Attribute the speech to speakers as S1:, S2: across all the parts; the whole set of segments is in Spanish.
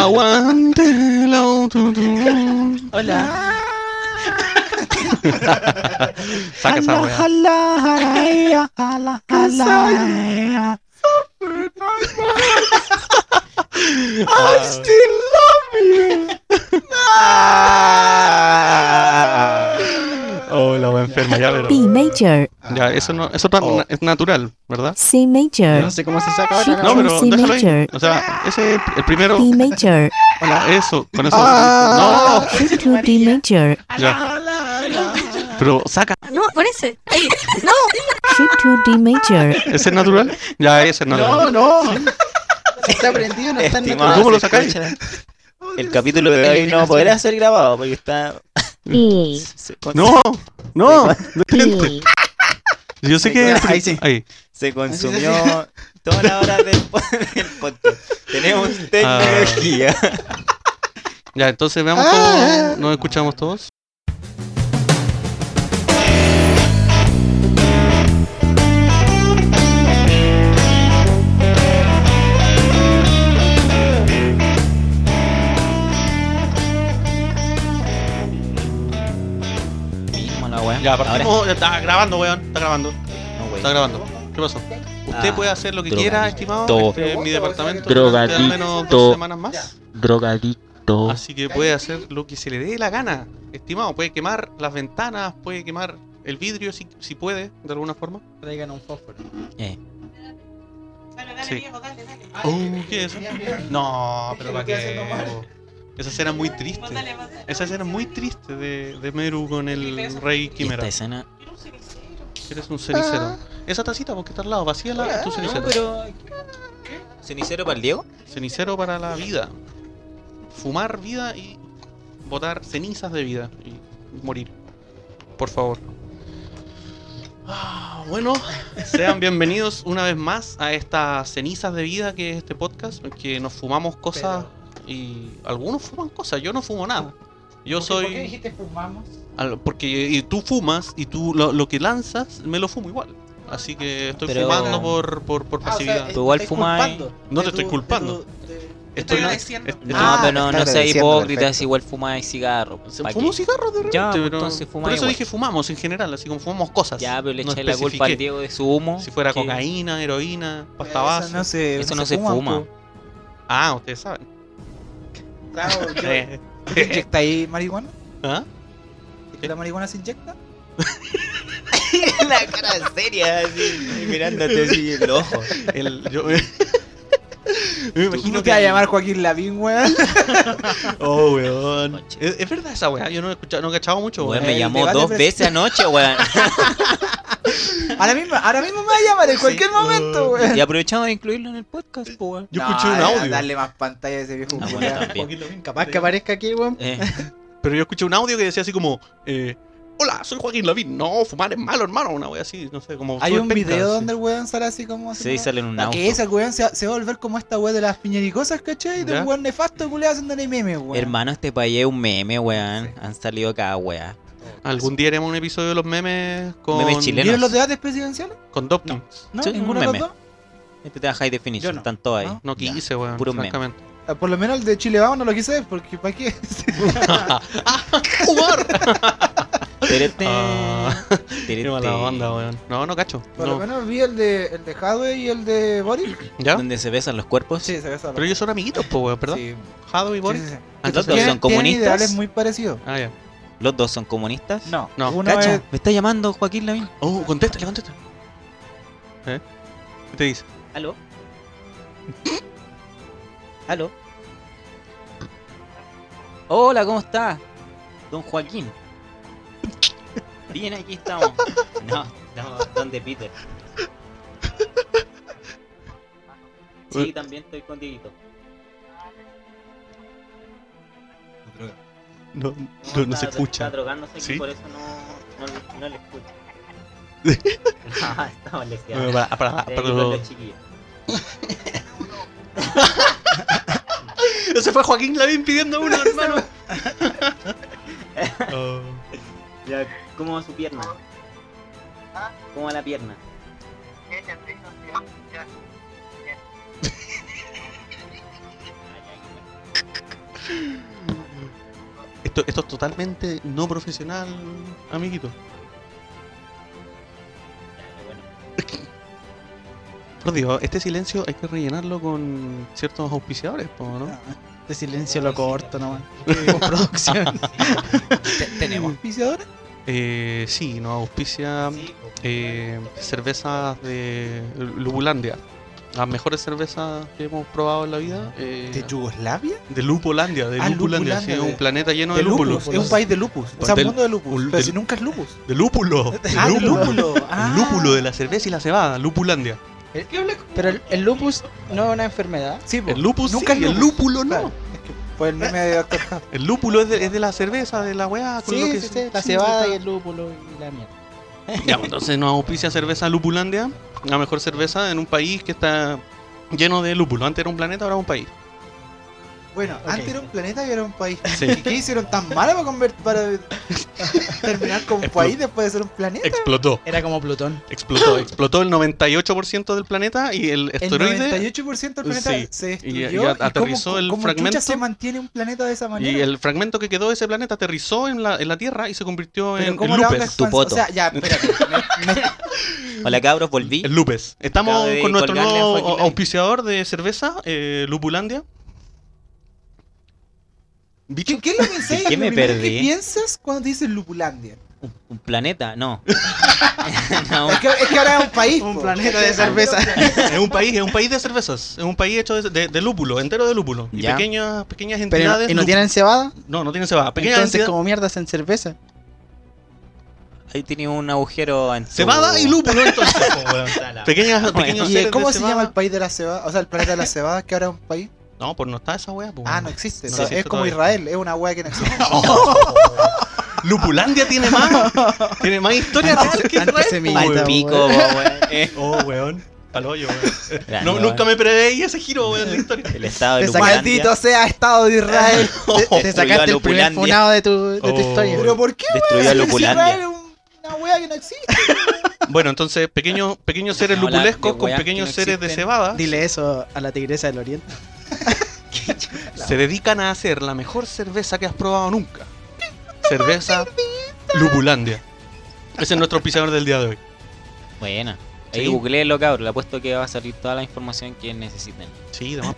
S1: Aguante la
S2: Hola.
S1: Saca esa wea. Oh, la wea enferma, ya, pero.
S3: B major,
S1: Ya, eso no, eso na-
S4: Oh.
S1: es natural, ¿verdad?
S3: C major,
S4: No sé cómo se saca ahora.
S1: No,
S3: Sí,
S1: pero
S3: sí,
S1: déjalo ahí.
S3: major.
S1: O sea, ese el primero.
S3: D major,
S1: Hola, eso, con eso.
S4: Ah.
S3: to D major,
S1: No, ya. Pero saca,
S5: No, por ese. Ahí. No.
S3: shift to D major,
S1: ese es natural. Ya, ese es natural.
S4: No, no.
S2: Está prendido, no está en
S4: Estimado,
S1: ¿Cómo lo
S4: se
S1: sacáis?
S4: escucha. El capítulo de hoy no podrá ser grabado porque está.
S6: E,
S4: se-
S1: No, no, detente.
S6: E,
S1: Yo sé que.
S2: Ahí sí.
S1: Ahí.
S4: Se consumió toda la hora del, po- del podcast. Tenemos tecnología.
S1: Ya, entonces veamos
S2: Ah.
S1: cómo nos escuchamos todos.
S4: Bueno, weón.
S1: Ya,
S4: Ahora-
S1: partimos. Ya está grabando, weón. Está grabando.
S4: No, weón.
S1: Está grabando. ¿Qué pasó? Usted
S4: Ah,
S1: puede hacer lo que
S4: drogadicto.
S1: quiera, estimado. Este es mi departamento. durante Al menos dos
S6: Drogadicto.
S1: semanas más.
S6: drogadicto.
S1: Así que puede hacer lo que se le dé la gana, estimado. Puede quemar las ventanas, puede quemar el vidrio si, si puede, de alguna forma.
S2: Traigan un fósforo.
S4: Eh,
S1: Sí.
S4: Oh.
S1: Uh, ¿Qué es eso? No, pero para qué. Esa escena es muy triste. Esa escena es muy triste de, de Meru con el rey
S4: y esta
S1: Quimera.
S4: escena.
S1: Eres un cenicero. Esa tacita, porque está al lado, vacíala, es tu
S4: Ah. No,
S1: cenicero.
S4: pero. ¿Cenicero para el Diego?
S1: Cenicero para la vida. Fumar vida y botar cenizas de vida y morir. Por favor. Ah, Bueno, sean bienvenidos una vez más a estas cenizas de vida que es este podcast, en que nos fumamos cosas y algunos fuman cosas, yo no fumo nada. Yo
S2: ¿Por qué
S1: soy
S2: dijiste fumamos?
S1: al- porque y tú fumas y tú lo, lo que lanzas me lo fumo igual. Así que estoy
S4: Pero-
S1: fumando por por, por
S2: Ah, o sea,
S1: pasividad.
S2: eh,
S4: Tú igual
S2: estáis
S4: fumas ahí.
S2: culpando.
S1: No
S2: De
S1: te estoy
S2: tu-
S1: culpando.
S2: de tu- de-
S1: Estoy-
S2: agradeciendo.
S1: est- estoy-
S4: No,
S2: Ah,
S4: pero no, no
S7: está
S4: seas
S7: diciendo,
S4: hipócritas,
S7: perfecto.
S4: igual fumáis cigarro. pues,
S1: Se
S4: ¿pa'
S1: Fumo
S4: qué?
S1: cigarros de repente,
S4: Ya, pues,
S1: pero-
S4: entonces fuma
S1: Por eso
S4: igual.
S1: dije fumamos en general, así como fumamos cosas.
S4: Ya, pero le
S1: No
S4: echáis la culpa al
S1: especifiqué.
S4: Diego de su humo.
S1: Si fuera
S4: que-
S1: cocaína, heroína, pasta
S7: Eso
S1: base.
S7: no se,
S4: Eso no se fuma.
S7: po.
S1: Ah, ustedes saben.
S2: Claro, yo-
S1: Eh,
S7: ¿Tú te inyectas ahí marihuana?
S1: ¿Ah?
S7: ¿Es
S1: eh.
S7: que la marihuana se inyecta?
S4: la cara seria, así, mirándote así en los ojos.
S1: El- yo- Me
S7: ¿Tú
S1: imagino
S7: no te vas a llamar Joaquín Lavín, weón?
S1: Oh, weón. Es, es verdad esa weá, yo no he escuchado, no he cachado mucho,
S4: Weón,
S1: weón.
S4: me
S7: el
S4: llamó
S7: debate
S4: dos
S7: pres-
S4: veces anoche, weón.
S7: Ahora mismo, ahora mismo me va a llamar en cualquier momento, weón.
S4: Y aprovechamos de incluirlo en el podcast, po, weón.
S1: Yo
S7: No,
S1: escuché un
S7: ya,
S1: audio.
S7: Darle más pantalla a ese viejo
S4: Ah, bueno,
S7: culiao.
S4: también.
S2: Capaz que aparezca aquí, weón.
S4: Eh,
S1: Pero yo escuché un audio que decía así como, eh, hola, soy Joaquín Lavín. No, fumar es malo, hermano. Una weá así, no sé, como.
S7: Hay
S1: súper
S7: un
S1: penca,
S7: video
S1: así.
S7: donde el weón sale así como... así
S4: sí,
S7: como-
S4: sale en un
S7: La
S4: auto.
S7: que ese weón se, se va a volver como esta weón de las piñericosas, ¿cachai? De
S1: Ya.
S7: un weón nefasto culiado haciéndole memes, weón.
S4: Hermano, este país es un meme, weón. Han salido cada weá.
S1: Algún día haremos un episodio de los memes con.
S4: Memes chilenos.
S7: ¿Vieron los debates presidenciales?
S1: Con Dopkins.
S7: ¿No?
S4: Sí,
S7: ¿Ninguno de
S4: un
S7: los
S4: meme.
S7: dos?
S4: Este te da high
S2: Yo
S4: definition,
S2: no.
S4: están todos ahí.
S7: No.
S1: No quise, weón.
S4: Puro meme.
S1: francamente.
S7: Ah, Por lo menos el de Chile Vamos no lo quise ver, porque ¿para qué?
S1: ¡Humor!
S4: Terete.
S1: Ah,
S4: Terete.
S1: Qué mala onda, weón. No, no cacho.
S7: Por
S1: no.
S7: lo menos vi el de, el de Hadwe y el de Boris.
S1: ¿Ya?
S4: Donde se besan los cuerpos.
S7: Sí, se ve esa
S1: Pero ellos son amiguitos, po, weón, ¿verdad?
S7: Sí,
S1: Jado y Boris.
S7: sí, sí, sí.
S1: Ah,
S4: Los
S1: entonces-
S4: dos son
S7: Tienen- tienen ideales
S4: comunistas.
S7: muy parecidos.
S1: Ah, ya.
S4: Los dos son comunistas.
S7: No,
S1: No.
S7: uno
S4: Cacha,
S7: es...
S4: me está llamando Joaquín Lavín.
S1: Oh, contéstale, contéstale. ¿Eh? ¿Qué te dice?
S4: ¿Aló? ¿Aló? Hola, ¿cómo está? Don Joaquín. Bien, aquí estamos. No, no, donde Peter. Sí, también estoy con Dieguito.
S1: No,
S4: No, está- Está drogándose aquí,
S1: ¿Sí?
S4: por eso no, no, no le escucho. no, está
S1: Bueno,
S4: molestando.
S1: para, para, para,
S4: Estoy aquí con los chiquillos.
S1: Se fue Joaquín Lavín pidiendo uno, hermano.
S4: Ya, ¿Cómo va su pierna? ¿Cómo va la pierna?
S1: Esto, esto es totalmente no profesional, amiguito. Por Dios, este silencio hay que rellenarlo con ciertos auspiciadores, po, ¿no?
S8: De silencio lo corto nomás. Producción.
S7: ¿Tenemos auspiciador?
S1: Eh, sí, nos auspicia eh, cervezas de Lubulandia. Las mejores cervezas que hemos probado en la vida. eh,
S7: ¿De Yugoslavia?
S1: de Lupolandia, de
S7: Ah,
S1: Lupulandia, sí,
S7: Lupulandia,
S1: es un
S7: de-
S1: planeta lleno de,
S7: de
S1: lúpulos.
S7: lúpulos. Es un país de lupus. O sea,
S1: Del-
S7: mundo de lupus.
S1: un-
S7: Pero
S1: del-
S7: si nunca es lupus.
S1: De lúpulo. De
S7: Ah, de
S1: lúpulo.
S7: lúpulo. Ah.
S1: El lúpulo de la cerveza y la cebada, Lupulandia.
S7: Eh,
S8: Pero el, el lupus no es una enfermedad.
S7: Sí, po.
S1: El
S8: pues
S1: lupus
S7: Nunca
S1: sí,
S7: es
S1: el
S7: lupus.
S1: lúpulo no.
S7: Claro. Fue el meme de Doctor House.
S1: El lúpulo es de, es de la cerveza, de la weá, con lo
S8: Sí,
S1: que
S8: sí,
S1: se-
S8: sí. La
S1: sí,
S8: cebada
S1: está.
S8: y el lúpulo y la mierda.
S1: Ya, pues, entonces nos auspicia cerveza Lupulandia, la mejor cerveza en un país que está lleno de lúpulo. Antes era un planeta, ahora es un país.
S7: Bueno, antes era un planeta y era un país.
S1: Sí.
S7: ¿Y qué hicieron tan malo para, conver- para terminar con un
S1: Explo-
S7: país después de ser un planeta?
S1: Explotó,
S8: Era como Plutón.
S1: explotó, explotó el 98% del planeta y el
S7: El
S1: asteroide
S7: 98% del planeta
S1: Sí.
S7: se
S1: Y- y
S7: destruyó.
S1: aterrizó
S7: cómo-
S1: el
S7: cómo
S1: fragmento.
S7: chucha se mantiene un planeta de esa manera?
S1: y el fragmento que quedó de ese planeta aterrizó en la, en la Tierra y se convirtió
S7: Pero
S1: en,
S7: ¿cómo
S1: en
S7: la
S1: Lupes.
S4: tu
S7: onda expansa-
S4: poto.
S7: O sea, ya, espérate. me- me-
S4: Hola cabros, volví.
S1: El Lupes. Estamos
S4: Acabo de
S1: con nuestro
S4: colgarle a
S1: nuevo
S4: Joaquín
S1: au-
S4: Lavín.
S1: auspiciador de cerveza, eh, Lupulandia. ¿Viste?
S7: ¿Qué, qué es lo que enseñas?
S4: ¿Qué
S7: Lo
S4: me
S7: primero
S4: perdí?
S7: que piensas cuando te dicen Lupulandia?
S4: ¿Un, un planeta? No. no.
S7: Es que, es que ahora es un país.
S8: Un
S7: po. Ah,
S8: planeta de
S7: Es que ahora es un
S8: cerveza.
S7: planeta.
S1: Es un país, es un país de cervezas, es un país hecho de, de- de lúpulo, entero de lúpulo. Y
S4: Ya.
S1: pequeñas, pequeñas
S8: Pero,
S1: entidades.
S8: ¿Y no
S1: lup-
S8: tienen cebada?
S1: no, no tienen cebada. Pequeñas
S8: Entonces,
S1: entidades.
S8: como mierda hacen cerveza?
S4: Ahí tiene un agujero en su-
S1: Cebada y lúpulo, entonces. po, weón. pequeñas,
S4: Bueno.
S1: pequeños
S7: ¿Y
S1: seres
S7: eh,
S1: de
S7: cómo se
S1: cebada.
S7: llama el país de la cebada? O sea, el planeta de la cebada, que ahora es un país.
S1: No, pues no está esa wea. po,
S7: Ah,
S1: weón.
S7: no existe.
S1: No
S7: o sea,
S1: existe
S7: es como
S1: todavía.
S7: Israel, es una wea que no existe.
S1: Lupulandia tiene más. tiene más historia que Israel,
S8: antisemita,
S1: po,
S4: Mal
S1: weón.
S4: pico, po, weón. Eh,
S1: Oh, weón. Paloyo, weón.
S4: grande,
S1: No,
S4: weón.
S1: nunca me preveí ese giro, weón, de la historia.
S4: El estado de
S8: Te
S4: Lupulandia.
S7: Maldito sea Estado de Israel.
S8: Te, te
S4: Destruyó
S8: sacaste
S4: a
S8: el primer
S4: Lupulandia.
S8: funado de tu, de tu
S1: Oh.
S8: historia.
S7: ¿Pero por qué?
S4: Destruyó a
S7: Si Israel
S4: Lupulandia.
S7: es un- una wea que no existe.
S1: Bueno, entonces, pequeños, pequeños seres
S4: Vamos a hablar
S1: lupulescos
S4: de
S1: con
S4: weas que
S1: pequeños
S4: no
S1: seres de
S4: existen.
S1: cebada
S8: Dile eso a la tigresa del oriente.
S1: se dedican a hacer la mejor cerveza que has probado nunca. Cerveza Lupulandia. Ese es nuestro pisador del día de hoy.
S4: Buena.
S1: Sí.
S4: Ahí googleelo, cabros. Le apuesto que va a salir toda la información que necesiten.
S1: Sí, de más.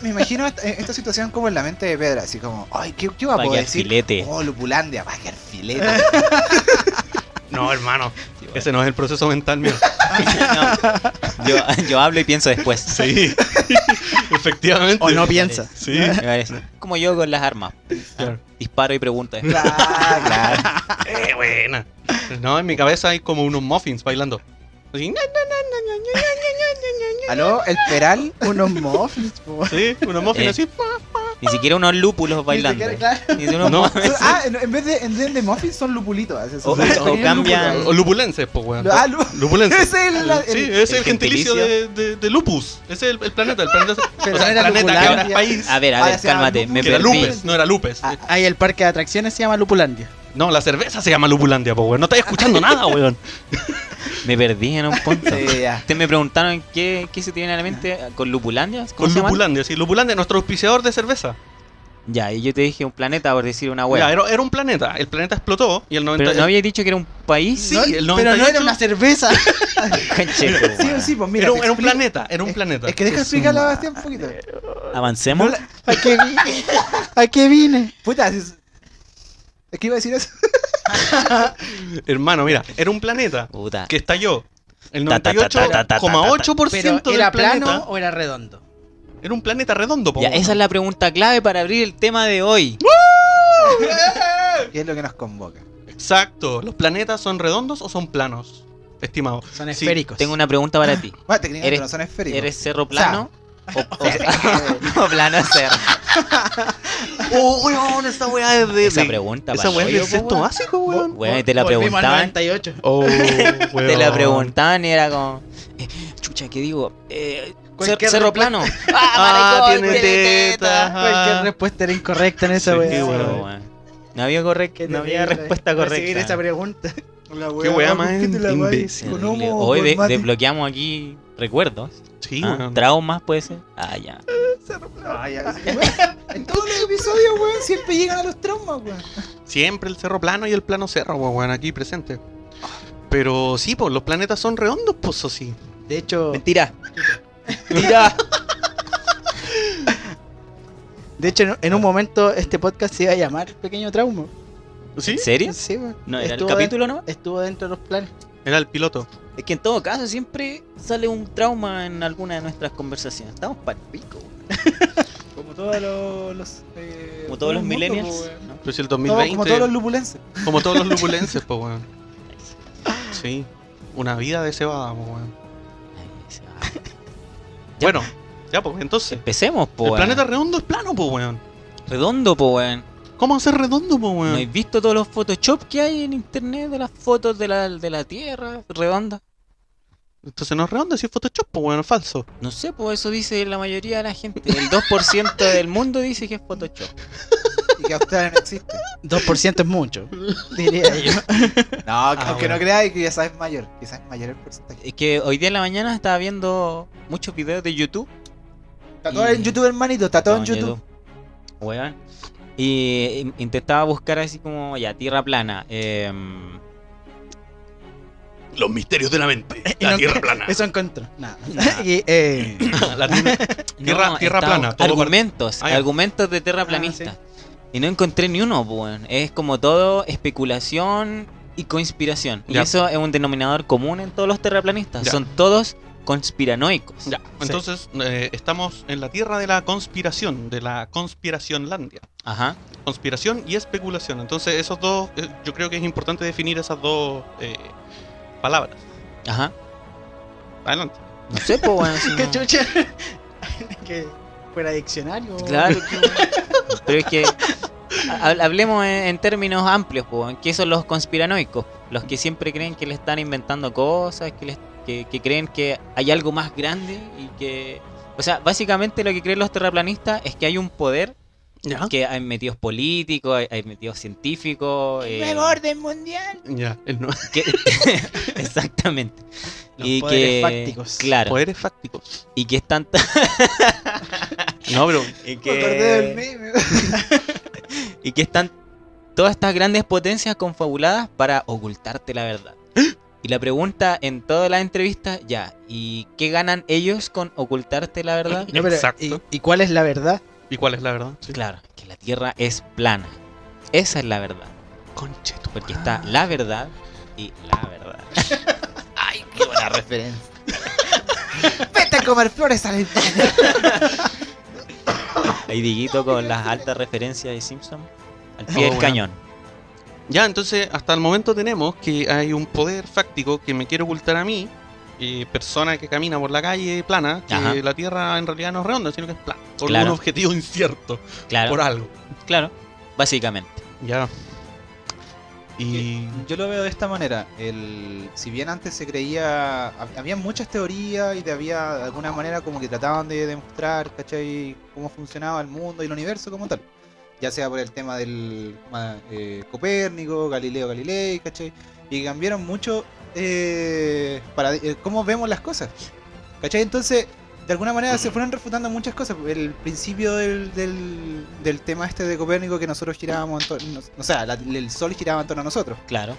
S7: Me imagino esta, esta situación como en la mente de Pedra, así como, ay, ¿qué, qué va a
S4: Va a
S7: poder
S4: quedar
S7: decir?
S4: filete.
S7: Oh, Lupulandia, va a quedar filete.
S1: No, hermano.
S4: Sí,
S1: Ese no es el proceso mental mío.
S4: No, yo, yo hablo y pienso después.
S1: Sí. Efectivamente.
S8: O no piensa.
S1: Sí.
S4: Me parece. Como yo con las armas. Ah,
S1: Claro.
S4: Disparo y pregunto. después.
S7: claro, claro.
S1: Eh, buena. No, en mi cabeza hay como unos muffins bailando. Así, na, na, na, na, na, na.
S7: Aló, el peral.
S8: Unos muffins, po.
S1: Sí, unos muffins
S4: Eh,
S1: así.
S4: Ni siquiera unos lúpulos bailando.
S7: siquiera, claro.
S4: Ni siquiera unos
S1: No.
S4: muffins.
S7: Ah, en- en vez de, en vez de muffins son lupulitos. así, son-
S4: O-
S7: son-
S4: o cambian-
S1: O lupulenses, pues, weón.
S7: Ah, lu-
S1: Lupulenses.
S7: Ese es el- el-
S1: sí, ese es el
S4: el
S1: gentilicio
S4: gentilicio.
S1: de, de- de lupus. Ese es el, el planeta. El planeta, o sea, el
S8: era
S1: planeta que
S8: Lupulandia.
S1: ahora es país.
S4: A ver, a
S7: Ahora
S4: ver,
S7: se llama
S4: cálmate. Me
S1: que era
S4: perdí.
S1: lupes, no era lupes.
S8: Ah, Ahí el parque de atracciones se llama Lupulandia.
S1: No, la cerveza se llama lupulandia, pues, weón. No estás escuchando nada, weón.
S4: Me perdí en un punto.
S7: Sí, ya.
S4: Ustedes me preguntaron qué, qué se tiene a la mente con Lupulandia. ¿Cómo
S1: Con
S4: se llama?
S1: lupulandia, sí. Lupulandia, nuestro auspiciador de cerveza.
S4: Ya, y yo te dije un planeta por decir una
S1: Ya,
S4: hueá.
S1: era, era un planeta. El planeta explotó y el 90...
S4: Ah, Pero no había dicho que era un país.
S1: Sí,
S8: No,
S1: el
S8: Pero no
S1: 98
S8: era una cerveza.
S4: Conche tu
S7: Sí,
S4: madre.
S7: sí, pues mira.
S1: Era un,
S7: te
S1: era un
S7: explico-
S1: planeta, era un planeta.
S7: Es que deja explicarlo a Bastián un poquito.
S4: Avancemos.
S8: ¿A qué vine? ¿A qué vine?
S7: Puta, es, es que iba a decir eso.
S1: Hermano, mira, era un planeta
S4: Puta.
S1: que estalló. El
S4: Ta, ta, ta, ta, ta, ta, ta, ta.
S1: 98,8%
S8: ¿Pero
S1: del
S8: era
S1: planeta
S8: plano o era redondo?
S1: era un planeta redondo. po,
S4: Ya,
S1: weón.
S4: esa es la pregunta clave para abrir el tema de hoy.
S7: Y es lo que nos convoca.
S1: Exacto. ¿Los planetas son redondos o son planos? Estimado.
S8: Son
S1: Sí,
S8: esféricos.
S4: Tengo una pregunta
S1: Ah,
S4: para ti.
S7: Bueno, técnicamente
S4: Eres-
S7: no son esféricos.
S4: ¿Eres cerro plano? O, o- o plano cerro.
S1: ¡Oh, weón! Esa weá es de.
S4: Esa
S1: de-
S4: pregunta
S1: Esa
S4: para
S1: weá es
S4: hoy.
S1: del sexto básico, weón.
S4: Bueno, y te la
S8: Volvimos al
S4: preguntaban.
S8: 98.
S1: Oh, weón.
S4: Te la preguntaban y era como. eh, chucha, ¿qué digo? Eh, cer-
S8: Cualquier
S4: cerro plano.
S1: Ah,
S4: maricón,
S1: tiene tetas.
S8: Cualquier
S1: ajá.
S8: respuesta era incorrecta en esa
S1: Sí,
S8: wea.
S1: qué
S4: Sí,
S1: weón.
S4: weón. No había, corre-
S8: Qué
S4: no había
S8: terrible
S4: respuesta
S8: Recibir
S4: correcta.
S8: esa pregunta.
S1: Qué weá más imbécil.
S4: Terrible.
S7: Con homo,
S4: Hoy
S7: con
S4: de-
S7: mate.
S4: desbloqueamos aquí recuerdos.
S1: Sí,
S4: Ah,
S1: weón.
S4: ¿Traumas puede ser? Ah, ya.
S7: Ay, ay, sí, weón. En todos los episodios, weón, siempre llegan a los traumas, mismo, weón.
S1: Siempre el cerro plano y el plano cerro, pues, weón, aquí presente. Pero sí, pues los planetas son redondos, pues, o sí.
S7: De hecho,
S4: Mentira. Mentira.
S7: de hecho, en- en un momento este podcast se iba a llamar Pequeño Trauma.
S1: ¿Sí?
S4: ¿En serio?
S7: Sí, weón.
S4: No, era el
S7: Estuvo de-
S4: capítulo, ¿no?
S7: Estuvo dentro de los planes.
S1: Era el piloto.
S4: Es que en todo caso siempre sale un trauma en alguna de nuestras conversaciones. Estamos para pico, weón.
S7: Como todos los. los, eh,
S4: como todos
S7: todo
S4: los
S7: el mundo,
S4: millennials.
S7: pues, weón.
S4: ¿no?
S1: Pero si el
S7: Todo-
S1: 2020.
S7: como todos los lupulenses.
S1: Como todos los lupulenses, pues, weón. Sí. Una vida de cebada, pues, weón.
S4: Ay, se va.
S1: Bueno, ya, pues, entonces.
S4: Empecemos, po.
S1: el
S4: weón.
S1: planeta redondo es plano, pues, weón.
S4: redondo, po, weón.
S1: ¿Cómo hacer redondo, pues,
S4: ¿No
S1: weón?
S4: has visto todos los Photoshop que hay en internet de las fotos de la, de la Tierra redonda?
S1: Entonces no es redondo, si es Photoshop, pues, weón, es falso.
S4: No sé, pues eso dice la mayoría de la gente. El 2% del mundo dice que es Photoshop.
S7: Y que Australia no existe.
S8: 2% es mucho.
S7: Diría yo. No, aunque
S1: bueno.
S7: no creáis que ya sabes mayor. Quizás es mayor el porcentaje.
S4: Es que hoy día en la mañana estaba viendo muchos videos de YouTube.
S7: Está todo en YouTube, hermanito. Está Ah, todo en YouTube.
S4: Weón. Y eh, intentaba buscar así como, ya, tierra plana. em,
S1: Los misterios de la mente.
S4: Eh,
S8: Y no-
S1: plana.
S8: Eso encontró. Nada. Y, eh,
S1: La tierra- Tierra- tierra
S4: estaba-
S1: plana, todo
S4: argumentos,
S1: Ah, ya.
S4: argumentos de terraplanista.
S8: Ah,
S4: Y no encontré ni uno, po, weón. Es como todo especulación y conspiración. Y
S1: Ya.
S4: eso es un denominador común en todos los terraplanistas.
S1: Ya.
S4: Son todos conspiranoicos.
S1: Ya,
S4: Sí.
S1: entonces eh, estamos en la tierra de la conspiración, de la conspiracionlandia.
S4: Ajá.
S1: Conspiración y especulación. Entonces, esos dos, eh, yo creo que es importante definir esas dos eh, palabras.
S4: Ajá.
S1: Adelante.
S4: No sé, po, weón. si no-
S8: ¿Qué chucha? que fuera diccionario.
S4: Claro, que- pero es que ha- hablemos en, en términos amplios, po, weón, que son los conspiranoicos, los que siempre creen que le están inventando cosas, que, les- que, que creen que hay algo más grande y que... O sea, básicamente lo que creen los terraplanistas es que hay un poder,
S8: ¿Ah?
S1: Ya.
S4: que hay metidos políticos, hay, hay metidos científicos... eh,
S7: orden mundial.
S1: Ya, el no-
S4: que- exactamente.
S8: Los poderes fácticos.
S4: Claro.
S1: poderes fácticos.
S4: Y que están... tan-
S1: No, pero
S4: y
S7: Me acordé del
S4: que...
S7: meme.
S4: y que están todas estas grandes potencias confabuladas para ocultarte la verdad. Y la pregunta en todas las entrevistas, ya, ¿y qué ganan ellos con ocultarte la verdad?
S8: No, pero,
S1: Exacto.
S8: ¿y, y cuál es la verdad?
S1: ¿Y cuál es la verdad?
S4: Claro, que la Tierra es plana. Esa es la verdad.
S1: Conche tu
S4: Porque está la verdad y la verdad. Ay, qué buena referencia.
S7: Vete a comer flores al infierno.
S4: Ahí Diguito con las altas referencias de Simpson. Al pie
S1: Oh,
S4: del
S1: bueno.
S4: cañón.
S1: Ya, entonces hasta el momento tenemos que hay un poder fáctico que me quiere ocultar a mí, eh, persona que camina por la calle plana, que
S4: Ajá.
S1: la Tierra en realidad no es redonda, sino que es plana, con
S4: Claro.
S1: un objetivo incierto,
S4: Claro,
S1: por algo.
S4: claro. Básicamente.
S1: Ya. Y
S7: Yo lo veo de esta manera. El, si bien antes se creía. hab- Había muchas teorías y te había de alguna manera como que trataban de demostrar, ¿cachai? Cómo funcionaba el mundo y el universo como tal. Ya sea por el tema del ma- eh, Copérnico, Galileo Galilei, ¿cachai? Y cambiaron mucho eh, para, eh, cómo vemos las cosas. ¿Cachai? Entonces, de alguna manera se fueron refutando muchas cosas. El principio del, del, del tema este de Copérnico que nosotros girábamos, en torno- o sea, la- el sol giraba en torno a nosotros.
S4: Claro.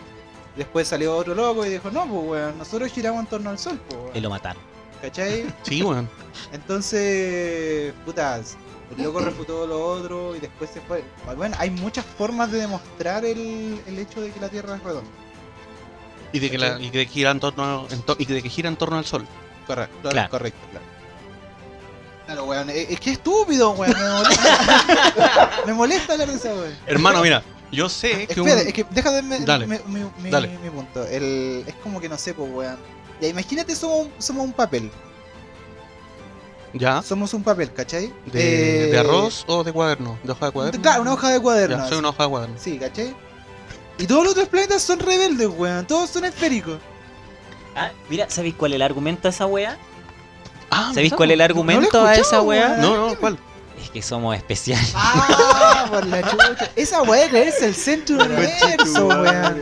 S7: Después salió otro loco y dijo, no, pues weón, nosotros giramos en torno al sol, pues
S4: Y
S7: weón".
S4: lo mataron.
S7: ¿Cachai?
S1: sí, weón.
S7: Entonces, putas, el loco refutó lo otro y después se fue. Bueno, hay muchas formas de demostrar el, el hecho de que la Tierra es redonda.
S1: Y de que, la- y de que gira en torno, en to- y de que gira en torno al sol.
S7: Correcto,
S4: Claro.
S7: correcto, claro. Claro, weón, es, es que estúpido, weón, me molesta. me molesta hablar de eso, weón.
S1: Hermano, mira, yo sé que un...
S7: Espérate, es que deja de me-
S1: Dale,
S7: me- mi, mi-
S1: dale.
S7: mi punto. El- es como que no sé, pues, weón. Ya, imagínate, somos un, somos un papel.
S1: ¿Ya?
S7: Ah, Somos un papel, ¿cachai?
S1: De,
S7: Eh,
S1: de arroz o de cuaderno? ¿De hoja de cuaderno?
S7: Claro, una hoja de cuaderno.
S1: Ya,
S7: así.
S1: soy una hoja de cuaderno.
S7: Sí, ¿cachai? Y todos los otros planetas son rebeldes, weón. Todos son esféricos.
S4: Ah, mira, ¿sabéis cuál es el argumento de esa wea?
S1: Ah,
S4: ¿Sabéis
S1: ¿verdad?
S4: cuál es el argumento a esa wea?
S1: No, no, ¿cuál?
S4: Es que somos especiales.
S7: Ah, por la chucha. Esa weá que es el centro del universo, weón.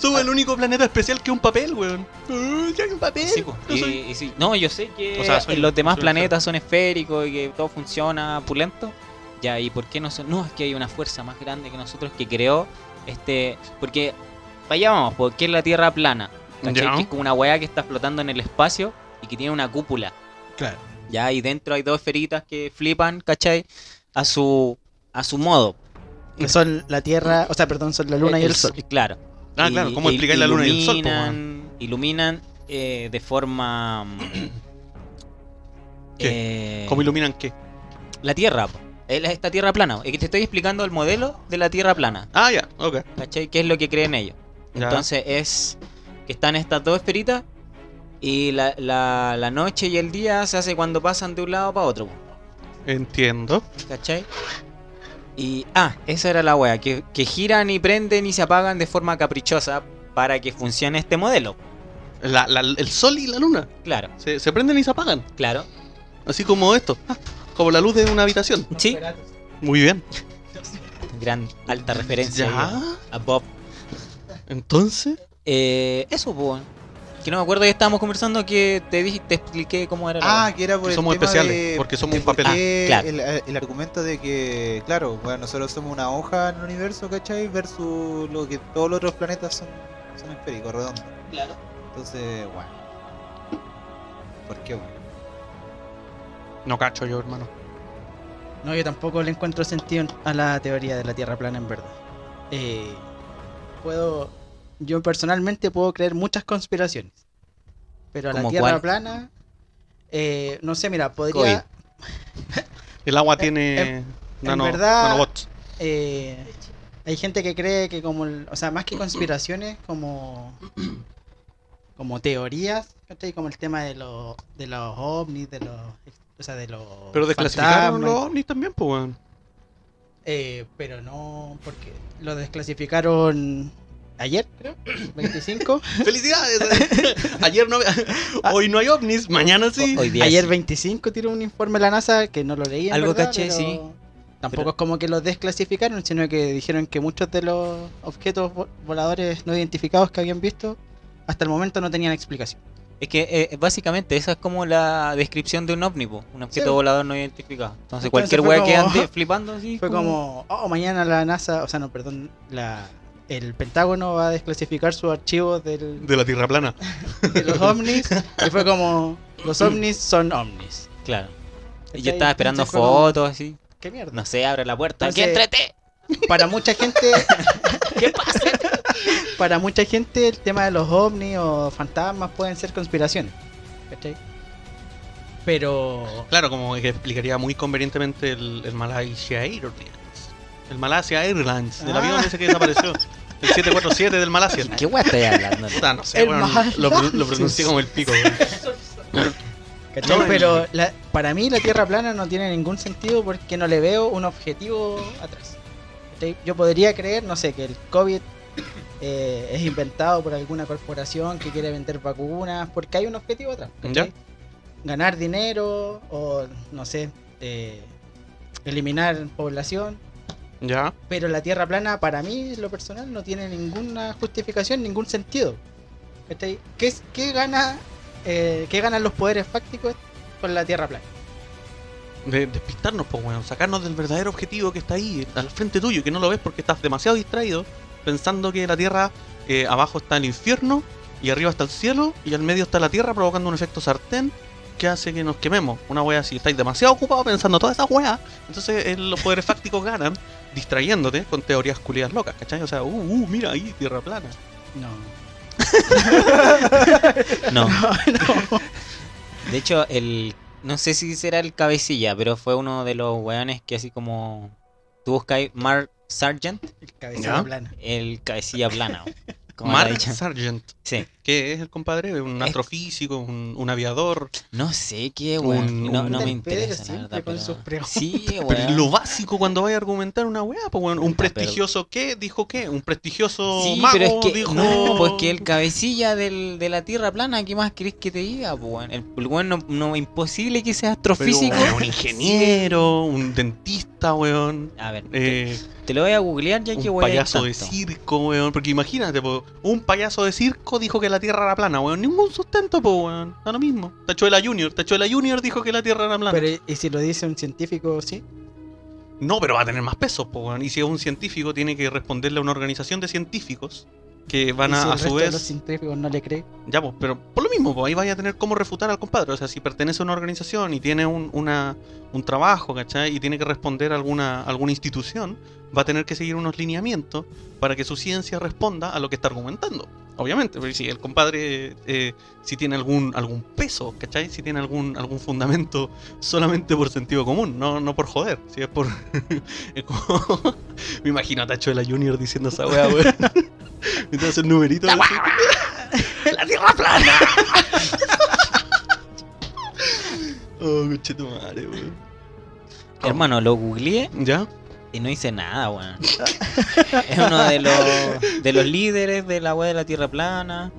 S1: Somos el único planeta especial que un papel, weón. Ah, Ya hay un papel.
S4: Sí, po.
S1: Yo
S4: Y-
S1: soy-
S4: y sí. No, yo sé que
S1: O sea, soy-
S4: los demás
S1: soy un
S4: planetas son esféricos y que todo funciona pulento. Ya, ¿y por qué no son? No, es que hay una fuerza más grande que nosotros que creó este. Porque, vaya vamos, porque es la Tierra plana. ¿cachai?
S1: Ya.
S4: Que es como una weá que está flotando en el espacio y que tiene una cúpula.
S1: Claro.
S4: Ya, y dentro hay dos esferitas que flipan, ¿cachai? A su, a su modo.
S8: Que son la Tierra, o sea, perdón, son la Luna y el Sol.
S4: Claro.
S1: Ah,
S4: Y-
S1: claro, ¿cómo
S4: e-
S1: explicáis la luna y el sol? po, weón?
S4: iluminan- Iluminan eh, de forma. mm, eh,
S1: ¿Cómo iluminan qué?
S4: la Tierra. po. Es la- Esta Tierra plana. Es que te estoy explicando el modelo de la Tierra plana.
S1: Ah, ya, ok.
S4: ¿Cachai? ¿Qué es lo que creen ellos?
S1: Ya.
S4: Entonces es que están estas dos esferitas y la, la- la noche y el día se hace cuando pasan de un lado para otro. po.
S1: Entiendo.
S4: ¿Cachai? Y, ah, esa era la wea, que, que giran y prenden y se apagan de forma caprichosa para que funcione este modelo.
S1: La- la- el sol y la luna
S4: Claro,
S1: se, se prenden y se apagan.
S4: claro.
S1: Así como esto. Ah, Como la luz de una habitación.
S4: Sí,
S1: Muy bien.
S4: gran, alta referencia. ahí
S1: Ya.
S4: A Bob.
S1: Entonces.
S4: Eh, eso, pues. Que no me acuerdo que estábamos conversando que te dije, te expliqué cómo era la
S7: Ah, que era por
S1: que
S7: el
S1: somos
S7: tema
S1: especiales,
S7: de-
S1: porque somos
S7: de
S1: un
S7: por
S1: papel.
S7: qué
S4: Ah, claro.
S7: el, el argumento de que, claro, bueno, nosotros somos una hoja en el universo, ¿cachai? Versus lo que todos los otros planetas son, son esféricos, redondos.
S4: Claro.
S7: Entonces, bueno. ¿Por qué, bueno?
S1: No cacho yo, hermano.
S8: No, yo tampoco le encuentro sentido a la teoría de la Tierra plana en verdad. Eh, puedo, yo personalmente puedo creer muchas conspiraciones, pero a la
S4: ¿Cómo
S8: Tierra
S4: cuál?
S8: plana, eh, no sé, mira, podría,
S1: El
S4: Eh,
S1: agua tiene. nano-
S8: verdad-
S1: nanobots.
S8: eh, hay gente que cree que como, el- o sea, más que conspiraciones, como, como teorías, ¿cachai? Como el tema de los, de los ovnis, de los, o sea, de los.
S1: Pero desclasificaron
S8: fantasmas y
S1: los ovnis también, pues, weón.
S8: Eh, pero no, porque lo desclasificaron ayer, creo, 25.
S1: ¡Felicidades! Ayer no. Hoy no hay ovnis, mañana sí.
S4: Ah. Hoy día
S8: ayer
S4: sí.
S8: 25 tiró un informe la NASA que no lo leí. en
S4: Algo
S8: verdad,
S4: caché,
S8: pero
S4: sí.
S8: Tampoco
S4: Pero-
S8: es como que los desclasificaron, sino que dijeron que muchos de los objetos vo- voladores no identificados que habían visto hasta el momento no tenían explicación.
S4: Es que eh, básicamente esa es como la descripción de un ovni, po, un objeto
S8: Sí.
S4: volador no identificado. Entonces,
S8: Entonces
S4: cualquier weá
S8: fue como-
S4: que ande flipando así.
S8: Fue como, oh, mañana la NASA, o sea, no, perdón, la, el Pentágono va a desclasificar sus archivos del,
S1: De la tierra plana.
S8: de los ovnis y fue como los ovnis son ovnis.
S4: Claro. Y yo
S8: ¿Cachai?
S4: estaba esperando
S8: Entonces fue como,
S4: fotos así.
S8: Qué mierda.
S4: No sé, abre la puerta. ¡Que
S8: Entonces-
S4: entrete!
S8: Para mucha gente Para mucha gente el tema de los ovnis o fantasmas pueden ser conspiraciones. ¿cachai? Pero
S1: Claro, como que explicaría muy convenientemente el, el Malaysia Airlines. El Malasia Airlines, del
S8: Ah.
S1: avión ese que desapareció. El 747 del Malasia.
S4: ¿Qué weá estáis hablando?
S1: Puta, no sé,
S8: El
S1: weón, lo, pro- lo pronuncié como el pico. weón.
S8: ¿cachai?
S1: No,
S8: pero la- para mí la Tierra plana no tiene ningún sentido porque no le veo un objetivo atrás. ¿cachai? Yo podría creer, no sé, que el COVID eh, es inventado por alguna corporación que quiere vender vacunas porque hay un objetivo atrás. ¿cachai?
S1: Ya.
S8: Ganar dinero o, no sé, eh, eliminar población.
S1: Ya.
S8: Pero la Tierra plana, para mí, en lo personal, no tiene ninguna justificación, ningún sentido. ¿Cachai? ¿Qué, es- qué gana, eh, qué ganan los poderes fácticos con la Tierra plana?
S1: De, despistarnos, pues, weón. Sacarnos del verdadero objetivo que está ahí, al frente tuyo, que no lo ves porque estás demasiado distraído, pensando que la tierra eh, abajo está el infierno, y arriba está el cielo, y al medio está la tierra, provocando un efecto sartén que hace que nos quememos. Una wea así. Estáis demasiado ocupados pensando todas esas weas. Entonces eh, los poderes fácticos ganan distrayéndote con teorías culiadas locas, ¿cachai? O sea, uh, uh, mira ahí, tierra plana.
S8: No.
S4: No. De hecho, el. No sé si será el cabecilla, pero fue uno de los weones que así como. Tú buscáis Mark Sargent,
S8: El cabezón
S1: ¿Ya?
S8: plana.
S4: el cabecilla plana. weón. Como lo he
S1: Mark
S4: dicho.
S1: Sargent,
S4: Sí.
S1: que es el compadre, un
S4: Es-
S1: astrofísico, un, un aviador.
S4: No sé qué, weón.
S1: Un-
S4: No,
S1: un-
S4: no me
S8: Pedro
S4: interesa, la
S8: siempre
S4: verdad.
S8: con
S4: pero-
S8: sus preguntas.
S4: Sí,
S1: Pero es
S4: weón.
S1: lo básico cuando vaya a argumentar una weá, pues bueno, un
S4: Puta, pero-
S1: prestigioso qué dijo qué, un prestigioso
S4: Sí,
S1: mago
S4: pero es que
S1: dijo
S4: no, porque el cabecilla del, de la Tierra plana, ¿qué más querés que te diga? po, weón? El, el weón no, no- imposible que sea
S1: Pero,
S4: astrofísico.
S1: weón, un ingeniero, un dentista, weón.
S4: A ver, te,
S1: eh,
S4: te lo voy a googlear ya que
S1: un
S4: weón.
S1: payaso de circo, weón. Porque imagínate, po, un payaso de circo dijo que la Tierra era plana, weón. Ningún sustento, po, weón. Da lo mismo. Tachuela Junior, Tachuela Junior dijo que la Tierra era plana.
S8: Pero, ¿y si lo dice un científico, sí?
S1: No, pero va a tener más peso, po, weón. Y si es un científico, tiene que responderle a una organización de científicos que van
S8: Y
S1: a,
S8: si el
S1: a su
S8: resto de los
S1: vez.
S8: científicos no le cree.
S1: Ya, pues, pero por lo mismo, pues, ahí vaya a tener cómo refutar al compadre. O sea, si pertenece a una organización y tiene un, una, un trabajo, ¿cachai? Y tiene que responder a alguna, alguna institución, va a tener que seguir unos lineamientos para que su ciencia responda a lo que está argumentando. Obviamente, pero si el compadre, eh, si tiene algún, algún peso, ¿cachai? Si tiene algún, algún fundamento solamente por sentido común, no, no por joder. Si es por. es como- Me imagino a Tacho de la Junior diciendo esa weá, weón. Entonces el numerito. así. ¡La tierra plana! oh, madre, weón.
S4: Hermano, lo googleé
S1: ¿Ya?
S4: y no hice nada, weón. es uno de los, de los líderes de la web de la Tierra Plana.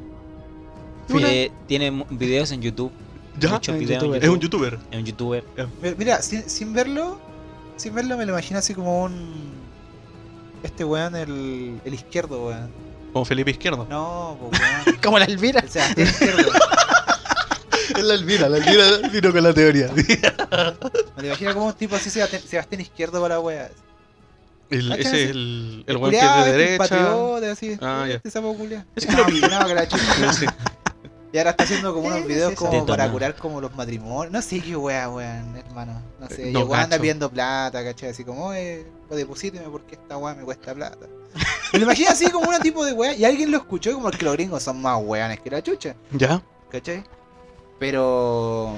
S1: Una-
S4: Eh, tiene mu- videos en YouTube.
S1: ¿Ya?
S4: Muchos
S1: Es un
S4: videos en
S1: youtuber.
S4: YouTube.
S1: Es un youtuber.
S4: Es un youtuber.
S7: Mi- Mira, sin, sin verlo, sin verlo me lo imagino así como un. Este weón, el, el izquierdo, weón.
S1: Como Felipe Izquierdo.
S7: No, po, weón.
S8: Como la Elvira.
S7: El Sebastián izquierdo.
S1: Es la Elvira, la Elvira vino con la teoría.
S7: Me lo imagino como un tipo así, Sebastián, Sebastián izquierdo para la weá.
S1: El,
S7: Ah,
S1: ese
S7: claro,
S1: es
S7: sí.
S1: el, el weón que
S7: Culeado,
S1: es de
S7: este, un
S1: derecha.
S7: patriota, así.
S1: Ah, ya.
S7: Este sapo culiao.
S1: Es que lo
S7: No,
S1: vi.
S7: no, que la chucha.
S1: Sí.
S7: Y ahora está haciendo como unos
S8: Sí,
S7: videos
S8: sí,
S7: como
S4: sí.
S7: para
S4: Tetona.
S7: curar como los matrimonios. No sé qué weá, weón, hermano. No sé.
S1: Eh,
S7: Y
S1: no,
S7: el weón anda
S1: gacho.
S7: pidiendo plata, ¿cachai? Así como, eh, o deposíteme porque esta weá me cuesta plata. Me lo imagino así como un tipo de weá. Y alguien lo escuchó y como que los gringos son más weones que la chucha,
S1: ¿Ya?
S7: ¿cachai? Pero.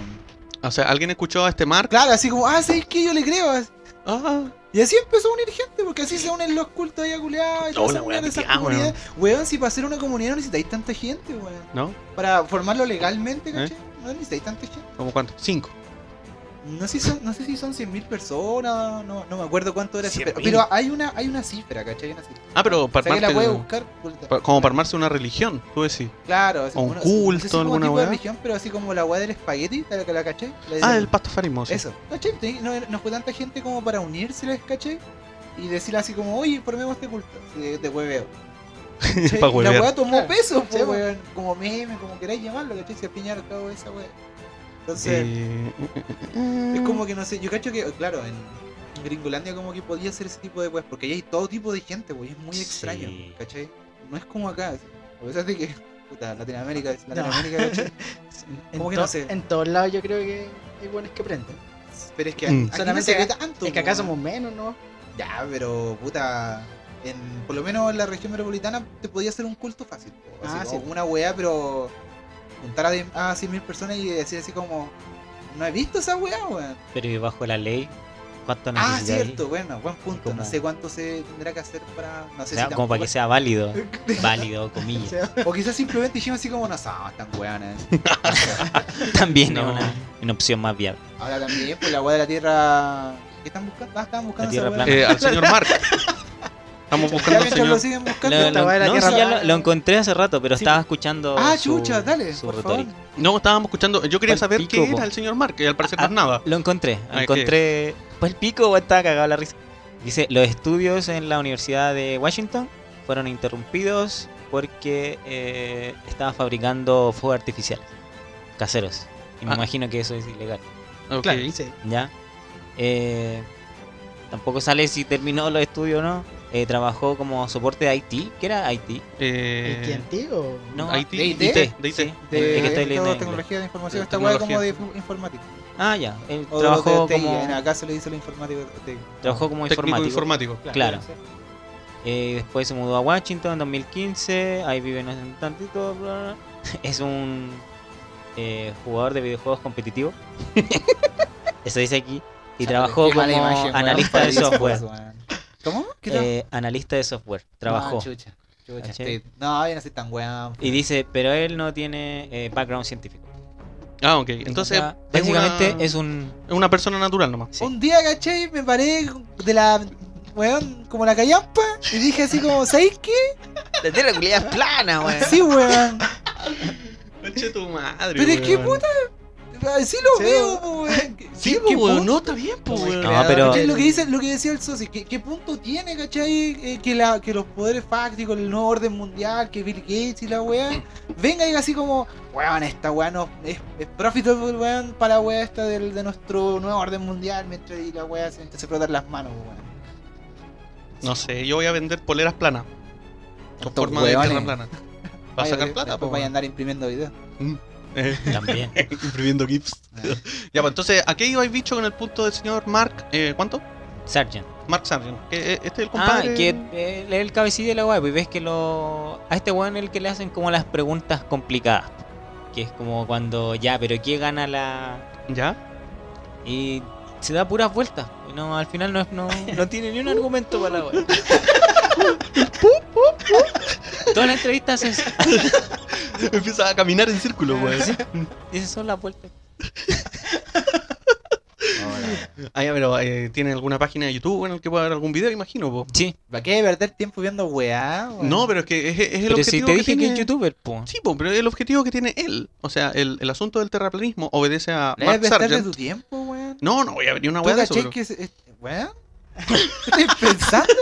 S1: O sea, ¿alguien escuchó a este Mark?
S7: Claro, así como, ah, ¿sabes qué? Yo le creo.
S1: Ah,
S7: Y así empezó a unir gente, porque así se unen los cultos ahí a culiar y
S1: Toda
S7: todas
S1: la weá ah,
S7: esas weas de esas
S1: metida, weón.
S7: comunidades. Weón, si para hacer una comunidad no necesitáis tanta gente, weón.
S1: ¿no?
S7: Para formarlo legalmente, ¿cachai?
S1: ¿Eh?
S7: No necesitáis tanta gente.
S1: ¿Cómo cuánto? Cinco.
S7: No sé si son, no sé si son 100.000 personas, no, no me acuerdo cuánto era ese,
S1: 100.000.
S7: pero, pero hay una hay una cifra, ¿cachai? Hay una cifra.
S1: Ah, pero para
S7: O sea, que la voy a
S1: armarte.
S7: buscar. puta.
S1: pa- Como para armarse una religión, tú decís.
S7: Claro, así
S1: o un
S7: como-
S1: culto,
S7: como
S1: alguna
S7: tipo de
S1: weá.
S7: religión, pero así como la weá del espagueti, la que la caché.
S1: Ah, el pastafarismo. sí.
S7: Eso, ¿cachai? Teni- No, no fue tanta gente como para unírseles, ¿cachai? Y decirle así como, oye, formemos este culto, así de, de hueveo. ¿Cachai?
S1: Pa'
S7: Y la
S1: huevear.
S7: weá tomó
S8: Claro.
S7: peso, po,
S8: Sí, po.
S7: weón. Como meme, como queráis llamarlo, ¿cachai? Se apiñar todo esa weá. Entonces,
S1: Eh,
S7: es
S8: Mm.
S7: como que no sé, yo cacho que, claro, en Gringolandia como que podía hacer ese tipo de weas, porque ahí hay todo tipo de gente, weón, es muy
S4: Sí.
S7: extraño, ¿cachai? No es como acá, así. a pesar de que, puta, Latinoamérica es Latinoamérica, ¿cachai?
S8: En,
S7: Como que
S8: to-
S7: no sé.
S8: en todos lados yo creo que hay buenos que prenden.
S7: Pero es que
S1: Mm.
S7: aquí no
S8: Solamente
S7: se ve
S8: acá-
S7: tanto,
S8: Es que acá
S7: weón.
S8: somos menos, ¿no?
S7: Ya, pero puta. En, por lo menos en la región metropolitana te podía hacer un culto fácil. po, así
S8: Ah,
S7: como
S8: sí.
S7: Una weá, pero juntar a, de- a 100.000 personas y decir así como. No he visto esa weá, weón.
S4: Pero y bajo la ley, ¿cuánto
S7: Ah,
S4: necesita ahí?
S7: cierto, bueno, buen punto.
S4: Como-
S7: No sé cuánto se tendrá que hacer para. No
S4: O
S7: sé
S4: sea,
S7: si
S4: como para que sea válido. Válido,
S8: O
S4: comillas.
S8: sea,
S7: tampoco- O quizás simplemente dijimos así como, no, son tan weones.
S4: También
S1: No.
S4: es una, una opción más viable.
S7: Ahora también, por la weá de la tierra. ¿Qué están buscando? Ah, estaban buscando
S4: tierra
S7: esa weá.
S4: plana.
S1: eh, al señor Mark. Estamos
S7: Ya
S1: buscando al
S7: mientras lo
S1: señor.
S7: siguen
S4: Lo,
S7: buscando.
S4: lo-
S7: esta
S8: weá de la
S4: no,
S8: tierra
S4: sí, ya lo,
S8: plana.
S4: lo encontré hace rato, pero
S8: Sí,
S4: estaba escuchando.
S7: Ah,
S4: su-
S7: chucha, dale,
S4: su
S7: por
S4: retórica.
S1: No, estábamos escuchando. Yo quería
S4: Pal
S1: saber
S4: pico,
S1: qué
S4: po.
S1: era el señor Mark, y al parecer
S4: Ah,
S1: más nada.
S4: Lo encontré,
S1: Ah, ¿qué?
S4: encontré. Pues el pico, weón, estaba cagado la risa. Dice: Los estudios en la Universidad de Washington fueron interrumpidos porque eh, estaban fabricando fuegos artificiales caseros. Y me
S1: Ah.
S4: imagino que eso es ilegal,
S1: Ok.
S8: Claro, sí.
S4: ¿ya? Eh, tampoco sale si terminó los estudios o no. Eh, trabajó como soporte de IT. ¿Qué era IT?
S1: Eh,
S8: ¿Y quién, tío?
S4: No,
S1: IT,
S7: de IT,
S1: de IT.
S4: sí,
S7: De,
S4: el que estoy
S7: esto,
S4: leyendo en inglés.
S7: tecnología de información,
S1: De
S7: esta weá como de
S1: tecnología.
S7: inf- informática.
S4: Ah, ya. Él
S7: O
S4: trabajó,
S7: de TI,
S4: como,
S7: en acá se le dice lo informático. TI.
S4: trabajó como
S1: técnico
S4: informático.
S1: informático.
S4: Claro. Eh, después se mudó a Washington en 2015. Ahí vive no sé tantito. bla, bla. Es un eh, jugador de videojuegos competitivo. Eso dice aquí. Y trabajó
S7: Qué
S4: como
S7: mala imagen, weón,
S4: analista de
S7: para esos
S4: software.
S7: juegos, weón. ¿Cómo? ¿Qué tra-
S4: Eh, analista de software. Trabajó.
S7: Ah, chucha, chucha,
S4: ¿Cachai?
S7: estoy- No, yo no soy tan weón.
S4: Y dice, pero él no tiene eh, background científico.
S1: Ah, ok. Entonces,
S4: O sea,
S1: es una-
S4: básicamente es un...
S1: es una persona natural nomás.
S4: sí.
S7: Un día, ¿cachai? Me paré de la. Weón, como la callampa, y dije así como, ¿sabéis qué?
S4: La tierra culiada es plana, weón.
S7: Sí, weón.
S1: Conche tu madre.
S7: Pero es que,
S1: weón.
S7: puta, Ah, Sí lo
S8: Sí,
S7: veo, po, weón. ¿Qué-
S1: Sí,
S7: qué
S1: po, weón,
S7: punto?
S1: no, está bien, po,
S8: Como el
S1: weón.
S4: No, pero-
S7: ¿Cachai? Lo que, dice, lo que decía el socio, ¿qué, qué punto tiene, cachai? Eh, que, la, que los poderes fácticos, el nuevo orden mundial, que Bill Gates y la weá, venga y diga así como, weón, esta weá no, es, es profitable, weón, para la weá esta del, de nuestro nuevo orden mundial, mientras y la weá se, se frotan las manos, weón.
S1: No sé, yo voy a vender poleras planas. Con
S7: Estos
S1: forma de tierra
S7: hueones.
S1: plana. Para
S7: Vaya,
S1: sacar
S7: de-
S1: plata,
S7: después
S1: po.
S7: vaya a
S1: weón.
S7: andar imprimiendo videos.
S1: Eh,
S4: También.
S1: Imprimiendo GIFs. Ya, pues entonces, ¿a qué ibais bicho con el punto del señor Mark? Eh, ¿Cuánto?
S4: Sargent.
S1: Mark Sargent. Que, eh, este es el
S4: Ah,
S1: compadre.
S4: que eh, lee el cabecilla de la weá, pues ves que lo. A este weón es el que le hacen como las preguntas complicadas. Que es como cuando, ya, pero ¿qué gana la.?
S1: Ya.
S4: Y se da puras vueltas. Y No, al final no, es- no, no tiene ni un argumento para la weá. Toda la entrevista se
S1: Empieza a caminar en círculo, pues, weón.
S4: Dice, son las vueltas.
S1: Ah, ya, pero eh, ¿tiene alguna página de YouTube en el que pueda haber algún video? Imagino, po.
S4: Sí,
S7: ¿Para qué perder tiempo viendo weá? weón?
S1: No, pero es que es, es el
S4: Oh. pero
S1: objetivo
S4: si te dije que
S1: tiene...
S4: es youtuber, po.
S1: Sí, po, pero el objetivo que tiene él. O sea, el, el asunto del terraplanismo obedece a
S4: Eh,
S7: ¿Le
S1: Mark
S7: debes de tu
S1: Sargent.
S7: tiempo, weón?
S1: No, no voy a venir una
S7: ¿Tú
S1: weá de eso,
S7: cachai
S1: pero-
S7: que se- es- weón? ¿Qué estás pensando?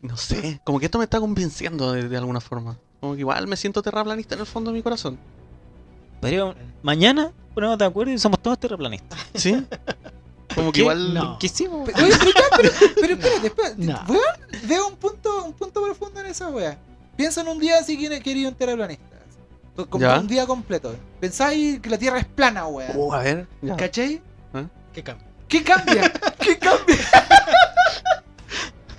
S1: No sé, como que esto me está convenciendo de, de alguna forma. Como que igual me siento terraplanista en el fondo de mi corazón.
S4: Pero mañana ponemos de acuerdo y somos todos terraplanistas.
S1: ¿Sí? Como que
S4: ¿Qué?
S1: igual...
S8: No.
S4: ¿Qué hicimos?
S7: Pe- Oye, pero, ya, pero, pero espérate, espérate.
S8: No.
S7: Weón, veo un punto, un punto profundo en esa wea. Piensa en un día si quieres querer ir un terraplanista. Co- Como
S1: Ya.
S7: un día completo. Pensáis que la Tierra es plana, wea.
S1: Uh, a ver. ya.
S7: ¿Cachai?
S8: ¿Qué cambio?
S7: ¿Qué cambia? ¿Qué cambia?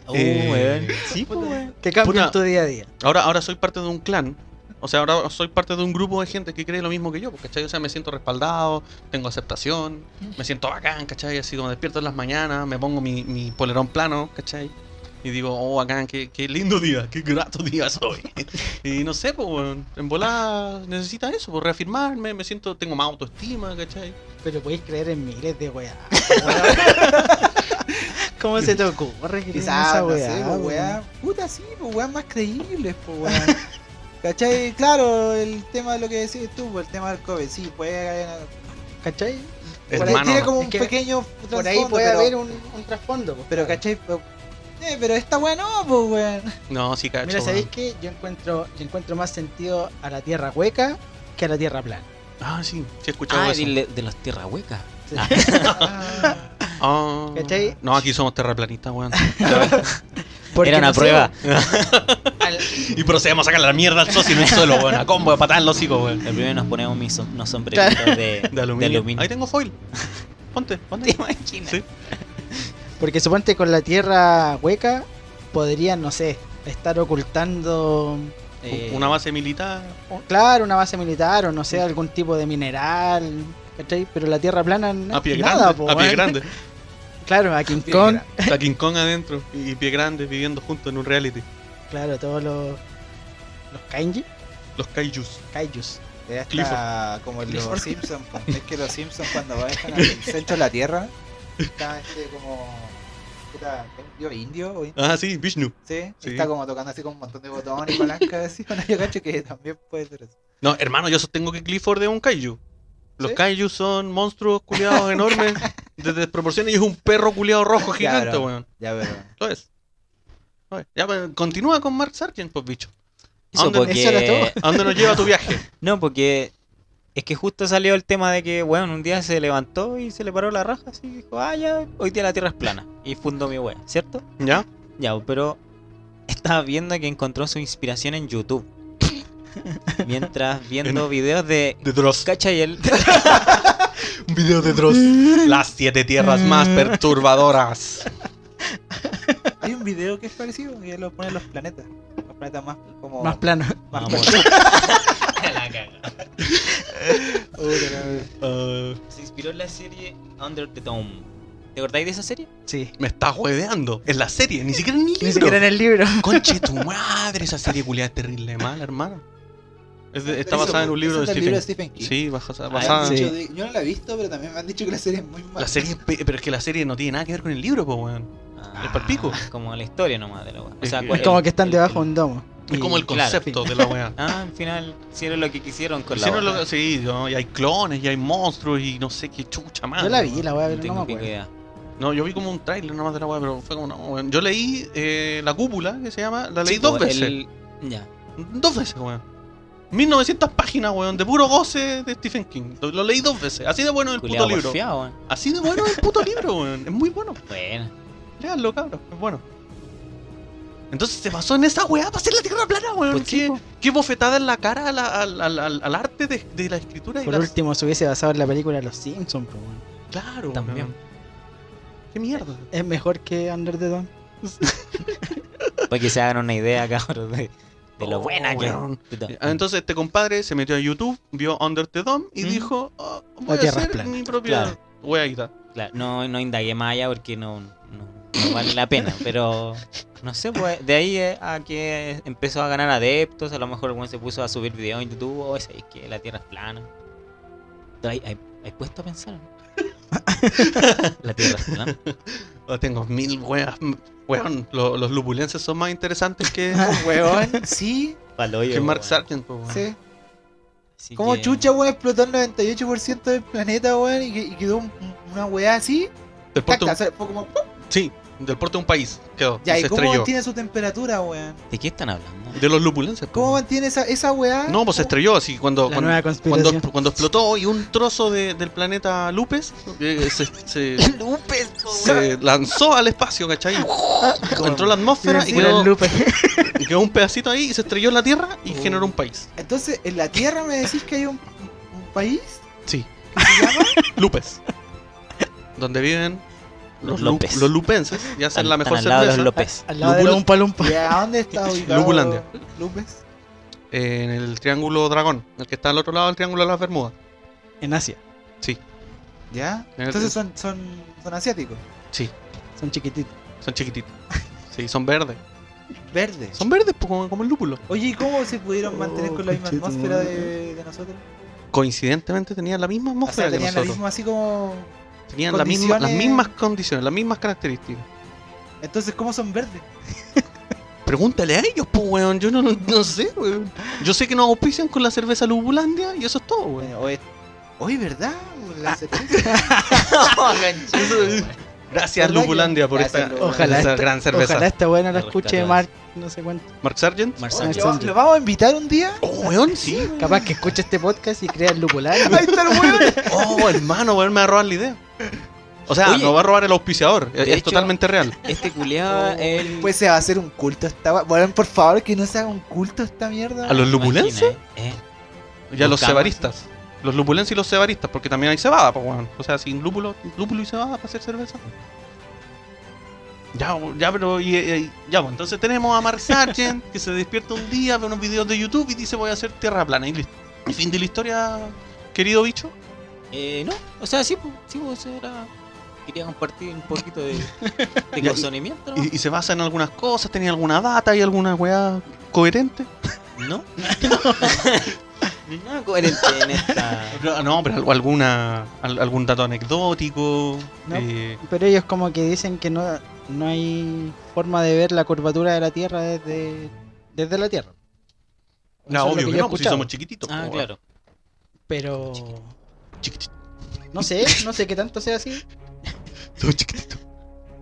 S4: Uh,
S1: Eh,
S4: weón.
S1: sí, po, weón.
S8: ¿Qué cambio
S1: Puta.
S8: en tu día a día?
S1: Ahora, ahora soy parte de un clan. O sea, ahora soy parte de un grupo de gente que cree lo mismo que yo, pues, ¿cachai? O sea, me siento respaldado, tengo aceptación, me siento bacán, ¿cachai? Así como despierto en las mañanas, me pongo mi, mi polerón plano, ¿cachai? Y digo, oh, bacán, qué, qué lindo día, qué grato día soy. y no sé, pues, weón, en volar necesita eso, por reafirmarme, me siento, tengo más autoestima, ¿cachai?
S8: Pero podéis creer en miles de weá. ¿Cómo se te ocurre que
S7: Quizás,
S8: esa
S7: no
S8: weá?
S7: sé, po,
S8: weón?
S7: wea. Puta, sí, pues weón, más creíbles, pues weón. ¿Cachai? Claro, el tema de lo que decís tú, po, el tema del COVID, sí, puede haber-
S8: ¿Cachai?
S7: por ahí
S1: Hermano,
S7: tiene como
S8: Es
S7: un
S8: que
S7: pequeño
S8: Por ahí
S7: trasfondo,
S8: puede
S7: pero-
S8: haber un, un trasfondo. pues,
S7: Pero,
S8: claro.
S7: ¿cachai? Po- Eh, pero esta weá no, pues weón.
S1: No, sí, cacho.
S8: Mira,
S1: weón.
S8: ¿sabéis qué? Yo encuentro, yo encuentro más sentido a la tierra hueca que a la tierra plana.
S1: Ah, sí, sí he escuchado
S4: Ah,
S1: eso.
S4: dile- de los tierra huecas.
S7: Ah.
S1: Ah,
S8: ¿Cachai?
S1: No, aquí somos terraplanistas, weón.
S8: Porque,
S4: Era una
S8: no sé,
S4: prueba.
S8: al-
S1: y procedemos a sacar la mierda al socio en el suelo, weón. A combo de patadas en los hocico, weón.
S4: El primero nos ponemos mis som- unos sombreritos de,
S1: De aluminio. Ahí tengo foil. Ponte, ponte. Sí.
S8: porque suponte con la tierra hueca podrían, no sé, estar ocultando. eh,
S1: Una base militar.
S8: o- Claro, una base militar o no sé, algún tipo de mineral. ¿Cachai? Pero la tierra plana na-
S1: A pie
S8: nada,
S1: grande.
S8: po,
S1: a pie
S8: weón.
S1: grande.
S8: Claro, a King
S7: Pie
S8: Kong.
S7: grande.
S1: A King Kong adentro. Y, y pie grande viviendo juntos en un reality.
S8: Claro, todos los. Los kanji.
S1: Los kaijus.
S8: Kaijus.
S7: Ya está
S1: Clifford.
S7: como los
S8: Clifford.
S7: Simpsons. po. Es que los Simpsons cuando bajan al centro de la Tierra, está este como... puta, Indio, indio, o in-
S1: Ah, sí, Vishnu.
S7: ¿sí?
S1: Sí.
S7: Está como tocando así con un montón de botones y palancas así. Bueno, yo cacho que también puede ser eso.
S1: No, hermano, yo sostengo que Clifford es un kaiju. Los
S7: ¿Sí?
S1: kaijus son monstruos culiados enormes de desproporciones y es un perro culiado rojo gigante,
S7: Claro.
S1: weón.
S7: Ya, pero...
S1: Lo es. Lo es. Ya, pues, continúa con Mark Sargent, pues, bicho.
S4: Eso
S1: ¿Dónde-
S8: eso era
S4: porque...
S1: ¿A dónde nos lleva tu viaje?
S4: No, porque es que justo salió el tema de que, bueno, un día se levantó y se le paró la raja así y dijo, ah, ya, hoy día la tierra es plana. Y fundó mi wea, ¿cierto?
S1: ¿Ya?
S4: Ya, pero estaba viendo que encontró su inspiración en YouTube. Mientras viendo videos de...
S1: De Dross.
S4: ¿Cacha y él?
S1: Un video de Dross. Las siete tierras más
S8: Mm.
S1: perturbadoras.
S7: Hay un video que es parecido, que lo ponen los planetas. Los planetas más como...
S8: Más plano.
S7: más
S4: Vamos.
S8: Ah.
S1: Uh,
S4: Se inspiró en la serie Under the Dome. ¿Te acordáis de esa serie?
S8: Sí.
S1: me está hueveando. Es la serie, ni siquiera en el libro.
S8: Ni siquiera en el libro.
S1: Conche tu madre, esa serie culiada es terrible mala, hermano. Es de- está
S7: Eso,
S1: basada en un
S7: pues,
S1: libro de
S7: eso es del
S1: Stephen.
S7: libro de Stephen King.
S1: Sí, basa-
S4: Ah,
S7: Me han
S1: basada.
S8: sí.
S7: dicho de- Yo no la he visto, pero también me han dicho que la serie es muy mala.
S1: La serie, es pe- pero es que la serie no tiene nada que ver con el libro, pues, weón.
S4: Ah,
S1: ¿El palpico?
S4: Como la historia nomás de la wea. O sea,
S1: Es
S4: ¿cuál-
S8: Es como
S4: el-
S8: que están
S4: el-
S8: debajo de
S4: el-
S8: un domo.
S1: Es como el
S4: claro.
S1: concepto de la weá.
S4: Ah, al final hicieron lo que quisieron con
S1: Hicieron
S4: la
S1: lo-
S4: obra.
S1: sí, ¿no? y hay clones, y hay monstruos, y no sé qué chucha más.
S8: Yo la vi, la voy a ver,
S4: No
S8: no
S4: tengo
S8: me
S4: ni
S8: acuerdo.
S4: idea.
S1: No, yo vi como un tráiler nomás de la weá, pero fue como, no, weón. Yo leí eh, La Cúpula, que se llama, la leí
S4: Sí,
S1: dos
S4: po,
S1: veces.
S4: el- Ya.
S1: Dos veces, weón. 1900 páginas, weón, de puro goce de Stephen King. Lo, lo leí dos veces. Así de bueno es el
S4: Culeado
S1: puto libro.
S4: porfiado, weón.
S1: Así de bueno es el puto libro, weón. Es muy bueno.
S4: Bueno.
S1: Leanlo, cabros. Es bueno. Entonces se basó en esa weá para hacer la tierra plana, weón.
S4: Pues sí,
S1: qué,
S4: po.
S1: qué bofetada en la cara a la- al, al- al- al arte de, de la escritura y
S8: Por
S1: la-
S8: último, se hubiese basado en la película Los Simpsons, po, weón.
S1: Claro,
S4: También.
S1: weón. Qué mierda.
S8: Es mejor que Under the Dome.
S4: Para que se hagan una idea, cabrón, de, de lo
S1: Oh,
S4: buena que
S1: weón. Ah, Entonces este compadre se metió a YouTube, vio Under the Dome y
S4: Mm.
S1: dijo, "Oh,
S8: La
S1: voy a
S8: tierra es
S1: hacer
S8: plana.
S1: mi propia
S4: Claro.
S1: weá.
S4: Claro, no, no indagué más allá porque no, no, no vale la pena, pero no sé, pues de ahí eh, a que empezó a ganar adeptos, a lo mejor alguno se puso a subir videos en YouTube, o es que la Tierra es plana. Hay, hay, hay puesto a pensar. ¿no? la Tierra es plana.
S1: Oh, tengo mil weas. Weón, lo- los lupulenses son más interesantes que,
S7: Weón, sí,
S4: Paloyo,
S1: que Mark
S4: weón.
S1: Sargent. po, weón.
S7: sí.
S4: Así
S7: Como
S4: que-
S7: chucha, weón, explotó el 98% del planeta, weón, y, que- y quedó un- una weá así.
S1: Del porte,
S7: Tacta,
S1: de
S7: o sea, fue como, ¡pum!
S1: un- sí, del porte de un país quedó.
S7: Ya,
S1: y
S7: ¿y
S1: se
S7: cómo
S1: estrelló.
S7: mantiene su temperatura, weón?
S4: ¿De qué están hablando?
S1: De los lupulenses. po,
S7: ¿Cómo
S1: weón.
S7: mantiene esa, esa weá?
S1: No, pues se estrelló así cuando.
S8: La
S1: cuando
S8: nueva
S1: cuando,
S8: conspiración.
S1: cuando explotó y un trozo de- del planeta Lupes eh, se, se-
S4: Lupes,
S1: se lanzó al espacio, ¿cachai? Entró la atmósfera y
S8: Pura
S1: quedó,
S8: lupa.
S1: y quedó un pedacito ahí y se estrelló en la Tierra y
S7: Oh.
S1: generó un país.
S7: Entonces, en la Tierra me decís que hay un, un país
S1: Sí,
S7: que se llama
S1: Lupes. Donde viven los,
S4: Los
S1: lu-
S4: López.
S1: los lupenses y hacen la mejor
S4: al lado de los
S1: cerveza.
S4: López.
S8: Al lado de
S1: Lupul-
S8: los Oompa Loompa.
S7: ¿Y a dónde está ubicado?
S1: Lupulandia.
S7: Lupes.
S1: en el Triángulo Dragón, el que está al otro lado del Triángulo de las Bermudas.
S8: En Asia.
S7: ¿Ya?
S1: En el-
S7: Entonces son, son, son asiáticos.
S1: Sí,
S8: Son chiquititos.
S1: son chiquititos. Sí, son verdes.
S7: Verdes.
S1: Son verdes po, como, como el lúpulo.
S7: Oye, ¿y cómo se pudieron mantener con la misma
S8: conchetumare.
S7: atmósfera de, de nosotros?
S1: Coincidentemente tenían la misma
S7: O
S1: atmósfera
S7: sea,
S1: que
S7: tenían la
S1: nosotros.
S7: misma así como...
S1: tenían la misma- las
S7: condiciones-
S1: mismas condiciones, las mismas características.
S7: Entonces, ¿cómo son verdes?
S1: Pregúntale a ellos, pues, weón. Yo no, no sé, weón. Yo sé que nos auspician con la cerveza Lubulandia y eso es todo, weón.
S7: Bueno, oye, oye, ¿verdad?
S1: Ah,
S7: La cerveza.
S1: Gracias,
S7: ¿Verdad que-
S1: Lubulandia, por
S7: Gracias,
S1: esta,
S7: Lubulandia.
S8: Ojalá
S1: esta
S8: esta-
S1: gran cerveza.
S8: Ojalá esta buena la
S4: Lo
S8: escuche
S4: rescató.
S8: Mark, no sé cuánto.
S1: Mark Sargent.
S4: Mark
S8: Oye,
S4: Sargent.
S7: ¿Lo, lo vamos a invitar un día?
S1: Oh, weón, sí.
S8: Capaz que escuche este podcast y crea el lupular.
S7: Ahí está el weón.
S1: Oh, hermano, weón, me va a robar la idea. O sea,
S4: Oye.
S1: no va a robar el auspiciador. Es,
S4: De
S1: es
S4: hecho-
S1: totalmente real.
S4: Este culiado, el...
S7: Pues se va a hacer un culto esta... we- Bueno, por favor, que no se haga un culto esta mierda.
S1: A los lupulenses.
S4: Eh,
S1: Y a los
S4: Buscamos.
S1: cebaristas. Los lupulenses y los cebaristas, porque también hay cebada, pues, weón. O sea, sin lúpulo, lúpulo y cebada para hacer cerveza. Ya, bo- ya, pero. y- y- ya, pues, entonces tenemos a Mark Sargent, que se despierta un día, ve unos videos de YouTube y dice: Voy a hacer tierra plana. Y listo. Y Fin de la historia, querido bicho.
S4: Eh, no, o sea, sí, pues, sí, pues, era... Quería compartir un poquito de, de
S1: Ya,
S4: consonimiento, ¿no?
S1: Y, y se basa en algunas cosas, tenía alguna data y alguna weá coherente.
S4: ¿No? Ni nada coherente en esta...
S1: No, no, pero al- alguna, al- algún dato anecdótico.
S8: No.
S1: eh,
S8: Pero ellos como que dicen que no, no hay forma de ver la curvatura de la Tierra desde, desde la Tierra.
S1: no,
S8: Eso es lo
S1: obvio
S8: que
S1: que,
S8: yo he
S1: no, pues si
S8: escuchado.
S1: somos chiquititos.
S4: Ah,
S1: po,
S4: claro.
S8: Pero
S1: Chiquititos,
S8: no sé, no sé qué tanto sea así.
S1: somos chiquititos.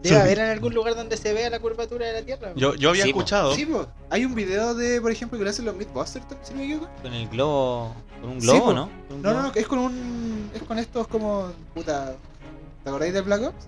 S8: Debe haber en algún lugar donde se vea la curvatura de la Tierra.
S1: Yo, yo había
S4: Sí, po.
S1: escuchado.
S7: Sí, po. Hay un video de, por ejemplo, que lo hacen los Mythbusters, si no me equivoco.
S4: Con el globo... Con un
S7: Sí,
S4: globo,
S7: pues.
S4: ¿no? Con un
S7: No, no,
S4: globo.
S7: no, es con un. Es con estos como. Puta. ¿Te acordáis del Black Ops?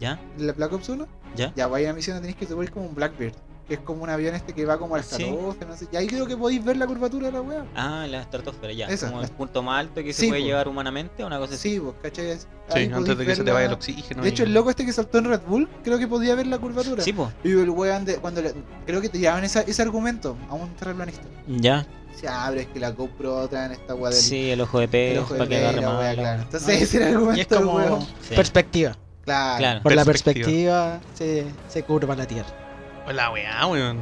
S4: ¿Ya?
S7: ¿Del Black Ops 1?
S4: ¿Ya?
S7: Ya, vais a la misión tenéis que subir como un Blackbird. Que es como un avión este que va como a las
S4: Sí.
S7: 14, no sé. Y ahí creo que podéis ver la curvatura de la wea.
S4: Ah, la estratosfera, ya.
S7: Esa,
S4: Como
S7: la-
S4: el punto más alto que se
S7: Sí,
S4: puede
S7: po.
S4: llegar humanamente a una cosa así.
S7: Sí, vos, ¿cachai? Es-
S1: Sí,
S7: ahí podéis
S1: antes de que se
S7: ver
S1: te vaya el
S7: la-
S1: oxígeno.
S7: De
S1: y-
S7: hecho, el loco este que saltó en Red Bull, creo que podía ver la curvatura.
S4: Sí, pues.
S7: Y el weón de. Cuando le- creo que te llevaban esa- ese argumento a un terraplanista.
S4: Ya.
S7: Se abre, es que la GoPro traen esta wea del.
S4: Sí, el ojo de
S7: el
S4: pez,
S7: ojo de
S4: para que
S7: pez,
S4: agarre
S7: la wea,
S4: más. la-
S7: claro. Entonces, ese era el
S8: y es
S7: argumento. del
S8: como
S7: weón.
S4: Sí.
S8: perspectiva.
S7: Claro.
S4: Claro.
S8: Por la
S1: Perspectiva.
S8: perspectiva se, se curva la Tierra.
S1: Pues la weá, weón.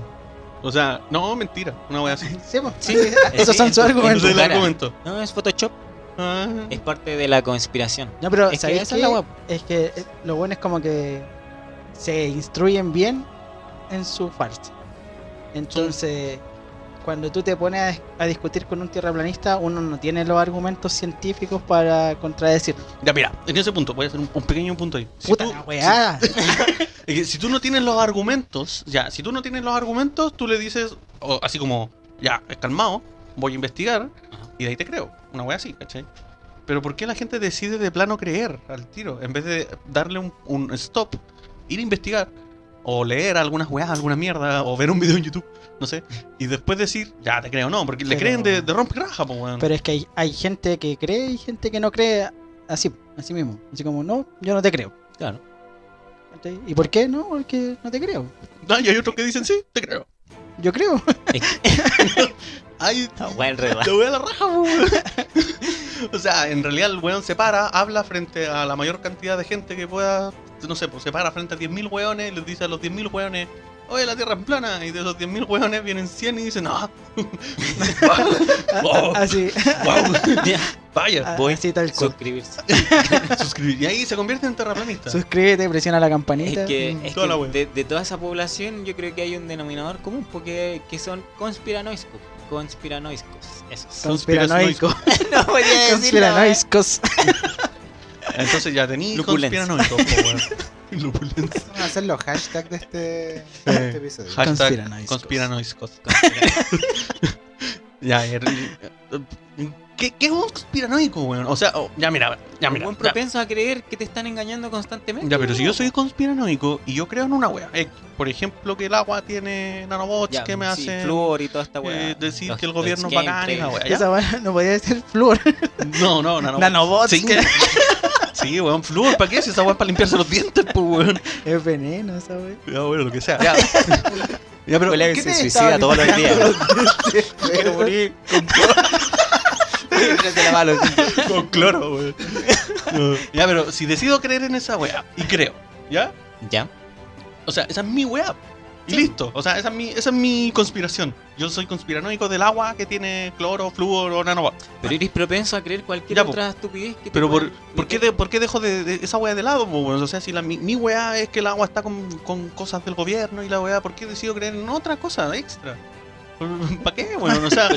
S1: O sea, no, mentira. Una weá así.
S8: Sí, pues. po.
S4: Sí, eh,
S8: Esos son
S4: en
S8: sus
S4: tu- en tu
S8: argumentos.
S1: Entonces el
S4: cara.
S1: argumento.
S4: No, es Photoshop.
S1: Ah,
S4: Es parte de la conspiración.
S8: No, pero
S4: Es que
S8: ¿sabéis
S4: esa
S8: qué?
S4: es la web.
S8: Es que eh, lo bueno es como que se instruyen bien en su farsa. Entonces, cuando tú te pones a dis- a discutir con un tierraplanista, uno no tiene los argumentos científicos para contradecir.
S1: Ya, mira, en ese punto, voy a hacer un, un pequeño punto ahí. Si
S8: Puta
S1: tú-
S8: la weá.
S1: Es que si tú no tienes los argumentos, ya, si tú no tienes los argumentos, tú le dices, o así como, ya, calmado, voy a investigar, y de ahí te creo. Una wea así, ¿cachai? Pero ¿por qué la gente decide de plano creer al tiro? En vez de darle un, un stop, ir a investigar, o leer algunas weas, alguna mierda, o ver un video en YouTube, no sé, y después decir, ya, te creo, no, porque le
S8: Pero-
S1: creen de, de rompe raja, po, weón.
S8: Pero es que hay, hay gente que cree y gente que no cree así, así mismo. Así como, no, yo no te creo.
S1: Claro.
S8: ¿Cachai? ¿Y por qué no? Porque no te creo.
S1: Ah, y hay otros que dicen, sí, te creo.
S8: Yo creo.
S1: Ay,
S4: No, weón, enredado.
S1: Te voy a la raja, po, weón. O sea, en realidad el weón se para, habla frente a la mayor cantidad de gente que pueda. No sé, pues se para frente a 10.000 weones y les dice a los 10.000 weones. Oye, la tierra es plana. Y de esos 10.000 weones vienen 100 y dicen, no. wow, Ah.
S8: así,
S1: wow, Vaya,
S4: Oh. voy.
S8: así tal cual.
S4: Suscribirse.
S1: suscribir. Y ahí se convierte en terraplanista.
S8: Suscríbete, presiona la
S4: Es
S8: campanita.
S4: que,
S1: Mm,
S4: es
S1: toda
S4: que
S1: la wea.
S4: de, de toda esa población yo creo que hay un denominador común porque que son conspiranoicos. Conspiranoicos. Eso.
S8: Conspiranoico.
S4: No podía
S8: Conspiranoicos.
S1: Entonces ya tenéis
S4: Lupulencia.
S1: conspiranoico, po, weón. Lupulencia.
S7: Vamos a hacer los hashtags de este, de este episodio.
S1: Hashtag
S8: Conspiranoicos.
S1: conspiranoicos. ya, er- ¿qué, ¿Qué es un conspiranoico, weón? O sea, oh, ya mira, ya mira.
S4: buen
S1: ya.
S4: propenso a creer que te están engañando constantemente.
S1: Ya, pero si yo
S4: weón.
S1: soy conspiranoico y yo creo en una wea, eh, por ejemplo, que el agua tiene nanobots
S4: Ya,
S1: que me
S4: sí,
S1: hacen
S4: flúor y toda esta weá.
S1: eh, decir
S4: Los-
S1: que el gobierno es
S4: los
S1: bacán y la
S4: chemtrails.
S1: wea. ¿ya?
S8: Esa weá no podía ser flúor.
S1: No, no, nanobots.
S8: Nanobots,
S1: Sí,
S8: que-
S1: sí weón, flúor, ¿para qué? Si esa wea es para limpiarse los dientes, pues, weón.
S8: Es veneno esa weá.
S1: Ya, bueno, lo que sea. Ya, Ya, pero
S4: Huele a que
S1: ¿qué
S4: se
S1: te
S4: suicida
S1: estaba
S4: todos los días.
S7: Pero morí
S1: Con cloro, weón. No. Ya, pero si decido creer en esa weá, y creo, ¿ya?
S4: Ya.
S1: O sea, esa es mi weá. Y listo. O sea, esa es mi, esa es mi conspiración. Yo soy conspiranoico del agua que tiene cloro, flúor o nanobot.
S4: Pero eres propenso a creer cualquier
S1: Ya, po.
S4: otra estupidez que te
S1: Pero por,
S4: puedan-
S1: ¿por, qué de- ¿por qué dejo de, de esa weá de lado? po, weón? O sea, si la, mi, mi weá es que el agua está con, con cosas del gobierno y la weá, ¿por qué decido creer en otra cosa extra? ¿Para qué, weón? O sea,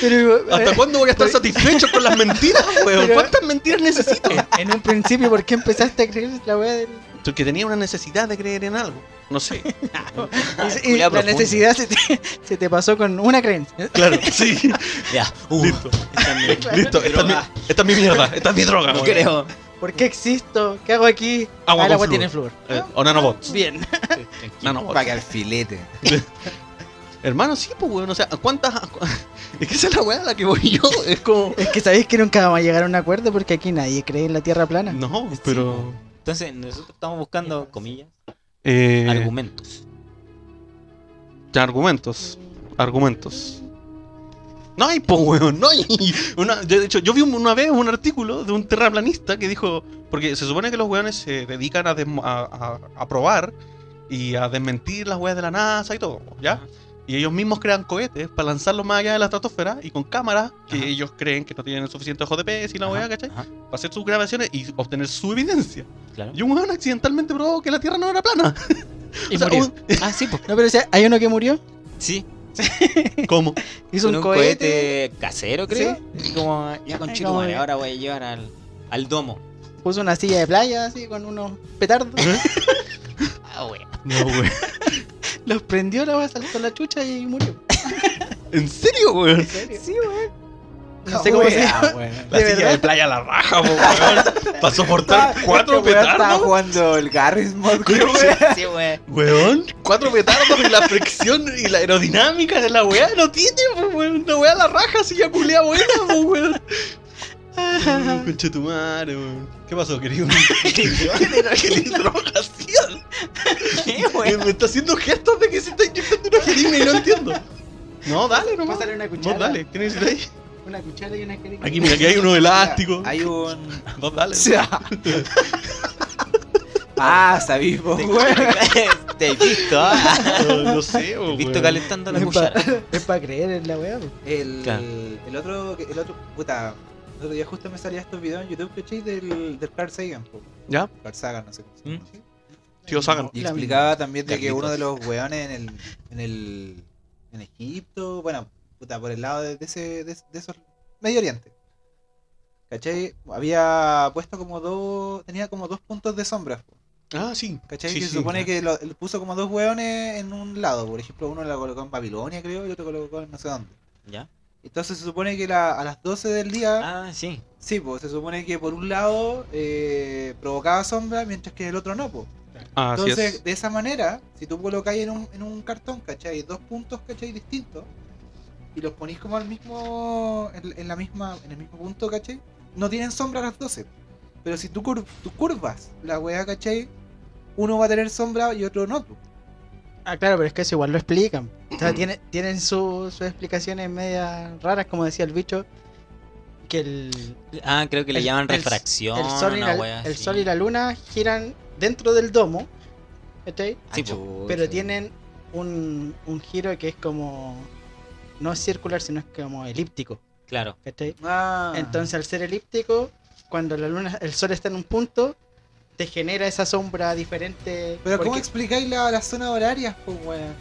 S8: Pero, eh,
S1: ¿hasta cuándo voy a estar satisfecho con las mentiras, weón?
S8: Pero-
S1: ¿Cuántas mentiras necesito?
S8: en un principio, ¿por qué empezaste a creer la weá del.?
S1: Porque tenía una necesidad de creer en algo. No sé.
S8: Y, y
S4: Culeado
S8: la
S4: profundo.
S8: necesidad se te, se te pasó con una creencia.
S1: Claro, sí.
S4: Ya. Uh,
S1: listo,
S4: esta es mi-
S1: listo. Esta es, mi,
S4: droga.
S1: esta es mi mierda. Esta es mi droga.
S4: No
S1: weón.
S4: creo.
S8: ¿Por qué existo? ¿Qué hago aquí?
S1: Agua
S8: Ah,
S1: con
S8: el agua
S1: flúor.
S8: tiene flúor.
S1: Eh, o nanobots.
S8: Bien.
S1: Nanobots.
S7: Para que al filete.
S1: Hermano, sí, pues, weón. O sea, ¿cuántas. cu- Es que esa es la weá a la que voy yo. Es como.
S8: Es que sabéis que nunca vamos a llegar a un acuerdo porque aquí nadie cree en la tierra plana.
S1: No, pero.
S4: Entonces, nosotros estamos buscando, comillas,
S1: Eh,
S4: argumentos.
S1: ya, argumentos. Argumentos. No hay, pues, weón. No hay. Una- de hecho, yo vi un- una vez un artículo de un terraplanista que dijo. Porque se supone que los weones se dedican a, desmo- a, a- a probar y a desmentir las weas de la NASA y todo, ¿ya? Y ellos mismos crean cohetes para lanzarlos más allá de la estratosfera y con cámaras que
S4: Ajá.
S1: ellos creen que no tienen el suficiente ojos de pez y la
S4: Ajá,
S1: weá, ¿cachai?
S4: ajá,
S1: Para hacer sus grabaciones y obtener su evidencia.
S4: claro.
S1: Y un weón accidentalmente probó que la Tierra no era plana.
S8: Y
S1: O sea,
S8: murió.
S1: un-
S4: Ah, sí, pues.
S8: No, pero o sea, hay uno que murió,
S4: Sí.
S1: ¿Cómo?
S8: hizo
S4: con
S8: un, cohete,
S4: casero, creo. Y como, ya con
S8: Como-
S4: ahora voy a llevar al, al domo.
S8: puso una silla de playa así con unos petardos,
S4: Ah, wea.
S1: No, weón.
S8: los prendió, la weá saltó la chucha y murió.
S1: ¿En serio, weón?
S8: Sí, weón. No sé cómo se llama.
S1: La
S8: ¿De
S1: silla
S8: verdad?
S1: de playa a la raja, po, weón. Para soportar cuatro
S7: Ah, Este Estaba
S1: petardos.
S7: jugando el Garry's Mod.
S1: Creo que-
S4: Sí, wea.
S1: Weón, cuatro petardos y la fricción y la aerodinámica de la weá no tiene, po, weón. Una weá a la raja, silla culea buena, po, weón.
S7: Ah.
S1: Uh, Conche tu madre, weón. ¿Qué pasó, querido? ¿Qué le drogas, tío?
S4: ¿Qué, wea?
S1: Eh, Me está haciendo gestos de que se está inyectando una jeringa y no entiendo. No, dale, nomás.
S8: Pásale una cuchara.
S1: Vos dale, ¿qué necesitas ahí?
S8: Una cuchara y una jeringa.
S1: Aquí, mira, aquí hay uno elástico.
S7: Hay un.
S1: Vos dale.
S7: Ah, sabís vos, güey.
S4: Te he visto, ah.
S1: No, no sé,
S4: Te he
S1: weón.
S4: visto calentando la
S8: Es para
S4: cuchara.
S8: creer en la weá. po.
S7: El,
S4: Claro.
S7: el otro, el otro, puta, el otro día justo me salía estos videos en YouTube, ¿cachai? Del, del Carl Sagan, po.
S1: ¿Ya?
S7: Carl Sagan, no sé cómo se llama.
S1: Tío Sagan.
S7: Y
S8: La
S7: explicaba también de que
S4: Carlitos.
S7: uno de los weones en el, en el en Egipto, bueno, puta, por el lado de, de ese de, de esos Medio Oriente. ¿Cachai? Había puesto como dos, tenía como dos puntos de sombra, po,
S1: Ah, sí.
S7: ¿cachai?
S1: Sí,
S7: que
S1: sí.
S7: se supone que lo- él puso como dos weones en un lado, por ejemplo, uno lo colocó en Babilonia, creo, y otro lo colocó en no sé dónde.
S4: ¿Ya?
S7: Entonces se supone que la- a las 12 del día
S4: Ah, sí.
S7: Sí, pues se supone que por un lado eh, provocaba sombra, mientras que el otro no, pues.
S1: Ah, así
S7: Entonces,
S1: es.
S7: de esa manera, si tú colocáis en un, en un cartón, ¿cachai? Dos puntos, ¿cachai? Distintos, y los ponís como al mismo, en, en la misma, en el mismo punto, ¿cachai? No tienen sombra a las 12. Pero si tú, cur- tú curvas la weá, ¿cachai? Uno va a tener sombra y otro no, po.
S8: Ah, claro, pero es que eso igual lo explican. O sea, tiene- tienen su- sus explicaciones medias raras, como decía el bicho, que el,
S4: Ah, creo que le
S8: El-
S4: llaman
S8: el-
S4: refracción.
S8: el, sol, y
S4: una
S8: la,
S4: wea
S8: el
S4: así.
S8: sol y la luna giran dentro del domo, ¿cachai?
S4: Sí, pues. po.
S8: pero tienen un, un giro que es como, no es circular, sino es como elíptico,
S4: Claro.
S8: ¿cachai?
S7: Ah.
S8: Entonces al ser elíptico, cuando la luna, el sol está en un punto, te genera esa sombra diferente.
S7: Pero ¿cómo
S8: porque-
S7: explicáis la, las zonas horarias, pues, weón?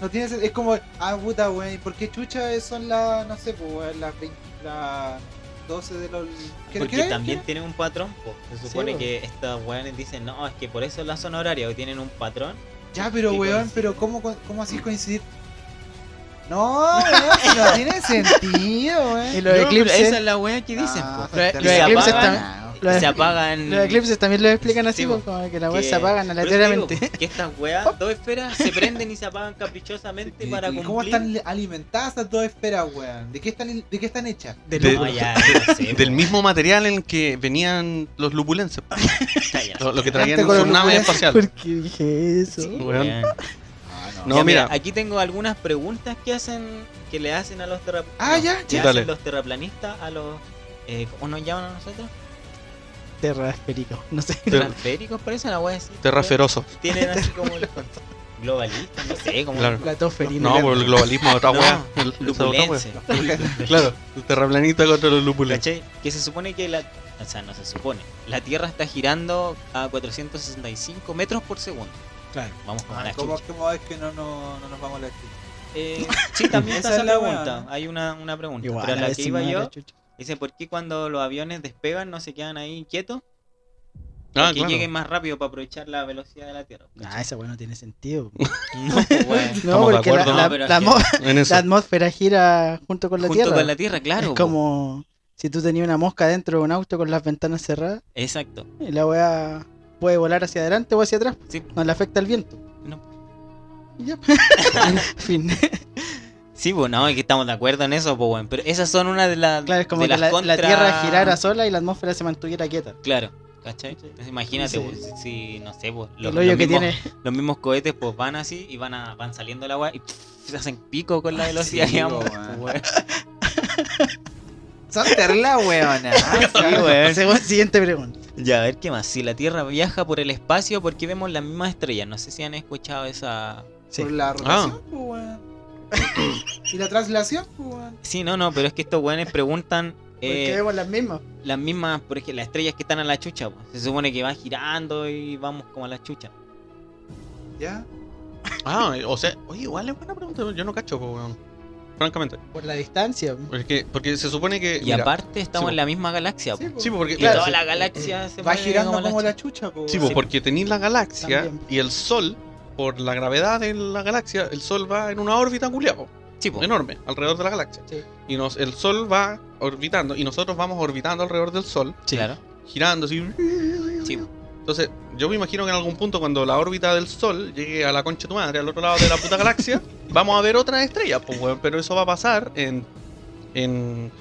S7: No tiene sen- Es como, ah, puta, weón, ¿y por qué chucha son las, no sé, pues, weón, las 20 las 12 de los... ¿Qué-
S4: Porque
S7: qué-
S4: también
S7: qué-
S4: tienen un patrón, po. se supone
S8: po.
S4: que estos weones dicen, no, es que por eso la zona horaria, que tienen un patrón.
S7: Ya, pero,
S4: que
S7: weón,
S4: coincide.
S7: pero ¿cómo, co- cómo así coincidir? No, weón, si no tiene sentido,
S8: Y
S7: weón.
S8: los
S4: No, pero
S8: eclipses,
S4: Esa es la wea que dicen,
S7: Ah,
S4: po.
S8: Los-
S7: está
S8: los
S7: bien.
S4: eclipses
S7: Ah,
S8: están-
S7: no.
S8: los-
S4: se apagan.
S8: los eclipses también lo explican así,
S4: Sí,
S8: pues,
S4: po.
S8: como que la web
S4: que-
S8: se apagan
S4: Por eso te digo,
S8: aleatoriamente.
S4: po, Que estas weas, dos esferas, se prenden y se apagan caprichosamente
S7: ¿Y-
S4: para
S7: y
S4: cumplir.
S7: ¿Cómo están alimentadas esas dos esferas, weón? ¿De qué están, de qué están hechas?
S1: De-
S4: No, ya, no sé, pues,
S1: del
S4: po.
S1: mismo material en el que venían los lupulenses.
S4: Está ya.
S1: Lo, lo que
S7: Gente
S1: traían en
S7: con
S1: sus
S7: los
S1: naves
S7: lupulenses.
S1: espaciales.
S8: ¿Por qué dije eso?
S4: Sí,
S1: Weón.
S4: weón.
S1: No,
S4: Ya,
S1: mira.
S4: Aquí tengo algunas preguntas que hacen, que le hacen a los terraplanistas.
S7: Ah, ya,
S1: ya. Dale.
S4: los terraplanistas, a los. Eh, ¿Cómo nos llaman a nosotros?
S8: Terrasférico, no sé.
S1: Ter-
S4: Transféricos, parece una wea así.
S1: Terraferoso.
S4: Tienen así como. el- Globalistas, no sé, como.
S1: Claro.
S8: Platóferino.
S1: No, por el globalismo de otra
S4: No,
S1: weá. El- esa otra weá.
S4: Lupulense.
S1: Claro, el terraplanista contra los lupulenses.
S4: ¿Cachai? Que se supone que la. O sea, no se supone. La Tierra está girando a 465 metros por segundo.
S8: Claro.
S4: Vamos con
S7: Ah,
S4: la
S7: ¿Cómo,
S4: chucha.
S7: cómo es que no, no, no nos vamos a la chucha?
S4: Eh, sí, también está
S7: Esa
S4: esa
S7: es la
S4: pregunta.
S7: weá.
S4: Hay una, una pregunta.
S8: Igual,
S4: pero
S8: a
S4: la que
S8: veces
S4: iba
S8: me da
S4: yo,
S8: la chucha.
S4: dice: ¿por qué cuando los aviones despegan no se quedan ahí quietos? Para
S1: Ah,
S4: que
S1: claro.
S4: lleguen más rápido para aprovechar la velocidad de la Tierra.
S8: Nah, Ah, esa weá no tiene sentido.
S4: No, pues, weón.
S8: No,
S1: Estamos de
S8: porque la,
S1: acuerdo.
S8: la-
S4: No, pero
S8: la
S4: es que-
S8: mo-
S1: En eso.
S8: la atmósfera gira junto con la
S4: Junto
S8: Tierra.
S4: con la Tierra, claro.
S8: es
S4: po.
S8: como si tú tenías una mosca dentro de un auto con las ventanas cerradas
S4: Exacto.
S8: y la weá puede volar hacia adelante o hacia atrás. pues,
S4: Sí.
S8: No le afecta el viento.
S4: No.
S8: Y Ya. fin.
S4: Sí, pues no, es que estamos de acuerdo en eso, pues, weón. Pero esas son una de, las
S8: Claro, es como
S4: de
S8: que
S4: las
S8: la,
S4: contra-
S8: la Tierra girara sola y la atmósfera se mantuviera quieta.
S4: Claro, ¿cachai? Entonces, imagínate,
S8: Sí.
S4: pues, si- si, no sé, pues, los,
S8: el hoyo
S4: los
S8: que
S4: mismos,
S8: tiene.
S4: los mismos cohetes pues van así y van a, van saliendo del agua y pff, se hacen pico con la velocidad
S7: sí,
S4: que vamos.
S7: weón.
S4: pues, weón.
S7: Santerla, weona.
S8: Según- siguiente pregunta.
S4: Ya, a ver qué más. Si la Tierra viaja por el espacio, ¿por qué vemos las mismas estrellas? No sé si han escuchado esa...
S8: Sí.
S7: Por la rotación, pues, weón. Y la traslación, pues, weón.
S4: Sí, no, no, pero es que estos weones preguntan... eh,
S8: Porque vemos las mismas.
S4: las mismas, por ejemplo, las estrellas que están a la chucha, po. se supone que va girando y vamos como a la chucha.
S7: ¿Ya?
S1: Ah, o sea, oye, igual es buena pregunta. Yo no cacho, po, weón. Francamente.
S8: Por la distancia.
S1: Porque, porque se supone que.
S4: Y
S1: mira,
S4: aparte estamos
S1: po.
S4: en la misma galaxia, po.
S1: Sí, po, porque.
S4: y
S1: claro,
S4: toda
S1: sí,
S4: la galaxia se
S7: pues. Va
S4: mueve
S7: girando
S4: pues. la
S7: como la
S4: chucha.
S7: chucha, pues.
S1: Sí,
S7: weón.
S1: po, porque tenéis la galaxia
S8: También.
S1: y el sol, por la gravedad de la galaxia, el sol va en una órbita culiapo,
S4: Sí, pues, po.
S1: enorme, alrededor de la galaxia.
S8: Sí.
S1: Y nos, el sol va orbitando y nosotros vamos orbitando alrededor del sol,
S4: claro.
S1: girando así.
S4: Sí, pues, po.
S1: Entonces, yo me imagino que en algún punto, cuando la órbita del sol llegue a la concha de tu madre, al otro lado de la puta galaxia, vamos a ver otra estrella, pues, weón. Pero eso va a pasar en. en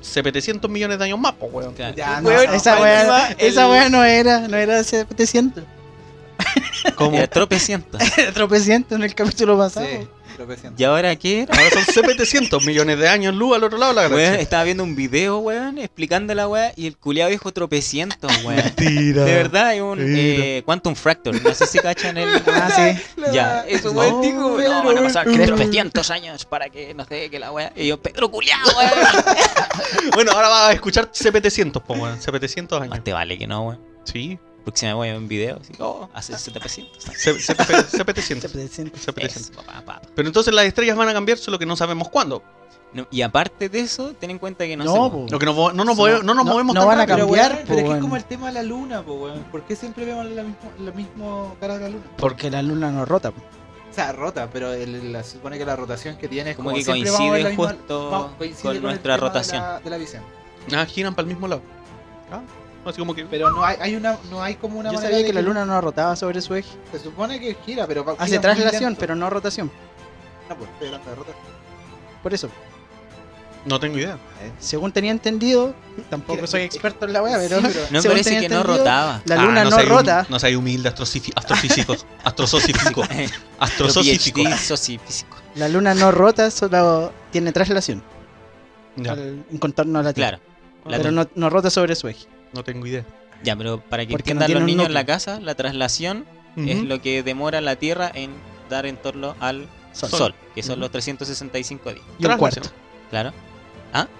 S1: 700 millones de años más, pues, weón.
S4: Claro.
S7: Ya, no,
S8: Weón,
S7: no,
S8: esa
S7: no,
S8: weá
S7: el-
S8: esa weá no era, no era ese tropeciento.
S1: Como-
S4: Era tropeciento.
S8: tropeciento en el capítulo pasado.
S7: Sí, tropeciando.
S4: ¿Y ahora qué era?
S1: Ahora son 700 millones de años luz al otro lado de la
S4: Weón,
S1: galaxia.
S4: estaba viendo un video, weón, explicando la weá y el culiado dijo tropeciento, weón.
S1: Mentira.
S4: De verdad, hay un
S1: Mira.
S4: eh, Quantum Fractor. No sé si cachan el.
S8: Ah, sí.
S4: Ya, eso
S8: No,
S4: fue el tico,
S8: pero,
S4: no, van a pasar
S8: pero-
S4: 300 años para que no sé que la wea. Y yo, Pedro culiado, weón.
S1: Bueno, ahora vas a escuchar CP700, po, pues, weón. CP700 años.
S4: Más te vale que no, weón.
S1: Sí.
S4: Próxima voy a ver un video, así, oh, hace 60 pesitos.
S1: C- CPT
S8: Se
S1: 100.
S8: presenta.
S4: Eso, papá, papá.
S1: Pero entonces las estrellas van a cambiar, solo que no sabemos cuándo.
S4: No, y aparte de eso, ten en cuenta que no,
S8: No,
S4: sé,
S8: po.
S1: Lo que no, vo- no, nos,
S8: No,
S1: move- no nos
S8: no-
S1: movemos
S8: no
S1: tan
S8: van a
S1: rápido.
S7: Pero,
S8: cambiar,
S7: weón,
S8: po,
S7: pero es que
S8: weón.
S7: es como el tema de la luna, po, weón. ¿Por qué siempre vemos la mismo, la mismo cara de la luna?
S8: Porque la luna no rota. po.
S7: O sea, rota, pero el- la, se supone que la rotación que tiene es
S4: Como
S7: como,
S4: que
S7: siempre vamos a ver la
S4: coincide
S7: misma-
S4: justo
S7: vamos, coincide
S4: con
S7: el
S4: nuestra
S7: tema de la-
S4: rotación.
S7: De la, visión.
S1: Ah, giran para el mismo lado. Ah, así como que.
S7: Pero no hay, hay una, no hay como una
S8: Yo
S7: manera
S8: sabía
S7: de
S8: que la luna no rotaba sobre su eje.
S7: Se supone que gira, pero va-
S8: Hace
S7: gira muy
S8: traslación,
S7: lento.
S8: pero no rotación.
S7: No, pues, estoy hablando de rotación.
S8: Por eso,
S1: No tengo idea.
S8: según tenía entendido, tampoco soy experto en la weá, pero.
S7: Sí,
S4: No me
S8: según
S4: parece
S8: tenía
S4: que no
S8: entendido,
S4: rotaba.
S8: La
S1: Ah,
S8: luna no,
S1: soy hum-
S8: rota.
S1: no soy humilde, astrocifi- astrofísico. astrosocifico. Astrosocifico.
S4: PhD, socifísico.
S8: La luna no rota, solo tiene traslación
S1: Ya,
S8: al- en contorno a la Tierra.
S4: Claro. La
S8: pero no, no rota sobre su eje.
S1: no tengo idea.
S4: Ya, pero para que
S8: Porque no
S4: entiendan
S8: tiene
S4: los
S8: un
S4: niños en
S8: núcleo.
S4: la casa, la traslación es
S1: Ujú.
S4: lo que demora la Tierra en dar en torno al
S8: Sol.
S4: Sol, que son los 365 días.
S8: Y un
S1: Traslación.
S8: cuarto.
S4: Claro.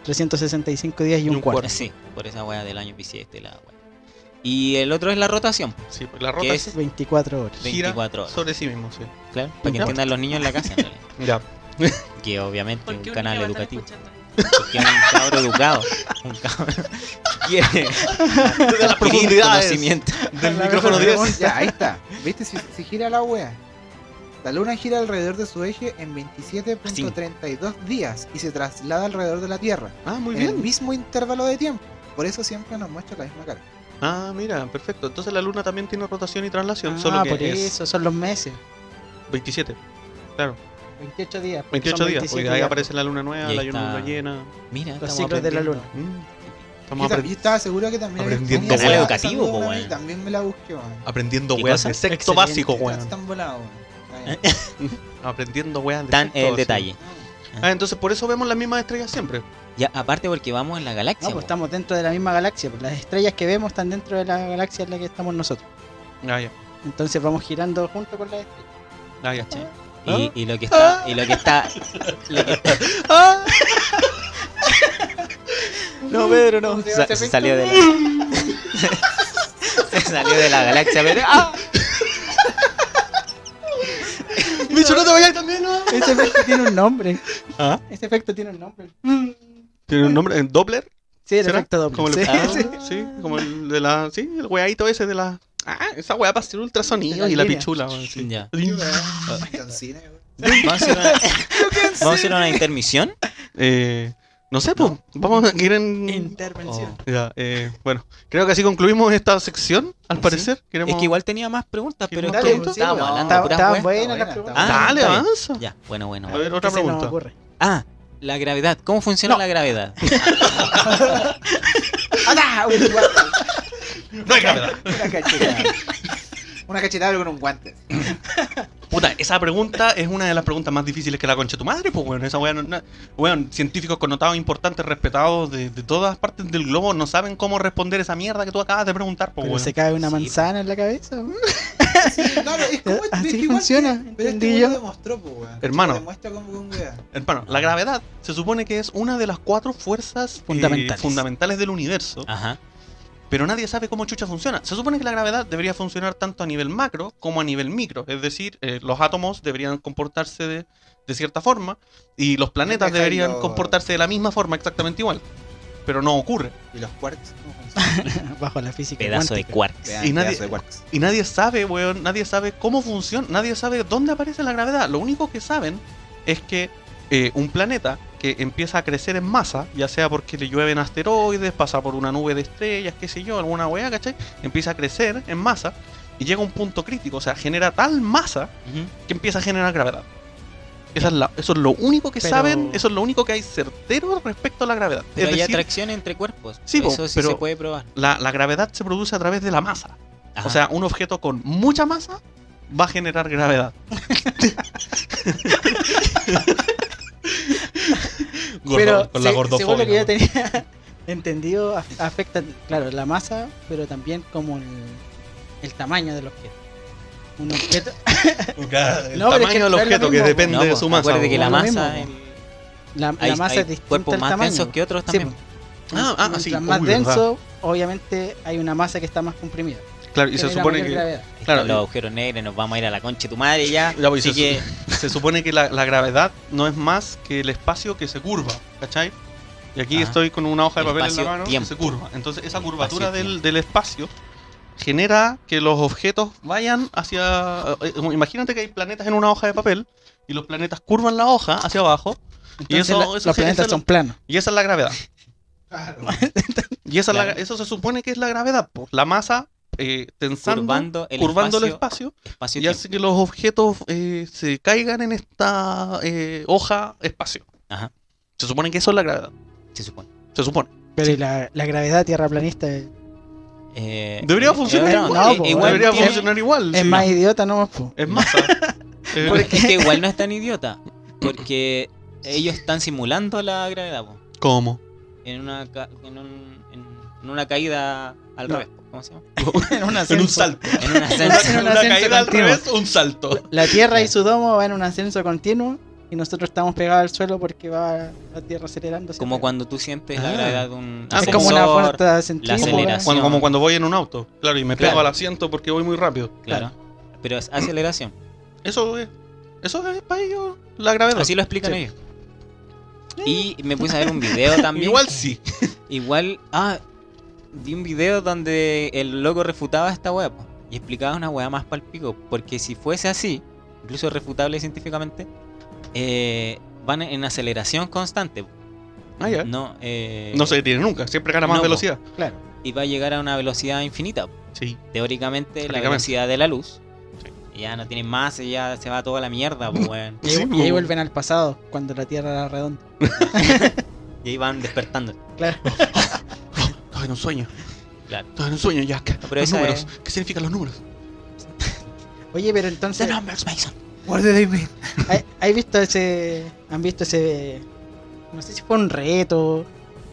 S8: 365 días y un, cuarto.
S4: Sí, por esa weá del año bisiesto y la weá. Y el otro es la rotación,
S1: Sí, porque la
S4: que
S1: rota
S4: es
S8: 24 horas.
S1: gira
S4: 24 horas.
S1: sobre sí mismo, sí.
S4: Claro, para que
S1: Ya.
S4: entiendan los niños en la casa, en realidad.
S1: Ya.
S4: que obviamente es un
S9: Porque
S4: canal
S9: niño va a estar
S4: educativo.
S9: escuchando.
S4: Porque es un cabro educado. Un cabro. Quiere
S1: De las
S4: adquirir
S1: profundidades
S4: conocimiento.
S1: del micrófono 10.
S7: Ya, ahí está. ¿Viste? Si, si gira la wea. La luna gira alrededor de su eje en 27.32 días y se traslada alrededor de la Tierra.
S1: Ah, muy
S7: en el
S1: bien.
S7: mismo intervalo de tiempo. Por eso siempre nos muestra la misma cara.
S1: Ah, mira, perfecto. Entonces la luna también tiene rotación y traslación, solo
S8: Ah,
S1: que
S8: por
S1: es
S8: eso, son los meses.
S1: 27.
S8: 28 días. porque
S1: 28
S8: son
S1: días,
S8: 27
S1: porque ahí aparece la luna nueva,
S4: Y
S1: la
S4: ahí
S1: luna
S4: está.
S1: llena.
S4: Mira,
S8: Los
S4: estamos
S8: ciclos de la
S4: aprendiendo.
S8: luna.
S1: Mm.
S7: Yo
S1: Estamos
S7: ta-
S1: aprend-
S7: yo estaba seguro que también. había
S1: aprendiendo
S7: una
S1: Canal
S7: wea
S4: educativo,
S7: esa
S4: po,
S7: luna
S4: weón.
S7: y También me la busqué, weón.
S1: aprendiendo
S4: ¿Qué
S1: weas
S4: cosa?
S1: de sexto
S8: Excelente.
S1: básico,
S7: Estás
S1: weón. ¿Eh?
S7: tan volado, weón. Ah, ya.
S1: Aprendiendo weas de
S4: Tan
S1: sexto
S4: el
S1: básico.
S4: detalle.
S1: Ah, entonces por eso vemos las mismas estrellas siempre.
S4: Ya, aparte porque vamos en la
S8: No,
S4: galaxia.
S8: pues
S4: po.
S8: estamos dentro de la misma galaxia. pues las estrellas que vemos están dentro de la galaxia en la que estamos nosotros.
S1: Ah, ya.
S8: Entonces vamos girando junto con las estrellas.
S1: Ah, ya.
S4: Y, y lo que está, y lo que está, lo que está-
S1: Ah.
S8: No, Pedro, no.
S4: sa- se salió de la, se salió de la galaxia, pero ¡ah!
S1: Bicho, no te vayas también, ¿no?
S8: Ese Este efecto tiene un nombre.
S1: ¿Ah?
S8: Ese efecto tiene un nombre.
S1: ¿Tiene un nombre? ¿En Doppler?
S8: Sí, el
S1: ¿Será?
S8: efecto doble.
S1: Como el,
S8: sí.
S1: ah,
S4: sí.
S1: sí, como el de la. Sí, el weadito ese de la. Ah, esa weá para hacer ultrasonido
S8: De
S1: y la
S8: la línea.
S1: pichula. weón, sí.
S4: Ya.
S7: Tan cine, weón.
S1: Oh.
S4: Vamos a hacer una, vamos a hacer una intermisión.
S1: Eh, no sé, pues. Vamos a ir en.
S8: Intervención.
S1: Ya, eh, bueno, creo que así concluimos esta sección, al
S4: Sí.
S1: parecer. Queremos...
S4: Oh, Es que igual tenía más preguntas, pero es
S1: Dale,
S4: que
S1: pues, sí,
S4: estábamos
S7: no.
S4: hablando de
S8: Está,
S7: Estaba-
S4: puras
S8: está
S4: weas.
S8: buena
S7: buena,
S8: la
S7: está
S8: pregunta.
S7: buena.
S1: Dale,
S4: Ah, está bien.
S1: avanza.
S4: Ya, bueno, bueno.
S1: A ver,
S8: ¿Qué
S1: otra
S8: se nos
S1: pregunta.
S8: ocurre?
S4: Ah, la gravedad. ¿Cómo funciona la gravedad?
S7: ¡Ah, un guante!
S1: No hay gravedad.
S7: Ah, Una cachetada. Una cachetada con un guante.
S1: Puta, esa pregunta es una de las preguntas más difíciles que la concha de tu madre, pues, weón. Esa weá no- no- weón, científicos connotados importantes, respetados de, de todas partes del globo, no saben cómo responder esa mierda que tú acabas de preguntar, pues,
S8: Pero
S1: weón.
S8: se cae una
S4: Sí.
S8: manzana en la cabeza.
S7: Sí, claro, es como
S8: Así
S7: es que igual
S8: funciona,
S7: que- Pero
S8: entendí
S7: este
S8: yo.
S7: weón demostró, po, weón.
S1: Hermano.
S7: Lo Demuestra como un weón.
S1: Hermano, Eh, la gravedad se supone que es una de las cuatro fuerzas eh,
S8: Fundamentales. Ah.
S1: fundamentales del universo,
S4: Ajá.
S1: pero nadie sabe cómo chucha funciona. Se supone que la gravedad debería funcionar tanto a nivel macro como a nivel micro, es decir, eh, los átomos deberían comportarse de, de cierta forma y los planetas
S7: Deja y
S1: deberían
S7: lo-
S1: comportarse de la misma forma exactamente igual, pero no ocurre.
S7: ¿Y los quarks? ¿Cómo funcionan?
S8: Bajo la física.
S4: Pedazo de
S8: cuántica.
S4: quarks.
S7: Vean,
S1: Y nadie-
S7: pedazo de quarks.
S1: Y nadie sabe, weón, nadie sabe cómo funciona, nadie sabe dónde aparece la gravedad. Lo único que saben es que eh, un planeta que empieza a crecer en masa, ya sea porque le llueven asteroides, pasa por una nube de estrellas, qué sé yo, alguna weá, ¿cachai? Empieza a crecer en masa y llega a un punto crítico, o sea, genera tal masa
S4: Ujú.
S1: que empieza a generar gravedad. Esa es la- eso es lo único que
S8: Pero-
S1: saben, eso es lo único que hay certero respecto a la gravedad.
S4: Pero
S1: es
S4: hay
S1: decir,
S4: atracción entre cuerpos.
S1: Sí, po,
S4: Eso sí
S1: pero-
S4: se puede probar.
S1: la, la gravedad se produce a través de la masa.
S4: Ajá.
S1: O sea, un objeto con mucha masa va a generar gravedad. Gordo-
S8: Pero
S1: con la
S8: se- según lo
S1: gordofobia.
S8: que yo tenía entendido, af- afecta, claro, la masa, pero también como el, el tamaño del objeto. Un objeto,
S1: El
S8: No, pero
S1: tamaño del
S8: es que no es lo
S1: objeto que
S8: mismo,
S1: depende
S4: No,
S1: de
S4: po,
S1: su masa.
S4: acuérdate que
S1: po.
S4: la
S8: Lo
S4: masa,
S8: mismo,
S4: el-
S8: la, la
S4: hay,
S8: masa
S4: hay
S8: es distinta
S4: cuerpos
S8: al
S4: más
S8: tamaño.
S4: densos que otros
S8: Sí,
S4: también.
S8: po.
S1: Ah, ah,
S8: Mientras
S1: sí.
S8: más
S1: Uy,
S8: denso,
S1: verdad.
S8: obviamente hay una masa que está más comprimida.
S1: Claro, y se
S8: genera
S1: supone
S8: mayor
S1: que.
S8: gravedad.
S1: Claro,
S4: los agujeros negros nos vamos a ir a la concha de tu madre ya.
S1: Ya, pues,
S4: así
S1: se-
S4: que
S1: se supone que la, la gravedad no es más que el espacio que se curva, ¿cachai? Y aquí
S4: Ajá.
S1: estoy con una hoja de papel en la mano que
S4: Espacio-tiempo.
S1: se curva. Entonces esa
S4: El
S1: curvatura del,
S4: espacio-tiempo.
S1: del espacio genera que los objetos vayan hacia... eh, Imagínate que hay planetas en una hoja de papel y los planetas curvan la hoja hacia abajo y
S8: Entonces,
S1: eso-
S8: la-
S1: eso
S8: los
S1: se-
S8: planetas
S1: eso-
S8: son planos.
S1: y esa es la gravedad. Y esa es la-
S4: Claro.
S1: eso se supone que es la gravedad, po. la masa eh, tensando, curvando,
S4: curvando el
S1: el
S4: espacio,
S1: espacio
S4: espacio
S1: y hace que los objetos eh, se caigan en esta eh, hoja espacio.
S4: Ajá.
S1: Se supone que eso es la gravedad.
S4: se supone.
S1: Se supone.
S8: Pero y la, la gravedad tierra planista es,
S4: Eh,
S1: Debería
S4: eh,
S1: funcionar
S4: no,
S1: igual.
S4: eh,
S8: po,
S4: igual
S1: Debería
S4: tiene-
S1: funcionar igual.
S8: es
S1: sí.
S8: más idiota nomás, po.
S1: Es masa. Eh,
S4: Pero es que- es que igual no es tan idiota. Porque ellos están simulando la gravedad, po,
S1: ¿Cómo?
S4: En una, ca- en, un- en- en una caída al
S8: No.
S4: revés. po, ¿Cómo se llama?
S8: en, un
S1: En
S8: ascenso.
S1: un salto.
S4: En un
S1: En
S4: ascenso.
S1: una,
S8: un ascenso
S1: caída al
S8: continuo.
S1: revés, un salto.
S8: La
S1: eh.
S8: tierra y su domo van en un ascenso continuo y nosotros estamos pegados al suelo porque va la tierra acelerando. hacia
S4: Como
S8: arriba.
S4: cuando tú sientes la
S1: Ah.
S4: gravedad de un
S1: Ah,
S8: es
S1: se
S8: como
S1: usó
S8: una
S4: ascensor,
S8: fuerza centrífuga.
S4: aceleración.
S1: Cuando- como cuando voy en un auto. Claro, y me
S4: Claro.
S1: pego al asiento porque voy muy rápido.
S4: Claro. Pero es aceleración.
S1: Eso es. Eso es para ellos la gravedad.
S4: Así lo explican
S1: Sí. Eh.
S4: ellos. Y me puse a ver un video también.
S1: Igual sí.
S4: Igual, ah, vi un video donde el loco refutaba esta weá po, y explicaba una weá más palpico. Porque si fuese así, incluso refutable científicamente, eh, van en aceleración constante. po.
S1: Ah, ya. No,
S4: No, eh,
S1: se detiene nunca. Siempre gana más
S4: no, po.
S1: velocidad.
S4: Y va a llegar a una velocidad infinita. po.
S1: Sí.
S4: Teóricamente, la
S1: Teóricamente.
S4: velocidad de la luz. Ya no tiene más, ya se va toda la mierda, po, weón.
S8: Y ahí-
S1: Sí,
S8: y ahí
S1: po.
S8: vuelven al pasado, cuando la tierra era redonda.
S4: Y ahí van despertando.
S1: Estaba en un sueño.
S4: Claro.
S1: Estaba en un sueño, Jack.
S4: No, pero
S1: los
S4: esa
S1: números. ¿Qué significan los números?
S8: Oye, pero entonces,
S4: numbers, Mason.
S7: What do they mean?
S8: ¿hay- ¿hay visto ese. ¿Han visto ese. No sé si fue un reto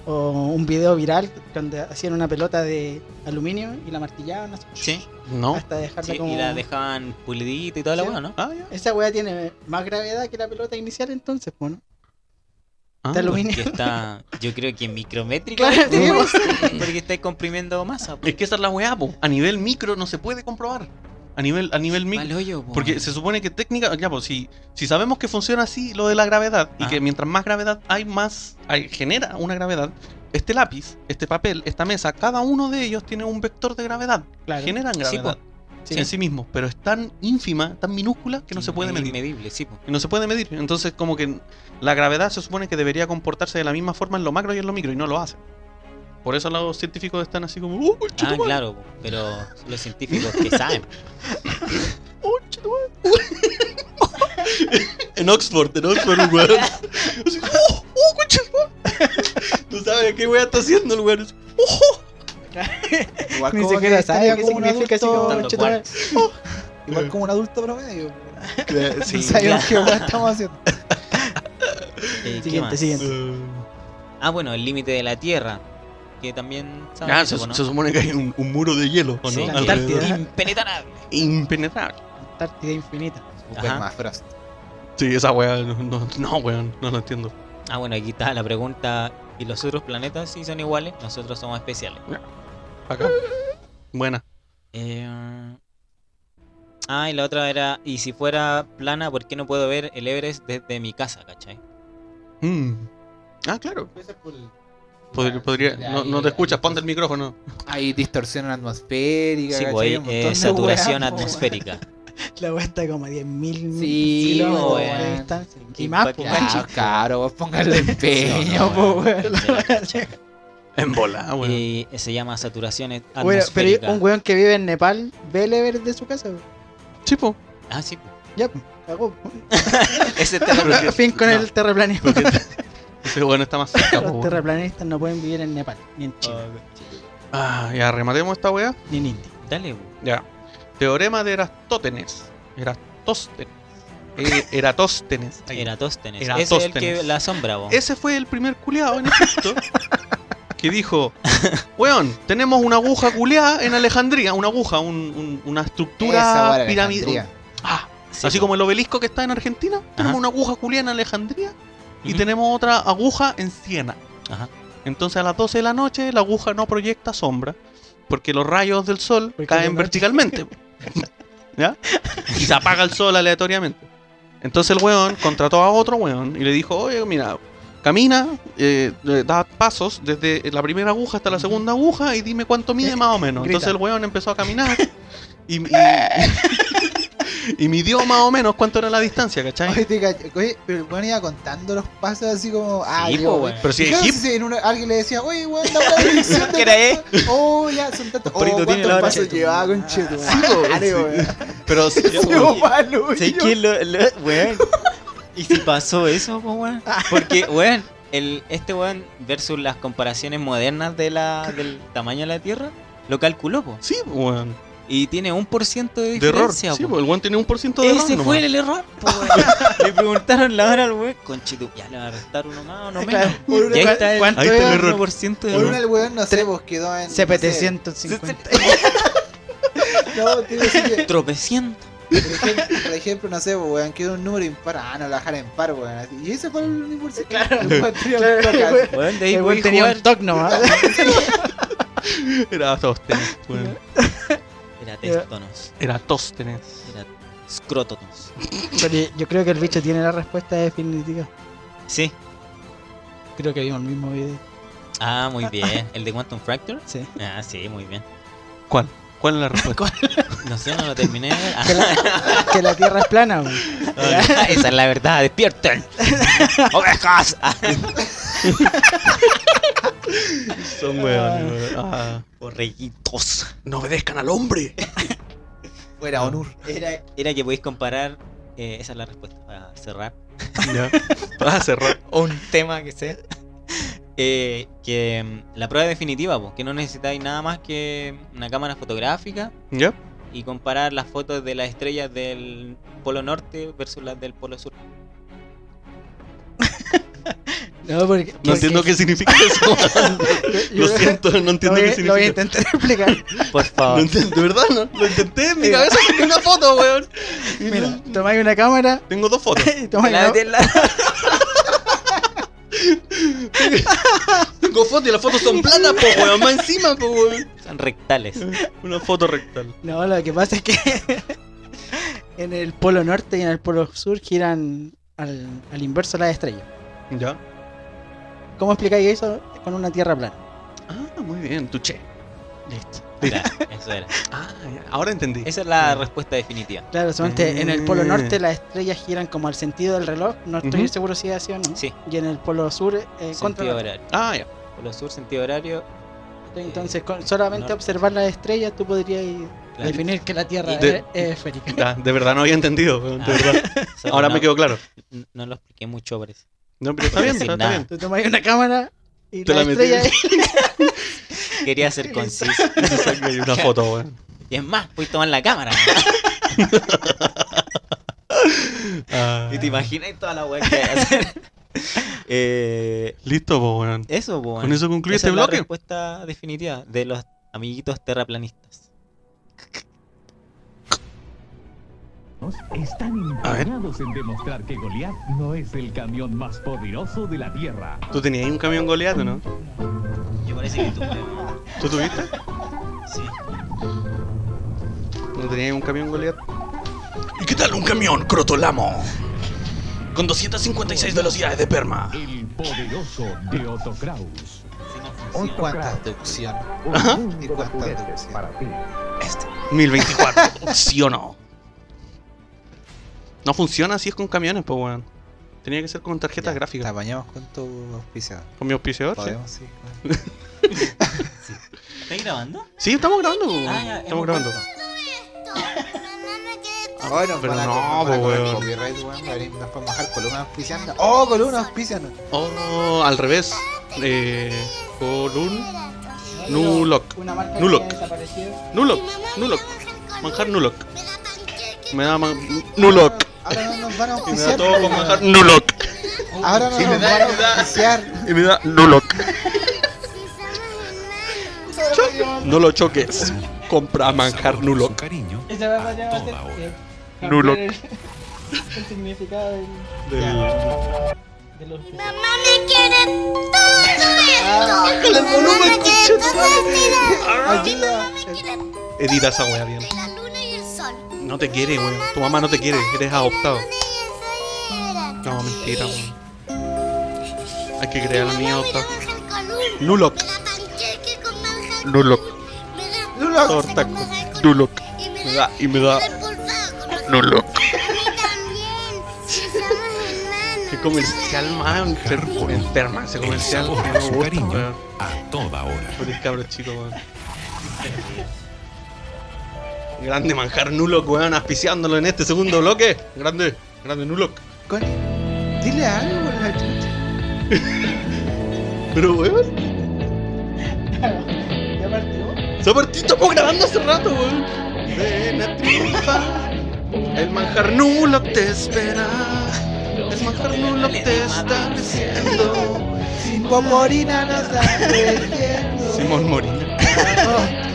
S8: o un video viral donde hacían una pelota de aluminio y la martillaban así,
S4: Sí,
S1: No.
S8: hasta dejarla
S4: sí,
S8: como.
S4: y la dejaban pulidita y toda
S8: Sí.
S4: la weá, Ah, ¿no?
S1: Ah, ya.
S8: Esa weá tiene más gravedad que la pelota inicial, entonces, pues, ¿no?
S1: Ah,
S8: De aluminio.
S4: Porque está, yo creo que micrométrica.
S8: Claro,
S4: ¿no?
S8: sí, pues.
S4: Porque estáis comprimiendo masa. po.
S1: Es que esa es la weá, po. A nivel micro no se puede comprobar. A nivel, a nivel micro.
S4: Mal hoyo, po.
S1: Porque se supone que técnica. Ya, pues, si, si sabemos que funciona así lo de la gravedad, y
S4: Ajá.
S1: que mientras más gravedad hay, más. hay- genera una gravedad. Este lápiz, este papel, esta mesa, cada uno de ellos tiene un vector de gravedad.
S8: Claro.
S1: Generan
S4: Sí, po.
S1: gravedad
S8: Sí.
S1: en sí mismos, pero es tan ínfima, tan minúscula que no se puede
S4: Es
S1: medir.
S4: inmedible, sí, po.
S1: Y no se puede medir. Entonces, como que la gravedad se supone que debería comportarse de la misma forma en lo macro y en lo micro, y no lo hace. Por eso los científicos están así como, "Oh, ¡Uy,
S4: Ah, claro, po. pero son los científicos que saben. eh,
S1: En Oxford, en Oxford, un weón. Así, ¡Oh, oh, concha de madre! Tú sabes qué weón está haciendo el weón. Así, ¡Oh, oh!
S7: Igual
S8: Ni
S7: como
S8: siquiera
S7: que
S8: sabe qué
S7: estaría como un
S8: significa así
S7: adulto-
S8: como
S4: Tanto
S8: chetumare.
S4: cual.
S7: Igual como un adulto promedio. pues.
S1: Sí.
S7: Sí, sabemos qué weá estamos haciendo.
S4: Eh, ¿qué
S8: Siguiente,
S4: más?
S8: siguiente.
S4: Ah, bueno, el límite de la Tierra. Que también saben.
S1: Ah,
S4: eso,
S1: se,
S4: po, ¿no?
S1: se supone que hay un, un muro de hielo, ¿o
S4: Sí,
S1: no?
S4: la
S1: Alrededor.
S8: Antártida.
S4: Impenetrable.
S1: Impenetrable.
S8: Antártida infinita.
S4: Ajá.
S7: más Frost.
S1: Sí, esa weá, no, no, no, weón, no lo entiendo.
S4: Ah, bueno, aquí está la pregunta. ¿Y los otros planetas sí son iguales? Nosotros somos especiales.
S1: Acá. Buena.
S4: Eh, Ah, y la otra era, y si fuera plana, ¿por qué no puedo ver el Everest desde mi casa, cachai?
S1: Mm. Ah, claro. Podría, podría- no, no te escuchas, ponte el micrófono.
S7: Hay distorsión atmosférica.
S4: Sí,
S7: ¿cachai?
S4: pues hay,
S7: Un montón
S4: eh,
S7: de pues, weá,
S4: saturación
S7: po,
S4: atmosférica.
S8: La weá está como a 10.000
S7: Sí,
S8: kilómetros
S4: weón.
S8: de distancia. Y
S4: Qué
S8: más, pues,
S4: impacto.
S8: po,
S7: weón.
S8: weón.
S7: Ya, caro, vos póngale empeño,
S4: No, no,
S7: po,
S4: weón.
S7: weón.
S4: Se la
S1: En bola, weón.
S4: Y se llama saturación at-
S8: Bueno,
S4: atmosférica.
S8: pero un weón que vive en Nepal ve el Everest de su casa. weón.
S1: Chipo.
S4: Ah, sí.
S8: Ya, pues, cagó. Ah,
S4: Ese terreno-
S8: Fin con
S4: no,
S8: el terraplanismo.
S1: Porque ese weón está más cerca, po,
S8: Los
S1: weón.
S8: terraplanistas no pueden vivir en Nepal, ni en China,
S1: Ah, ya rematemos esta weá.
S8: ni en India.
S4: Dale, pues, bu.
S1: Ya. Teorema de Erastótenes. Erastóstenes. Eh, Eratóstenes. Ahí.
S4: Eratóstenes. Ese es el
S1: Eratóstenes.
S4: que la sombra, bo.
S1: Ese fue el primer culeado en Egipto que dijo: Weón, tenemos una aguja culeada en Alejandría. Una aguja, un- un- una
S7: Esa
S1: estructura
S7: weá,
S1: piramidal.
S7: Alejandría.
S1: Ah,
S4: Sí, pues.
S1: así
S4: bo.
S1: como el obelisco que está en Argentina, tenemos una aguja culeada en Alejandría y
S4: Ujú.
S1: tenemos otra aguja en Siena.
S4: Ajá.
S1: Entonces a las 12 de la noche la aguja no proyecta sombra. porque los rayos del sol
S8: Porque de
S1: caen
S8: noche.
S1: verticalmente. po. ¿Ya? Y se apaga el sol aleatoriamente. Entonces el weón contrató a otro weón y le dijo, oye, mira, camina, eh, eh, da pasos desde la primera aguja hasta la segunda aguja y dime cuánto mide más o menos. Entonces el
S8: Grita.
S1: weón empezó a caminar y, y, y midió más o menos cuánto era la distancia, ¿cachai?
S7: Oye, te cach- oye, pero el weón iba contando los pasos así como. Ah,
S4: Sí,
S7: yo,
S4: po,
S7: weón.
S4: weón.
S1: Pero si
S7: Y
S1: es
S7: claro,
S1: hip,
S7: si en una- alguien le decía, oye, weón, da una dirección.
S4: ¿Qué era, eh?
S7: Oh, ya, son tantos.
S1: Los peritos tienen la
S7: Oh, ¿cuántos
S1: hora.
S7: pasos llevaba con Cheto?
S1: pero si-
S7: malo,
S4: este, ¿Sabes qué? Lo- lo- weón. ¿Y si pasó eso, po, weón? Porque, weón, el, este weón versus las comparaciones modernas de la, del tamaño de la Tierra, lo calculó, pues. po.
S1: sí, weón.
S4: Y tiene un por ciento de
S1: De error.
S4: diferencia,
S1: Sí,
S4: po.
S1: po, el weón tiene un por ciento de error.
S4: Ese
S1: nomás.
S4: fue el error, po, weón. Le preguntaron la hora al weón. Conchito, ya le va a restar uno más, uno menos.
S7: Por
S4: Y ahí
S7: una,
S4: está el,
S8: ¿Cuánto
S1: Ahí está el
S4: el
S1: error.
S4: 1% de
S7: por una
S4: error.
S7: el weón, no sé, vos quedó en.
S8: CPT
S7: no
S8: 150.
S7: sé. No, tiene que decir que,
S4: Tropeciento.
S7: por ejemplo- Por ejemplo, no sé, pues, weón, quedó un número impar. Ah, no, la dejaron en par, weón. así. Y ese fue el único por ciento. Claro, el weón tenía un toque así.
S4: Weón, de ahí
S8: El weón
S4: podéis
S8: tenía
S4: jugar.
S8: un toc nomás.
S1: Era Tóstenes, weón.
S4: Era testonos.
S1: Era Tóstenes.
S4: Era scrotonos.
S8: Pero yo creo que el bicho tiene la respuesta definitiva.
S4: Sí.
S8: Creo que vimos el mismo video.
S4: Ah, muy bien. ¿El de Quantum Fracture?
S8: Sí.
S4: Ah, sí, muy bien.
S1: ¿Cuál? ¿Cuál es la respuesta?
S4: No sé, no lo terminé. de ver. Ah,
S8: Que la, que la tierra es plana, weón.
S4: ah, esa es la verdad, despierten. Ovejas. Ah,
S1: Son weones, weón. Ah.
S4: Borreguitos.
S1: No obedezcan al hombre.
S7: Fuera, Onur.
S4: Era, era que podéis comparar. eh, esa es la respuesta para cerrar.
S1: Ya. Vas a cerrar.
S4: Un tema que sea. Eh, que mm, la prueba definitiva, po, que no necesitáis nada más que una cámara fotográfica
S1: ¿Ya?
S4: y comparar las fotos de las estrellas del Polo Norte versus las del Polo Sur.
S8: No, porque,
S1: No entiendo qué significa eso. Lo
S8: yo-
S1: siento, no
S8: Lo
S1: entiendo
S8: voy,
S1: qué
S8: a- lo voy
S1: significa.
S8: a intentar explicar.
S4: Por
S1: No
S4: favor.
S1: entiendo, de verdad, no. Lo intenté en mi
S8: Mira.
S1: cabeza saqué una foto, weón. Y
S8: Mira,
S1: no-
S8: tomáis una cámara
S1: Tengo dos fotos.
S8: y tomáis
S4: La-
S8: una-
S4: la-
S1: Tengo fotos y las fotos son planas, po, weón. Más encima, po, weón.
S4: Son rectales.
S1: Una foto rectal.
S8: No, lo que pasa es que en el polo norte y en el polo sur giran al, al inverso las estrellas.
S1: ¿Ya?
S8: ¿Cómo explicáis eso con una tierra plana?
S1: Ah, muy bien, tuché.
S8: Listo.
S4: Era, eso era.
S1: Ah, ya. ahora entendí.
S4: Esa es la respuesta definitiva.
S8: Claro, solamente en el polo
S1: Mm.
S8: norte las estrellas giran como al sentido del reloj. No estoy
S1: Ujú.
S8: seguro si es así o no.
S4: Sí.
S8: Y en el polo sur, eh, contra
S4: Sentido
S8: la-
S4: horario.
S1: Ah, ya.
S4: Polo Sur, sentido horario.
S8: Entonces, con solamente
S4: no.
S8: observar las estrellas, tú podrías
S4: Claro.
S8: definir que la tierra
S1: Y de-
S8: es, es esférica.
S1: Ya, Ah, de verdad no había entendido, weón. De
S4: Ah.
S1: verdad.
S4: Eso
S1: Ahora
S4: no-
S1: me quedó claro.
S4: No lo expliqué mucho, parece.
S1: No, pero está bien,
S4: Sin
S1: está, está
S4: nada.
S1: bien.
S8: Tú tomas una cámara y
S1: Te
S8: la,
S1: la metí.
S8: estrella es...
S4: Quería ser conciso.
S1: Te saqué ahí una foto, weón.
S4: Y es más, voy a tomar la cámara.
S1: Ah.
S4: Y te imaginas toda la weá que hay que hacer. Eh,
S1: Listo, po, weón.
S4: eso, pues.
S1: Con eso concluye este
S4: es la
S1: bloque.
S4: respuesta definitiva de los amiguitos terraplanistas.
S10: Están
S1: A ver.
S10: empeñados en demostrar que Goliath no es el camión más poderoso de la Tierra.
S1: Tú tenías ahí un camión goleado, ¿no?
S4: Yo parece que tú.
S1: ¿Tú tuviste?
S4: Sí.
S1: ¿No tenías un camión goleado? ¿Y qué tal un camión Crotolamo? Con 256 velocidades de perma.
S10: El poderoso de Otto Kraus.
S7: Uy, cuánta deducción. Y cuánta deducción.
S1: 1024. Funcionó. No funciona así es con camiones, pues weón. Tenía que ser con tarjetas
S7: Ya, Te
S1: gráficas.
S7: apañamos con tu auspiciador.
S1: Con mi auspiciador, sí.
S7: Podemos, sí.
S4: ¿Estás grabando?
S1: Sí, estamos grabando, po, weón.
S4: Ah, ya,
S1: Estamos
S4: hemos
S1: grabando.
S7: Oh, nos
S1: Pero
S7: van a-
S1: no,
S7: nos van a
S1: po,
S7: cobrar
S1: weón.
S7: copyright, weón, deberían- Nos podemos bajar columna auspiciando. Oh, columna auspiciando.
S1: Oh, al revés. Eh. Con un. Nuloc.
S8: Una marca
S1: Nuloc.
S8: que desapareció.
S1: Nuloc. Nuloc. Manjar Nuloc. Me da man... Nuloc.
S7: Ahora no nos van a
S1: Y me da
S7: auspiciar.
S1: todo con
S7: weón.
S1: manjar Nuloc.
S7: Ahora no
S1: Y me
S7: nos
S1: da-
S7: van
S1: y
S7: a
S1: me da-
S7: auspiciar.
S1: Y me da Nuloc. No lo choques. Compra manjar
S10: nulo.
S1: Nuloc.
S10: cariño.
S8: Esa verdad ya va a
S10: A
S8: ser,
S10: toda hora.
S8: eh,
S1: Nuloc.
S8: cambiar El el significado del...
S1: Del-
S8: de los.
S11: Ah,
S8: con el volumen,
S7: Ayuda.
S12: Edita esa wea bien.
S11: La luna y el sol.
S12: No te quiere, weón. Tu mamá no te quiere, eres adoptado. No, mentira, weón. Hay que crear al niño adoptado. Nulo.
S11: Me da panqueque con manjar con-
S6: Nulo.
S11: Me da
S7: Nulo.
S11: torta con manjar con-
S6: Nulo.
S11: Y me
S12: Me
S11: da
S12: da- Y me da.
S11: empolvado con manjar.
S6: Nulo.
S11: A mí también. Si somos hermanos.
S12: Qué comercial, man. Enfer- Enferma ese comercial.
S13: Sabor
S12: no
S13: a
S12: me
S13: su
S12: gusta,
S13: cariño.
S12: weón.
S13: A toda hora.
S12: Por el cabro chico, weón. Grande manjar Nulok, weón, auspiciándolo en este segundo bloque. Grande, grande Nulok.
S7: Con- Dile algo la chucha.
S12: Pero, weón,
S8: ¿Ya partió?
S12: se ha partido, estamos grabando hace rato, weón. Ven a triunfar. El manjar Nulok te espera. El manjar Nulok te está diciendo.
S7: Poporina nos está
S12: Simón Morina.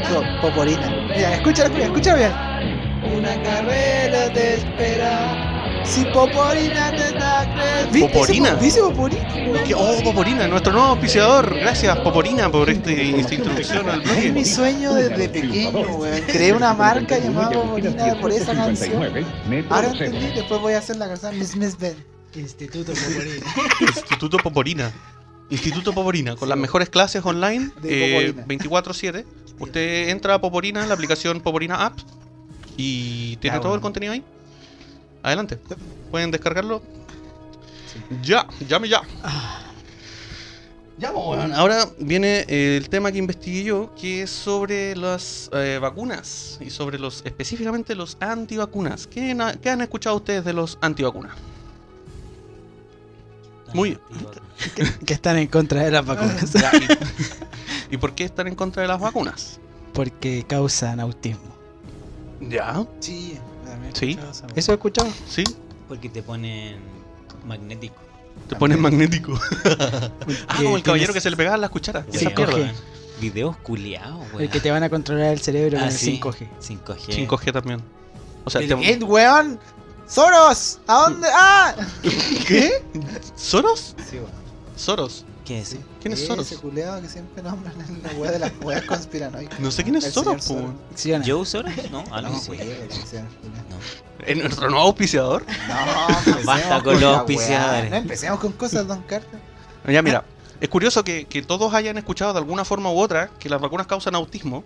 S7: No, Poporina. Mira, escúchala, escúchala, escúchala bien. Una carrera te espera. Si Poporina te está creciendo.
S12: ¿Poporina?
S7: Dice Poporina.
S12: ¿Qué? Oh, Poporina, nuestro nuevo auspiciador. Gracias, Poporina, por este, esta introducción al
S7: Es mi
S12: bloque.
S7: sueño desde pequeño, weón. Creé una marca llamada Poporina por esa canción. Ahora entendí, después voy a hacer la canción Miss Miss Ben.
S8: Instituto Poporina.
S12: Instituto Poporina. Instituto Poporina, con las mejores clases online,
S7: De
S12: eh,
S7: Poporina.
S12: 24-7. Usted entra a Poporina, la aplicación Poporina App, y tiene
S7: Ya,
S12: todo el
S7: bueno.
S12: contenido ahí. Adelante, pueden descargarlo. Ya, llame ya. Ah. Ya, pues, weón. Ahora viene eh, el tema que investigué yo, que es sobre las eh, vacunas y sobre los específicamente los antivacunas. ¿Qué, na- qué han escuchado ustedes de los antivacunas? Muy-
S8: que están en contra de las vacunas.
S7: Ah.
S12: Ya, y- ¿Y por qué están en contra de las vacunas?
S8: Porque causan autismo.
S12: Ya.
S7: Sí, también.
S12: Sí,
S8: ¿Eso he escuchado?
S12: sí.
S4: Porque te ponen magnético.
S12: Te pones magnético. Ah, como el
S8: tienes-
S12: caballero que se le pegaban las cucharas.
S8: Sí,
S12: Esa mierda.
S8: oje.
S4: Videos culiados, weón.
S8: El que te van a controlar el cerebro con
S4: Ah,
S8: el
S4: sí.
S8: 5G.
S4: 5G.
S12: 5G también. O sea,
S7: Bill
S12: te...
S7: Gates, weón. Soros, ¿a dónde? ¡Ah!
S12: ¿qué? ¿Soros?
S7: Sí, weón.
S12: Soros.
S4: ¿Qué es?
S12: ¿Quién es
S7: Ese
S12: Soros?
S7: culeado que siempre nombran en la weá de las weas conspiranoicas.
S12: No sé quién es
S7: El
S12: Soros,
S7: señor
S12: po.
S7: Soros.
S8: ¿Sí o no?
S4: ¿Joe Soros? No,
S12: Ah,
S4: algo
S7: No,
S4: así.
S7: weón, el señor Soros.
S12: ¿Es nuestro nuevo auspiciador?
S7: No, empecemos
S4: Basta con los
S7: la weá.
S4: auspiciadores.
S7: No empecemos con cosas, Don Carter.
S12: Ya, mira. Es curioso que, que todos hayan escuchado de alguna forma u otra que las vacunas causan autismo,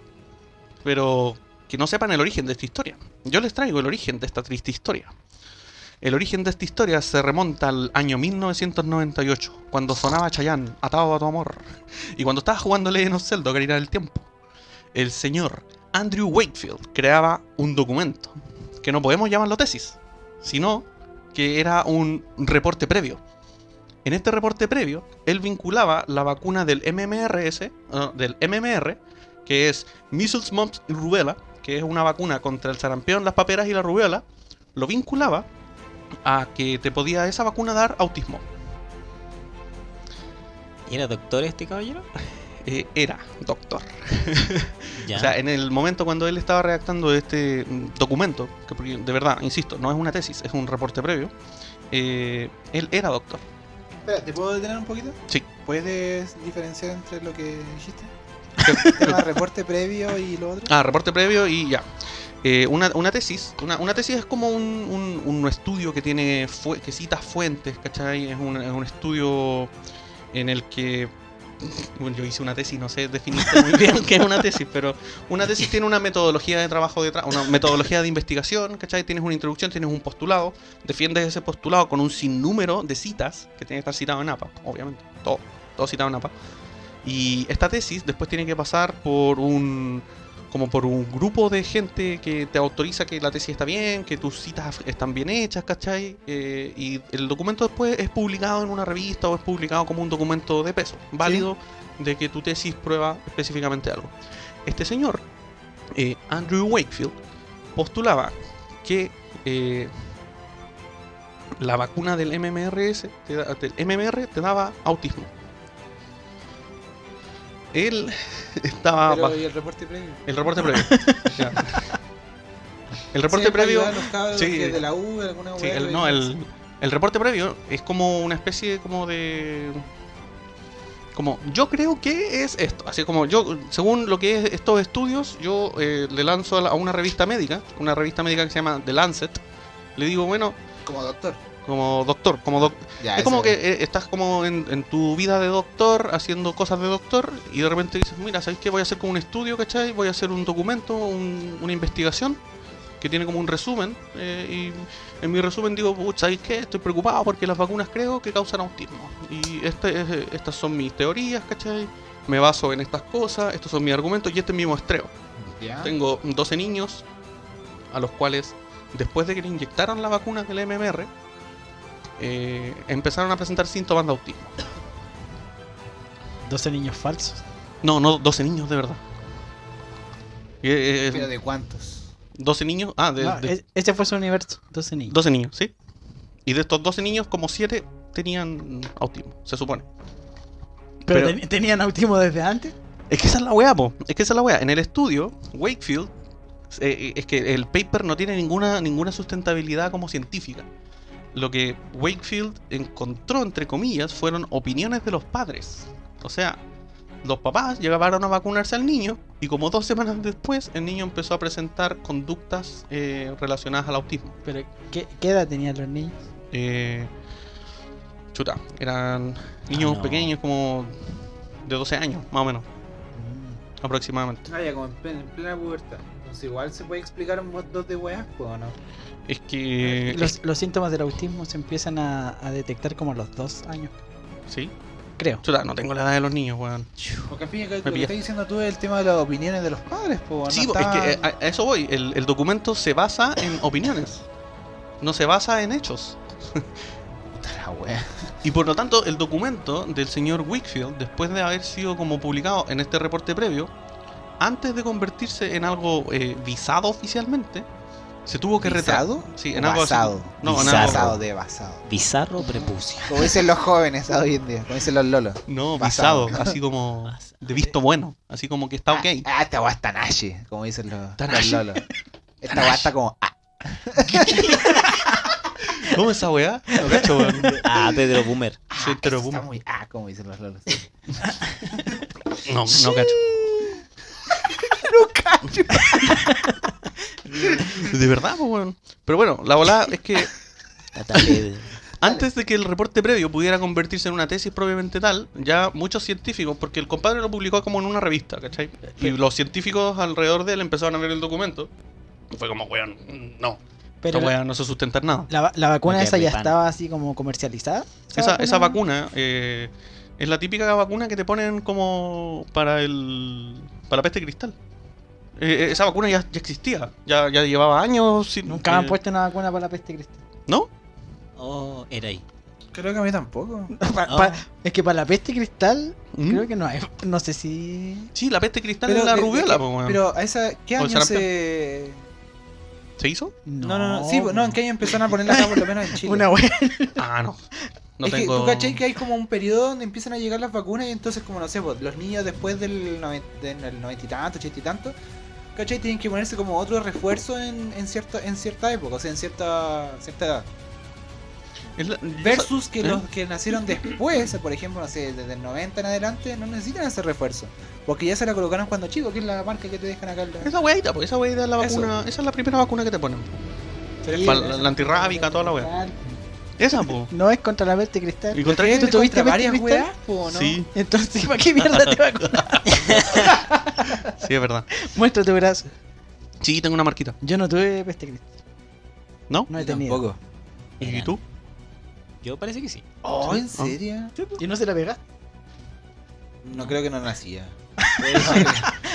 S12: pero que no sepan el origen de esta historia. Yo les traigo el origen de esta triste historia. El origen de esta historia se remonta al año 1998, cuando sonaba Chayanne, atado a tu amor, y cuando estaba jugando Legend of Zelda, Ocarina del Tiempo. El señor Andrew Wakefield creaba un documento, que no podemos llamarlo tesis, sino que era un reporte previo. En este reporte previo, él vinculaba la vacuna del MMRS, ah, del MMR, que es Measles, Mumps y Rubella, que es una vacuna contra el sarampión, las paperas y la rubiola, lo vinculaba a que te podía esa vacuna dar autismo.
S4: ¿Y era doctor este caballero?
S12: Eh, era doctor.
S4: Ya.
S12: O sea, eh. en el momento cuando él estaba redactando este mm, documento, que porque de verdad, insisto, no es una tesis, es un reporte previo, eh, él era doctor.
S7: Espera, ¿te puedo detener un poquito?
S12: Sí.
S7: ¿Puedes diferenciar entre lo que dijiste? El tema de reporte previo y lo otro.
S12: Ah, reporte previo y ya. Eh, una, una tesis. Una, una tesis es como un, un- un estudio que tiene fue- que cita fuentes, ¿cachai? Es un, es un estudio en el que. Bueno, yo hice una tesis, no sé definirte muy bien qué es una tesis, pero una tesis tiene una metodología de trabajo detrás, una metodología de investigación, ¿cachai? Tienes una introducción, tienes un postulado, defiendes ese postulado con un sinnúmero de citas que tiene que estar citado en APA, obviamente, todo, todo citado en APA. Y esta tesis después tiene que pasar por un como por un grupo de gente que te autoriza que la tesis está bien, que tus citas están bien hechas, ¿cachai? Eh, y el documento después es publicado en una revista o es publicado como un documento de peso, válido de que tu tesis prueba específicamente algo. Este señor, eh, Andrew Wakefield, postulaba que eh, la vacuna del MMRS te da- del MMR te daba autismo. Él estaba...
S7: Pero,
S12: bajo-
S7: ¿y el reporte previo?
S12: el reporte previo. Ya. El reporte
S7: Siempre
S12: previo.
S7: ayudan los cabros
S12: sí.
S7: que de la U, alguna
S12: Sí,
S7: weá
S12: el-
S7: que
S12: no,
S7: dicen
S12: el, El reporte previo es como una especie como de... Como, yo creo que es esto. Así como yo, según lo que es estos estudios, yo eh, le lanzo a, la- a una revista médica, una revista médica que se llama The Lancet, le digo, bueno,
S7: Como doctor.
S12: como doctor, como doc-
S7: Ya,
S12: es como que
S7: ese-
S12: eh, estás como en, en tu vida de doctor, haciendo cosas de doctor, y de repente dices, mira, ¿sabéis qué? Voy a hacer como un estudio, ¿cachai? Voy a hacer un documento, un- una investigación, que tiene como un resumen, eh, y en mi resumen digo, "Puch, ¿sabéis qué? Estoy preocupado porque las vacunas creo que causan autismo. Y este es, eh, estas son mis teorías, ¿cachai? Me baso en estas cosas, estos son mis argumentos, y este es mi muestreo.
S7: Ya.
S12: Tengo 12 niños a los cuales, después de que le inyectaron la vacuna del MMR, eh, empezaron a presentar síntomas de autismo.
S8: 12 niños falsos.
S12: No, no, 12 niños de verdad. Eh, eh,
S7: Pero de cuántos.
S12: 12 niños, ah, de,
S8: No,
S12: de-
S8: es- ese fue su universo. 12 niños.
S12: 12 niños, sí. Y de estos 12 niños, como 7 tenían autismo, se supone. pero-
S8: pero ten- tenían autismo desde antes.
S12: Es que esa es la weá, po. Es que esa es la weá. En el estudio, Wakefield, eh, eh, es que el paper no tiene ninguna, ninguna sustentabilidad como científica. Lo que Wakefield encontró, entre comillas, fueron opiniones de los padres. O sea, los papás llegaron a vacunarse al niño y como dos semanas después el niño empezó a presentar conductas eh, relacionadas al autismo.
S8: Pero ¿qué, qué edad tenían los niños?
S12: Eh, chuta, eran niños
S4: no.
S12: pequeños como de 12 años, más o menos,
S7: Mm.
S12: aproximadamente.
S7: Ah, ya, como en plena, en plena pubertad. Entonces igual se puede explicar un montón de weas, pues, ¿o no?
S12: Es que.
S8: Los, los síntomas del autismo se empiezan a, a detectar como a los 2 años,
S12: Sí.
S8: creo.
S12: Chuta, no tengo la edad de los niños, weón.
S7: Porque al fin y al cabo,
S12: Me
S7: lo que
S12: pillaste.
S7: estás diciendo tú es el tema de las opiniones de los padres, pues, ¿o ¿no?
S12: Sí, es
S7: Estaban-
S12: que eh, a, a eso voy. El, el documento se basa en opiniones. No se basa en hechos.
S7: Puta la wea.
S12: Y por lo tanto, el documento del señor Wickfield, después de haber sido como publicado en este reporte previo, antes de convertirse en algo eh, visado oficialmente, se tuvo que retratar.
S7: ¿Visado?
S12: Sí, en
S7: ¿O
S12: algo así.
S7: basado.
S12: No, en
S4: Visado.
S12: algo.
S7: Basado de basado.
S4: Bizarro prepucio.
S7: Como dicen los jóvenes hoy en día, como dicen los lolos.
S12: No,
S7: Basado.
S12: visado. Así como. De visto bueno. Así como que está ok.
S7: Ah, ah, esta weá está nashi, como dicen los,
S12: Está
S7: los
S12: nashi.
S7: lolos. Esta weá está como. ah,
S12: ¿Cómo esa weá? No cacho, weón.
S4: Ah, Pedro Boomer.
S7: ah,
S12: Sí, pero
S7: esto está
S12: boom.
S7: muy. Ah, como dicen los lolos.
S12: No, no cacho. De verdad, pues, weón. Pero bueno, la volada es que
S4: Tata Pedro.
S12: antes de que el reporte previo pudiera convertirse en una tesis propiamente tal, ya muchos científicos, porque el compadre lo publicó como en una revista, ¿cachai? Y los científicos alrededor de él empezaron a ver el documento. Y fue como, weón, no.
S8: Pero
S12: esta
S8: la,
S12: weá no se sustenta en nada.
S8: la- la vacuna
S4: Me
S8: esa
S4: quedé
S8: ya
S4: flipando.
S8: estaba así como comercializada.
S12: Esa, esa vacuna eh, es la típica vacuna que te ponen como para el para la peste cristal. Eh, eh, esa vacuna ya, ya existía, ya, ya llevaba años. sin-
S8: Nunca me han
S12: eh,
S8: puesto una vacuna para la peste cristal.
S12: ¿No?
S4: Oh, era ahí.
S7: Creo que a mí tampoco.
S8: Pa-
S4: Ah.
S8: pa- es que para la peste cristal
S12: ¿Mm?
S8: creo que no hay. No sé si...
S12: Sí, la peste cristal es la
S7: que-
S12: rubiola,
S7: que-
S12: po, weón.
S7: Pero a esa. ¿Qué
S12: O el
S7: año
S12: sarampión.
S7: se.?
S12: ¿Se hizo?
S7: No, no, no. Sí, no, en qué año empezaron a ponerla acá, por lo menos en Chile.
S8: Una wea.
S12: Ah, no. No
S7: es
S12: tengo.
S7: que tú cachai que hay como un periodo donde empiezan a llegar las vacunas y entonces, como no sé, pues, los niños después del noven- del noventa y tanto, ochenta y tanto, cachai, tienen que ponerse como otro refuerzo en, en, cierta, en cierta época, o sea, en cierta, cierta edad.
S12: Es la- yo sa-
S7: Versus que
S12: ¿Eh?
S7: los que nacieron después, por ejemplo, no sé, desde el 90 en adelante, no necesitan ese refuerzo, porque ya se la colocaron cuando chico, que es la marca que te dejan acá. en la-
S12: Es la weadita, pues esa weadita es la
S7: Eso.
S12: vacuna. Esa es la primera vacuna que te ponen.
S7: Pero es
S12: pa-
S7: que-
S12: la- la antirrábica, toda la wea. Esa, po.
S8: No es contra la peste cristal.
S12: Y contra
S7: ¿Pero
S12: qué
S7: es
S8: ¿Tú
S12: te-
S7: contra
S8: tuviste
S7: varias
S8: peste cristal?
S7: weas, po, no?
S12: Sí,
S8: Entonces, ¿para qué mierda te vacunas?
S12: sí, es verdad.
S8: Muestra tu brazo.
S12: Sí, tengo una marquita.
S8: Yo no tuve peste cristal.
S12: ¿No?
S8: No
S7: Yo
S8: he tenido.
S7: tampoco.
S12: ¿Y tú?
S4: Yo parece que sí.
S7: Oh, ¿en serio?
S8: ¿Y no se la pegaste?
S7: No creo que no nacía.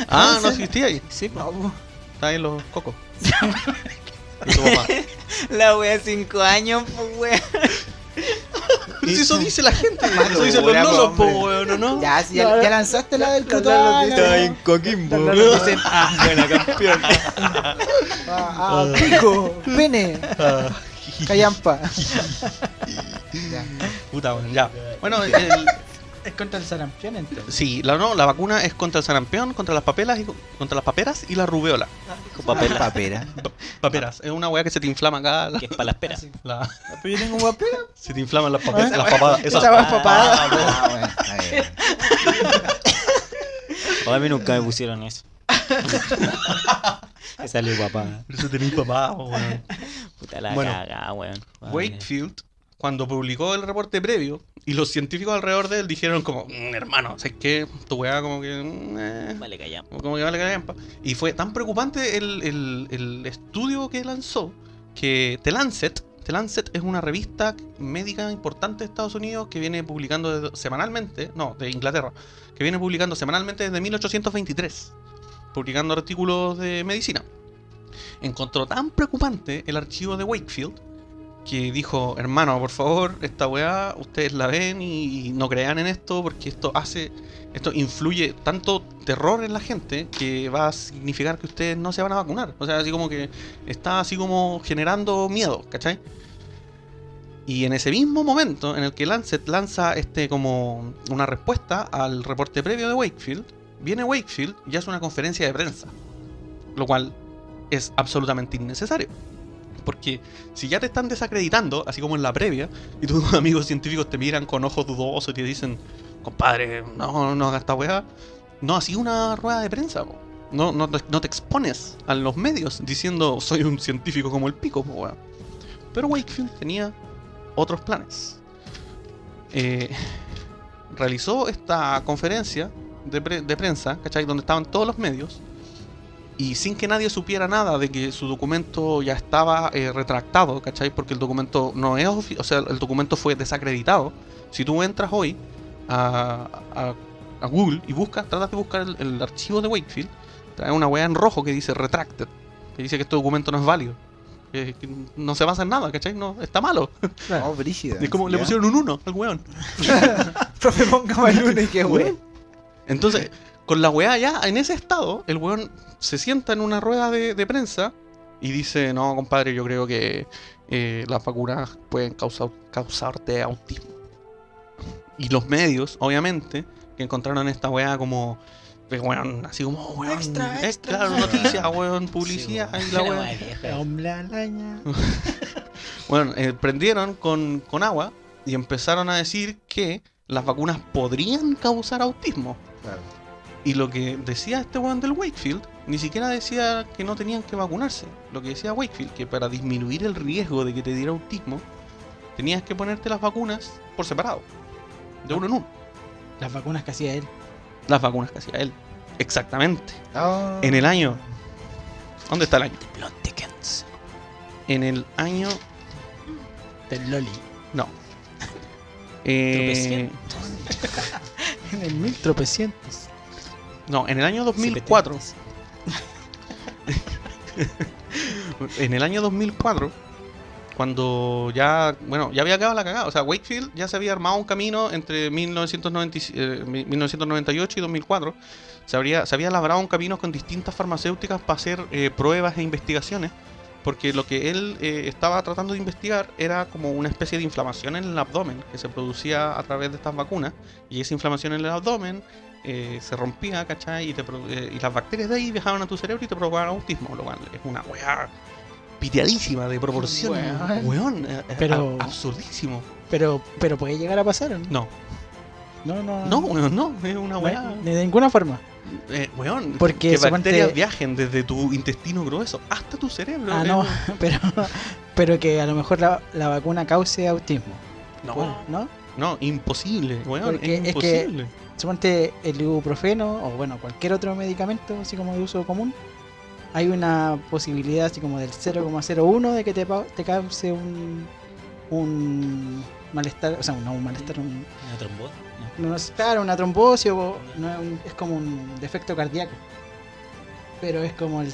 S12: Ah, no existía ahí.
S4: Sí, po.
S7: No,
S12: Está ahí en los cocos. Y tu papá.
S4: La wea 5 años, pues wea.
S12: Pues eso dice pues, la gente. Eso dicen los
S7: Pura
S12: lolos, po,
S7: hombre.
S12: weón, ¿o ¿no?
S7: Ya, sí, ya,
S8: No,
S7: ya
S8: no.
S7: lanzaste la del
S8: No, no, no,
S7: Crutoal.
S8: no, no, no.
S7: amigo.
S4: Coquimbo.
S8: No, no, no.
S4: Dicen, ah, buena campeón.
S7: Ah, ah, pico, pene,
S8: Ah.
S7: callampa. Ya.
S12: Puta, weón, ya. Bueno, el-
S8: Es contra el sarampión entonces.
S12: Sí, la, no, la vacuna es contra el sarampión, contra las papelas y, contra las paperas y la rubeola.
S4: Con papel.
S7: Papera.
S12: Paperas, Ah, es una weá que se te inflama acá. la-
S4: Que es para las peras.
S12: la-
S7: Pero yo tengo un papel.
S12: se te inflaman las papelas, las papadas. esas-
S8: Esa weá es papada.
S7: Ah, bueno, está bien.
S4: O a mí nunca me pusieron eso. Me salió papá.
S12: Eso tenés papada, weón.
S4: Puta la
S12: Bueno.
S4: cagada, weón. Weón,
S12: Wakefield, cuando publicó el reporte previo, y los científicos alrededor de él dijeron como, "Mm, hermano, ¿sabes qué? Tu weá como que... mm, eh,
S4: Vale, callamos.
S12: como que vale callampa". Y fue tan preocupante el, el- el estudio que lanzó que The Lancet, The Lancet es una revista médica importante de Estados Unidos que viene publicando desde- semanalmente, no, de Inglaterra, que viene publicando semanalmente desde 1823, publicando artículos de medicina. Encontró tan preocupante el archivo de Wakefield que dijo, hermano, por favor, esta weá, ustedes la ven y, y no crean en esto porque esto hace, esto influye tanto terror en la gente que va a significar que ustedes no se van a vacunar. O sea, así como que está así como generando miedo, ¿cachai? Y en ese mismo momento en el que Lancet lanza este como una respuesta al reporte previo de Wakefield, viene Wakefield y hace una conferencia de prensa, lo cual es absolutamente innecesario. Porque si ya te están desacreditando, así como en la previa, y tus amigos científicos te miran con ojos dudosos y te dicen, compadre, no, no hagas esta weá, no así una rueda de prensa, po. No, no, te- no te expones a los medios diciendo soy un científico como el pico, po, weá". Pero Wakefield tenía otros planes. Eh, realizó esta conferencia de, pre- de prensa, ¿cachai? Donde estaban todos los medios. Y sin que nadie supiera nada de que su documento ya estaba eh, retractado, ¿cachai? Porque el documento no es ofi- o sea, el documento fue desacreditado. Si tú entras hoy a, a- a Google y buscas, tratas de buscar el, el archivo de Wakefield, trae una weá en rojo que dice retracted, que dice que este documento no es válido. Que, que no se basa en nada, ¿cachai? No, está malo.
S7: Oh, brígida.
S12: Es como le
S7: Ya.
S12: pusieron un 1 al weón.
S7: Profe, ponga el lunes, qué
S12: Weón. Entonces, con la weá ya en ese estado, el weón se sienta en una rueda de, de prensa y dice, no, compadre, yo creo que eh, las vacunas pueden causar, causarte autismo. Y los medios, obviamente, que encontraron esta weá como... pues, weón, así como, oh, weón,
S8: Extra,
S12: eh,
S8: extra.
S12: claro, noticias, weón, publicidad,
S4: Sí,
S12: y
S4: weón.
S12: la weá.
S4: weá vieja.
S8: Hombre araña.
S12: Bueno, eh, prendieron con, con agua y empezaron a decir que las vacunas podrían causar autismo.
S7: Claro.
S12: Y lo que decía este weón del Wakefield, ni siquiera decía que no tenían que vacunarse. Lo que decía Wakefield, que para disminuir el riesgo de que te diera autismo, tenías que ponerte las vacunas por separado. De uno en uno.
S8: ah. Las vacunas que hacía él.
S12: Las vacunas que hacía él. Exactamente.
S7: Ah.
S12: En el año. ¿Dónde está el año?
S4: Blonde Dickens.
S12: En el año.
S8: Del Loli.
S12: No. Eh,
S8: En el mil tropecientos.
S12: no, en el año 2004. en el año 2004, cuando ya, bueno, ya había acabado la cagada, o sea, Wakefield ya se había armado un camino entre 1990 y- eh, mi- 1998 y 2004, se, habría, se había labrado un camino con distintas farmacéuticas para hacer eh, pruebas e investigaciones, porque lo que él eh, estaba tratando de investigar era como una especie de inflamación en el abdomen que se producía a través de estas vacunas, y esa inflamación en el abdomen... eh, se rompía, ¿cachai? Y, te pro- eh, y las bacterias de ahí viajaban a tu cerebro y te provocaban autismo, lo cual es una weá piteadísima de proporción.
S8: Weón.
S12: Weón, eh, eh,
S8: Pero-
S12: a- absurdísimo.
S8: Pero, pero puede llegar a pasar, ¿o ¿no?
S12: No,
S8: No, no.
S12: no, weón, no, es una
S8: no,
S12: weá.
S8: de ninguna forma.
S12: eh, weón,
S8: Porque
S12: que
S8: suponte-
S12: bacterias viajen desde tu intestino grueso hasta tu cerebro.
S8: Ah,
S12: eh,
S8: no, pero, pero que a lo mejor la, la vacuna cause autismo.
S12: No,
S8: ¿No?
S12: no, imposible, weón,
S8: Porque
S12: es
S8: es que-
S12: imposible.
S8: Suponte el ibuprofeno o bueno, cualquier otro medicamento así como de uso común. Hay una posibilidad así como del 0,01 de que te, pa- te cause un, un malestar, o sea, no un malestar, un,
S4: Una trombón. No.
S8: no es- claro, una trombosis o no es, un- es como un defecto cardíaco. Pero es como el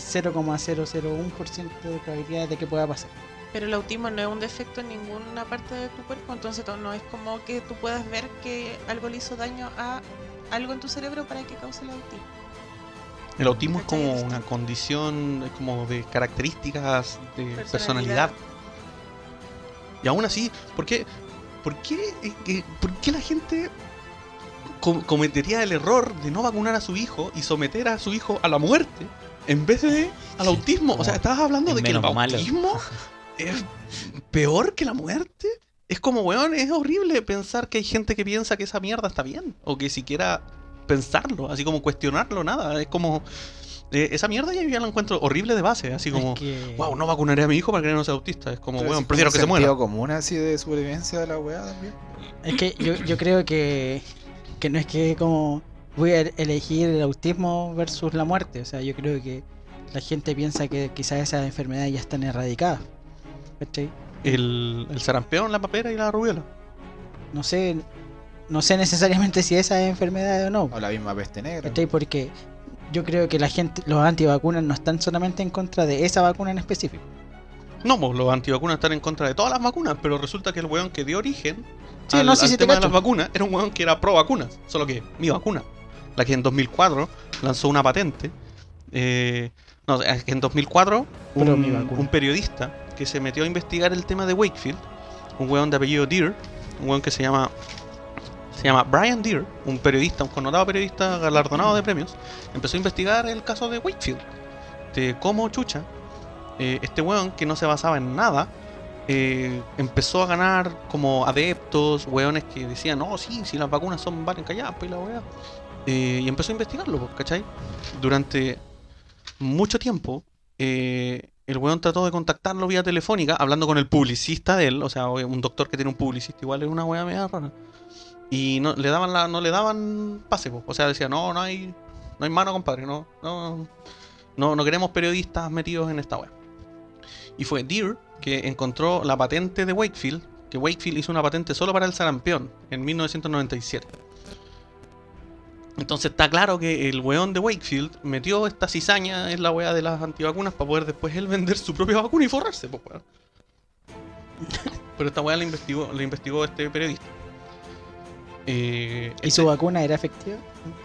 S8: 0,001% de probabilidad de que pueda pasar.
S1: Pero el autismo no es un defecto en ninguna parte de tu cuerpo, entonces to- no es como que tú puedas ver que algo le hizo daño a algo en tu cerebro para que cause el autismo.
S12: El autismo es
S1: ¿Cachai?
S12: como
S1: Es-
S12: una condición, es como de características de personalidad. Y aún así, ¿por qué, por qué, eh, eh, por qué la gente com- cometería el error de no vacunar a su hijo y someter a su hijo a la muerte en vez de al autismo. O sea, estabas hablando
S4: es
S12: de que el
S4: menos malo.
S12: autismo es peor que la muerte. Es como, weón, es horrible pensar que hay gente que piensa que esa mierda está bien o que siquiera pensarlo, así como cuestionarlo, nada. Es como. eh, esa mierda ya yo ya la encuentro horrible de base, así como.
S8: Es que-
S12: Wow, no vacunaré a mi hijo para que no sea autista. Es como,
S7: Pero
S12: weón,
S7: así
S12: prefiero
S7: como
S12: que se
S7: sentido
S12: muera.
S7: común así de supervivencia de la weá también.
S8: Es que yo, yo creo que, que no es que como voy a elegir el autismo versus la muerte. O sea, yo creo que la gente piensa que quizás esas enfermedades ya están erradicadas. ¿Cachai?
S12: El, el sarampión, la papera y la rubiola.
S8: No sé, no sé necesariamente si esa es enfermedad o no.
S7: O la misma peste negra.
S8: ¿Cachai? Porque yo creo que la gente, los antivacunas no están solamente en contra de esa vacuna en específico.
S12: No, pues los antivacunas están en contra de todas las vacunas, pero resulta que el weón que dio origen
S8: Sí,
S12: al,
S8: no, sí,
S12: al
S8: sí, te
S12: tema de
S8: cacho.
S12: las vacunas era un weón que era pro vacunas, solo que mi vacuna, la que en 2004 lanzó una patente. eh, no, es que en 2004
S8: Pero
S12: un,
S8: mi vacuna.
S12: un periodista que se metió a investigar el tema de Wakefield, un weón de apellido Deer, un weón que se llama se llama Brian Deer, un periodista, un connotado periodista galardonado de premios, empezó a investigar el caso de Wakefield, de cómo chucha eh, este weón que no se basaba en nada eh, empezó a ganar como adeptos, weones que decían, no, sí, si las vacunas son valen calladas, pues la weá. Eh, y empezó a investigarlo, pues, ¿cachai? Durante mucho tiempo, eh, el weón trató de contactarlo vía telefónica, hablando con el publicista de él, o sea, obvio, un doctor que tiene un publicista igual es una weá media rara. Y no le daban la, no le daban pase, pues. o sea, decía, no, no hay, no hay mano, compadre, no, no, no, no queremos periodistas metidos en esta weá. Y fue Deer que encontró la patente de Wakefield, que Wakefield hizo una patente solo para el sarampión en 1997. Entonces está claro que el weón de Wakefield metió esta cizaña en la wea de las antivacunas para poder después él vender su propia vacuna y forrarse, pues weón. Pero esta wea la investigó, la investigó este periodista. Eh,
S8: ¿Y su vacuna era efectiva?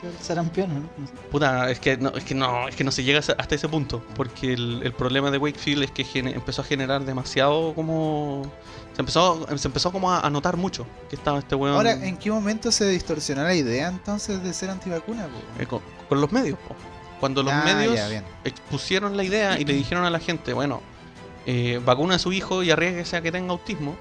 S8: El sarampión, ¿no? No sé.
S12: Puta, es que no, es que no, es que no se llega hasta- hasta ese punto. Porque el, el problema de Wakefield es que gene- empezó a generar demasiado como. Se empezó, se empezó como a, a notar mucho que estaba este weón.
S7: Ahora, ¿en qué momento se distorsionó la idea entonces de ser antivacuna? po?
S12: eh, con, con los medios, po. Cuando los
S7: Ah,
S12: medios
S7: ya, bien.
S12: expusieron la idea y le dijeron a la gente, bueno, eh, vacuna a su hijo y arriesguese a que tenga autismo.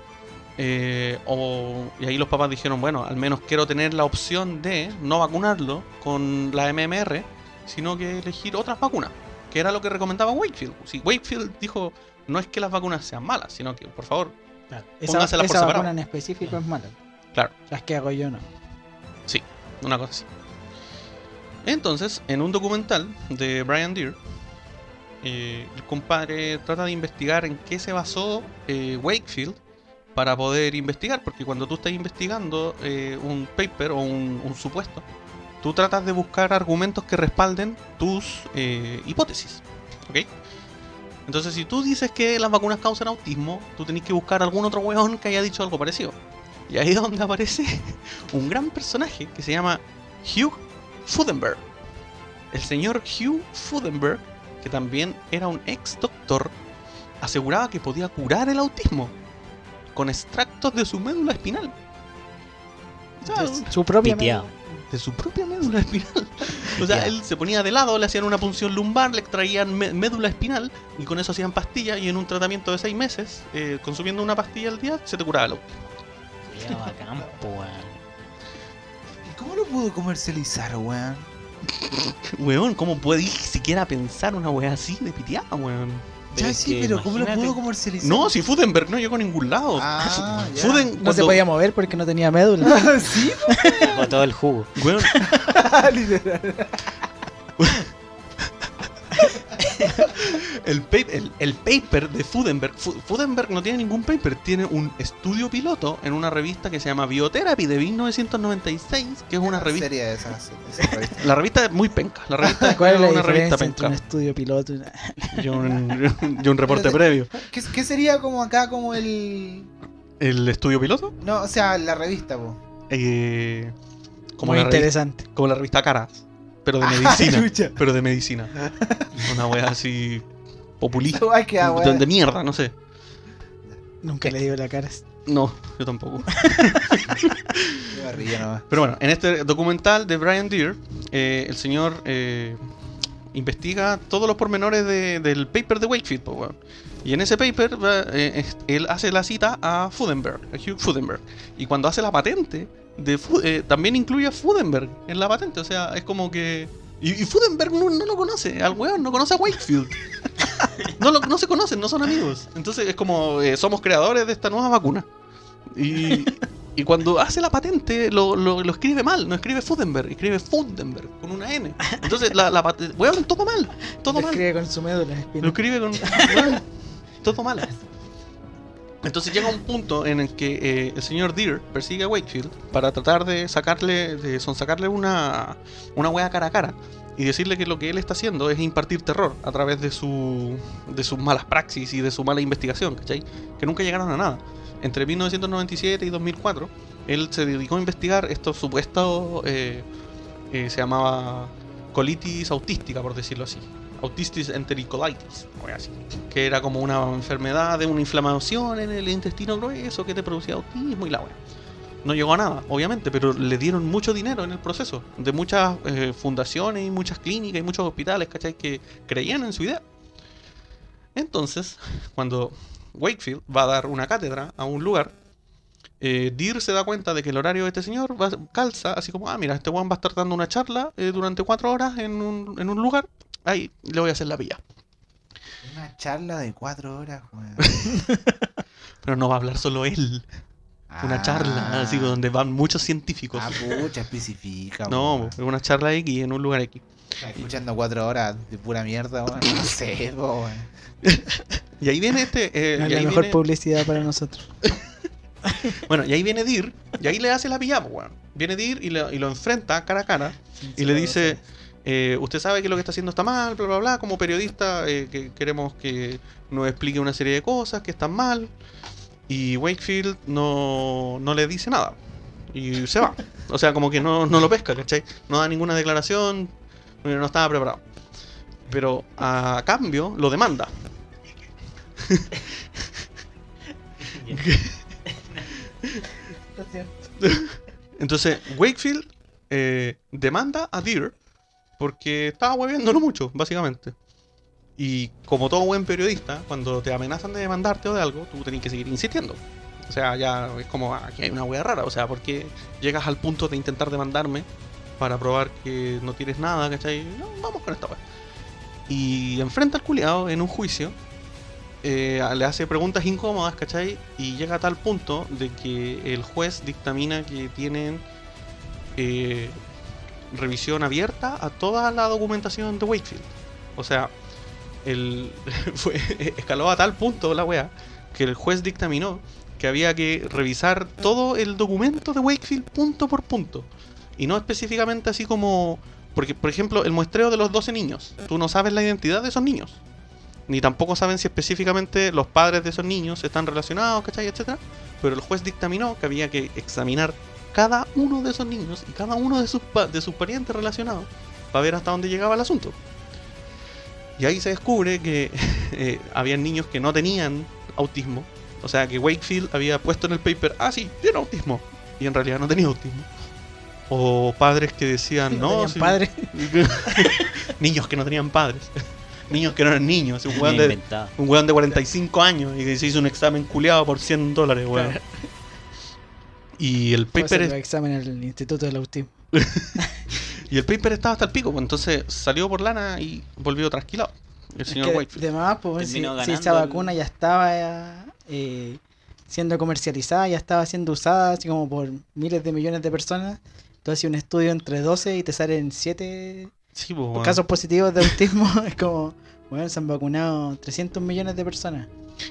S12: eh, o, y ahí los papás dijeron, bueno, al menos quiero tener la opción de no vacunarlo con la MMR, sino que elegir otras vacunas, que era lo que recomendaba Wakefield. Si Wakefield dijo, no es que las vacunas sean malas, sino que, por favor,
S8: Esa,
S12: Póngasela por
S8: esa
S12: separado.
S8: vacuna en específico es mala.
S12: Claro.
S8: Las que hago yo no.
S12: una cosa así. Entonces, en un documental de Brian Deere, eh, el compadre trata de investigar en qué se basó eh, Wakefield para poder investigar, porque cuando tú estás investigando eh, un paper o un, un supuesto, tú tratas de buscar argumentos que respalden tus eh, hipótesis. ¿Ok? Entonces, si tú dices que las vacunas causan autismo, tú tenés que buscar algún otro weón que haya dicho algo parecido. Y ahí es donde aparece un gran personaje que se llama Hugh Fudenberg. El señor Hugh Fudenberg, que también era un ex doctor, aseguraba que podía curar el autismo con extractos de su médula espinal. O sea,
S8: Entonces, su propia
S4: piteado.
S12: de su propia médula espinal. O sea, él se ponía de lado, le hacían una punción lumbar, le extraían mé- médula espinal y con eso hacían pastillas y en un tratamiento de seis meses, eh, consumiendo una pastilla al día, se te curaba el autismo.
S4: Culiao bacán, po, weón.
S7: ¿Y cómo lo pudo comercializar, weón?
S12: Weón, ¿cómo puede siquiera pensar una weá así de piteada, weón?
S4: Pero
S7: Ya
S4: es
S7: sí,
S4: que
S7: pero ¿cómo lo
S4: imagínate-
S7: pudo comercializar?
S12: No, si Fudenberg no llegó a ningún lado.
S7: Ah, ya.
S12: Fuden,
S8: No se
S12: cuando-
S8: podía mover porque no tenía médula.
S7: sí,
S4: Sacó todo el jugo.
S12: weón,
S7: literal.
S12: el, pa- el- el paper de Fudenberg. Fu- Fudenberg no tiene ningún paper, tiene un estudio piloto en una revista que se llama Biotherapy de 1996, que es una revista.
S7: Sería esa, esa revista.
S12: La revista es muy penca. La revista es
S8: ¿Cuál es la
S12: una revista
S8: diferencia
S12: penca.
S8: entre un estudio piloto y una...
S12: Y un, y un reporte
S7: Espérate.
S12: previo.
S7: ¿Qué, qué sería como acá, como el.
S12: ¿El estudio piloto?
S7: No, o sea, la revista, po.
S12: Eh, como,
S8: Muy
S12: la revista,
S8: interesante. Ah,
S12: como la revista Caras, pero de medicina. pero de medicina. Una wea así populista.
S7: Ay, qué ah,
S12: de,
S7: weón.
S12: de mierda, no sé.
S8: Nunca le dio la cara.
S12: No, yo tampoco.
S7: Yo me río nomás.
S12: Pero bueno, en este documental de Brian Deere, eh, el señor eh, investiga todos los pormenores de- del paper de Wakefield. po, weón. Y en ese paper va, eh, es- él hace la cita a Fudenberg, a Hugh Fudenberg. Y cuando hace la patente, de Fu- eh, también incluye a Fudenberg en la patente. O sea, es como que... Y, y Fudenberg no, no lo conoce, al weón no conoce a Wakefield. No, lo- no se conocen, no son amigos. Entonces es como, eh, somos creadores de esta nueva vacuna. Y, y cuando hace la patente, lo, lo- lo escribe mal, no escribe Fudenberg, escribe Fundenberg con una N. Entonces, la, la patente. Weón, todo mal, todo
S8: Lo
S12: mal.
S8: escribe con su médula
S12: Lo
S8: espinal.
S12: escribe con. weón, todo mal. Entonces llega un punto en el que eh, el señor Deere persigue a Wakefield para tratar de sacarle, de sonsacarle una, una wea cara a cara y decirle que lo que él está haciendo es impartir terror a través de, su, de sus malas praxis y de su mala investigación, ¿cachai? Que nunca llegaron a nada. Entre 1997 y 2004, él se dedicó a investigar estos supuestos, eh, eh, se llamaba colitis autística, por decirlo así. Autistis entericolitis, o algo así que era como una enfermedad de una inflamación en el intestino grueso que te producía autismo y la wea. No llegó a nada, obviamente, pero le dieron mucho dinero en el proceso, de muchas eh, fundaciones y muchas clínicas y muchos hospitales, ¿cachai? Que creían en su idea. Entonces, cuando Wakefield va a dar una cátedra a un lugar, eh, Deer se da cuenta de que el horario de este señor va- calza, así como, ah, mira, este weón va a estar dando una charla eh, durante cuatro horas en un, en un lugar, ahí le voy a hacer la pilla.
S7: Una charla de cuatro horas, weón.
S12: Pero no va a hablar solo él. Una charla,
S7: Ah.
S12: así, donde van muchos científicos.
S7: Ah, pucha, especifica.
S12: no,
S7: weón.
S12: es una charla X en un lugar X.
S7: Está escuchando cuatro horas de pura mierda, weón. No sé, po, weón.
S12: Y ahí viene este. eh,
S8: No es
S12: y
S8: la
S12: ahí
S8: mejor
S12: viene-
S8: publicidad para nosotros.
S12: bueno, y ahí viene Dir. Y ahí le hace la pillada, pues, weón. Viene Dir y, lo- y lo enfrenta cara a cara. Y le dice: eh, Usted sabe que lo que está haciendo está mal, bla, bla, bla. Como periodista, eh, que queremos que nos explique una serie de cosas que están mal. Y Wakefield no, no le dice nada. Y se va. O sea, como que no, no lo pesca, ¿cachai? No da ninguna declaración. eh, No no estaba preparado. Pero a cambio lo demanda. Entonces, Wakefield eh, demanda a Deer porque estaba hueviéndolo mucho, básicamente. Y como todo buen periodista, cuando te amenazan de demandarte o de algo, tú tenés que seguir insistiendo. O sea, ya es como, ah, aquí hay una hueá rara. O sea, porque llegas al punto de intentar demandarme para probar que no tienes nada, ¿cachai? No, vamos con esta hueá. Y enfrenta al culiado en un juicio eh, le hace preguntas incómodas, ¿cachai? Y llega a tal punto de que el juez dictamina que tienen eh, revisión abierta a toda la documentación de Wakefield. O sea, el, fue, escaló a tal punto la wea que el juez dictaminó que había que revisar todo el documento de Wakefield punto por punto. Y no específicamente así como... Porque, por ejemplo, el muestreo de los 12 niños. Tú no sabes la identidad de esos niños ni tampoco saben si específicamente los padres de esos niños están relacionados, ¿cachai? etcétera. Pero el juez dictaminó que había que examinar cada uno de esos niños y cada uno de sus, pa- de sus parientes relacionados para ver hasta dónde llegaba el asunto. Y ahí se descubre que eh, habían niños que no tenían autismo. O sea, que Wakefield había puesto en el paper, ah, sí, tiene autismo. Y en realidad no tenía autismo. O padres que decían, no,
S8: tenían
S12: sí".
S8: padre.
S12: niños que no tenían padres. niños que no eran niños. Un weón de,
S4: Inventado.
S12: un weón de 45 años y que se hizo un examen culeado por 100 dólares, weón.
S8: Claro.
S12: Y el
S8: Fue a
S12: paper
S8: hacer
S12: es-
S8: los exámenes en el Instituto del Autismo.
S12: y el paper estaba hasta el pico, pues, entonces salió por lana y volvió trasquilado. El
S8: Es
S12: señor
S8: que de-
S12: Wakefield.
S8: de más, pues, si,
S4: Terminó
S8: si
S4: ganando
S8: esa
S4: el-
S8: vacuna ya estaba eh, siendo comercializada, ya estaba siendo usada así como por miles de millones de personas, tú haces un estudio entre 12 y te salen 7
S12: Sí, pues, weón.
S8: casos positivos de autismo. es como, bueno, se han vacunado 300 millones de personas.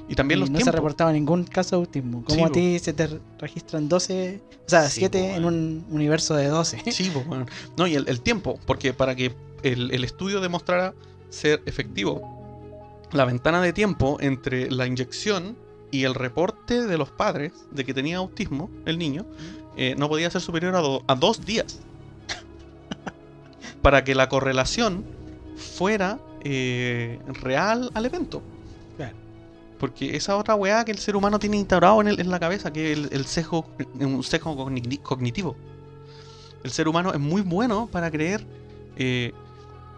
S12: Y también
S8: y
S12: los
S8: no se ha
S12: tiempos.
S8: reportado ningún caso de autismo. Como
S12: Sí,
S8: a ti se te re- registran 12, o sea,
S4: Sí,
S8: 7
S4: po,
S8: en un universo de 12.
S12: Sí, pues, weón. No, y el, el tiempo, porque para que el, el estudio demostrara ser efectivo, la ventana de tiempo entre la inyección y el reporte de los padres de que tenía autismo el niño eh, no podía ser superior a, do- a dos días. para que la correlación fuera eh, real al evento.
S8: Claro.
S12: Porque esa otra weá que el ser humano tiene instaurado en, el- en la cabeza, que es el, el sesgo, un sesgo cogni- cognitivo. El ser humano es muy bueno para creer eh,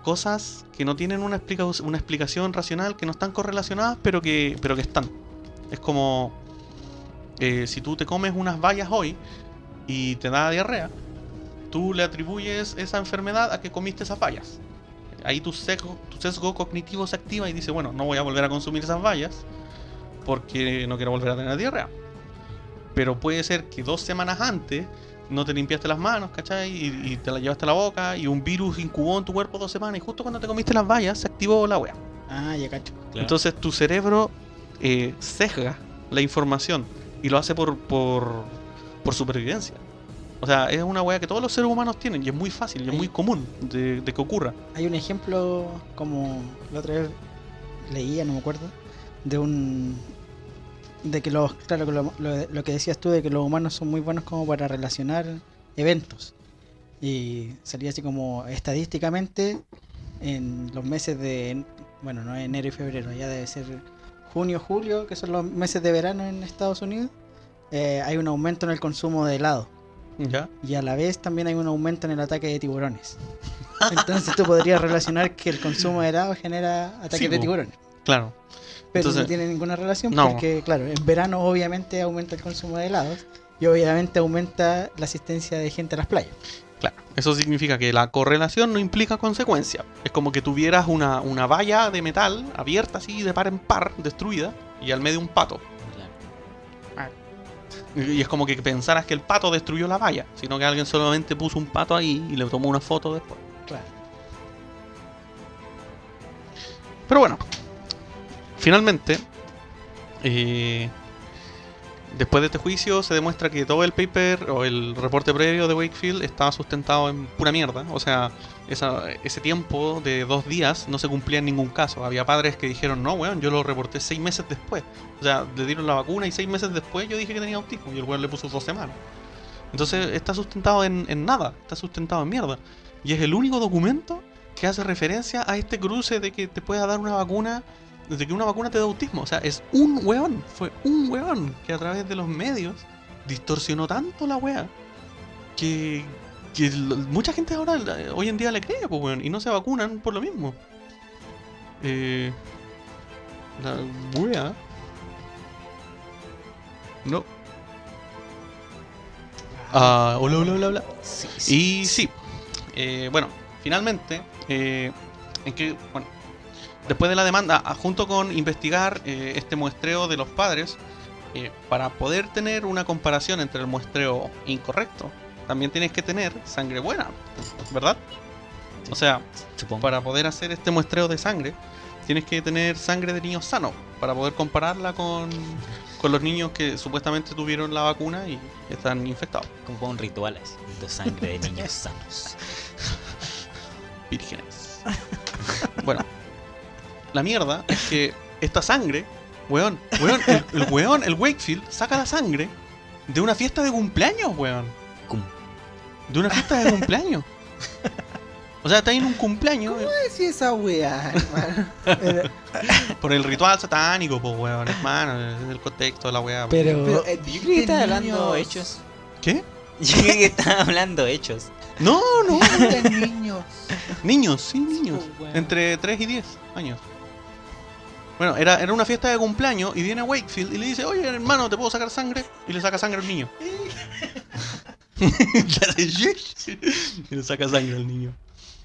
S12: cosas que no tienen una, explica- una explicación racional, que no están correlacionadas, pero que, pero que están. Es como eh, si tú te comes unas bayas hoy y te da diarrea, tú le atribuyes esa enfermedad a que comiste esas bayas. Ahí tu sesgo, tu sesgo cognitivo se activa y dice, bueno, no voy a volver a consumir esas bayas porque no quiero volver a tener diarrea. Pero puede ser que dos semanas antes no te limpiaste las manos, ¿cachai? Y, y te las llevaste a la boca y un virus incubó en tu cuerpo dos semanas y justo cuando te comiste las bayas se activó la wea.
S8: Ah, ya cacho.
S12: Entonces tu cerebro eh, sesga la información y lo hace por, por, por supervivencia. O sea, es una weá que todos los seres humanos tienen y es muy fácil y es muy común de, de que ocurra.
S8: Hay un ejemplo, como la otra vez leía, no me acuerdo, de un. de que los. claro, que lo, lo- lo que decías tú, de que los humanos son muy buenos como para relacionar eventos. Y salía así como estadísticamente en los meses de. bueno, no enero y febrero, ya debe ser junio, julio, que son los meses de verano en Estados Unidos, eh, hay un aumento en el consumo de helado.
S12: ¿Ya?
S8: Y a la vez también hay un aumento en el ataque de tiburones. Entonces tú podrías relacionar que el consumo de helado genera ataques
S12: Sí,
S8: de
S12: po.
S8: tiburones.
S12: Claro.
S8: Pero
S12: Entonces-
S8: no tiene ninguna relación
S12: No.
S8: porque, claro, en verano obviamente aumenta el consumo de helados y obviamente aumenta la asistencia de gente a las playas.
S12: Claro, eso significa que la correlación no implica consecuencia. Es como que tuvieras una, una valla de metal abierta así de par en par, destruida, y al medio un pato. Y y es como que pensaras que el pato destruyó la valla, sino que alguien solamente puso un pato ahí y le tomó una foto después.
S8: Claro.
S12: Pero bueno, finalmente, eh, después de este juicio se demuestra que todo el paper o el reporte previo de Wakefield estaba sustentado en pura mierda. O sea, esa- ese tiempo de dos días no se cumplía en ningún caso. Había padres que dijeron, no, weón, yo lo reporté seis meses después. O sea, le dieron la vacuna y seis meses después yo dije que tenía autismo y el weón le puso dos semanas. Entonces está sustentado en, en nada, está sustentado en mierda. Y es el único documento que hace referencia a este cruce de que te pueda dar una vacuna, de que una vacuna te da autismo. O sea, es un weón, fue un weón que a través de los medios distorsionó tanto la wea que, que lo- mucha gente ahora, eh, hoy en día le cree, pues weón, y no se vacunan por lo mismo. Eh, la wea. No. Ah, hola, hola, hola, hola. Y sí, eh, bueno, finalmente, eh, en que, bueno, después de la demanda, ah, junto con investigar eh, este muestreo de los padres, eh, para poder tener una comparación entre el muestreo incorrecto, también tienes que tener sangre buena, ¿verdad? O sea,
S4: Supongo.
S12: para poder hacer este muestreo de sangre, tienes que tener sangre de niños sanos para poder compararla con, con los niños que supuestamente tuvieron la vacuna y están infectados.
S4: Como un ritual así, de sangre de niños sanos.
S12: vírgenes. bueno, la mierda es que esta sangre, weón, weón, el, el weón, el Wakefield, saca la sangre de una fiesta de cumpleaños, weón.
S4: Cum.
S12: De una fiesta de cumpleaños. O sea, está ahí en un cumpleaños
S7: Sí, esa weá, hermano.
S12: por el ritual satánico, pues, weón, hermano, es el contexto de la weá. pues.
S8: Pero,
S7: eh,
S4: Yo creo que
S7: ¿viste
S4: estás hablando
S7: niños?
S4: hechos.
S12: ¿Qué?
S4: Yo creo que estás hablando hechos.
S12: No, no.
S7: ¿Viste niños?
S12: Niños, sí, niños. Entre 3 y 10 años. Bueno, era, era una fiesta de cumpleaños y viene Wakefield y le dice, oye hermano, ¿te puedo sacar sangre? Y le saca sangre al niño. Le hace yish, y le saca sangre al niño.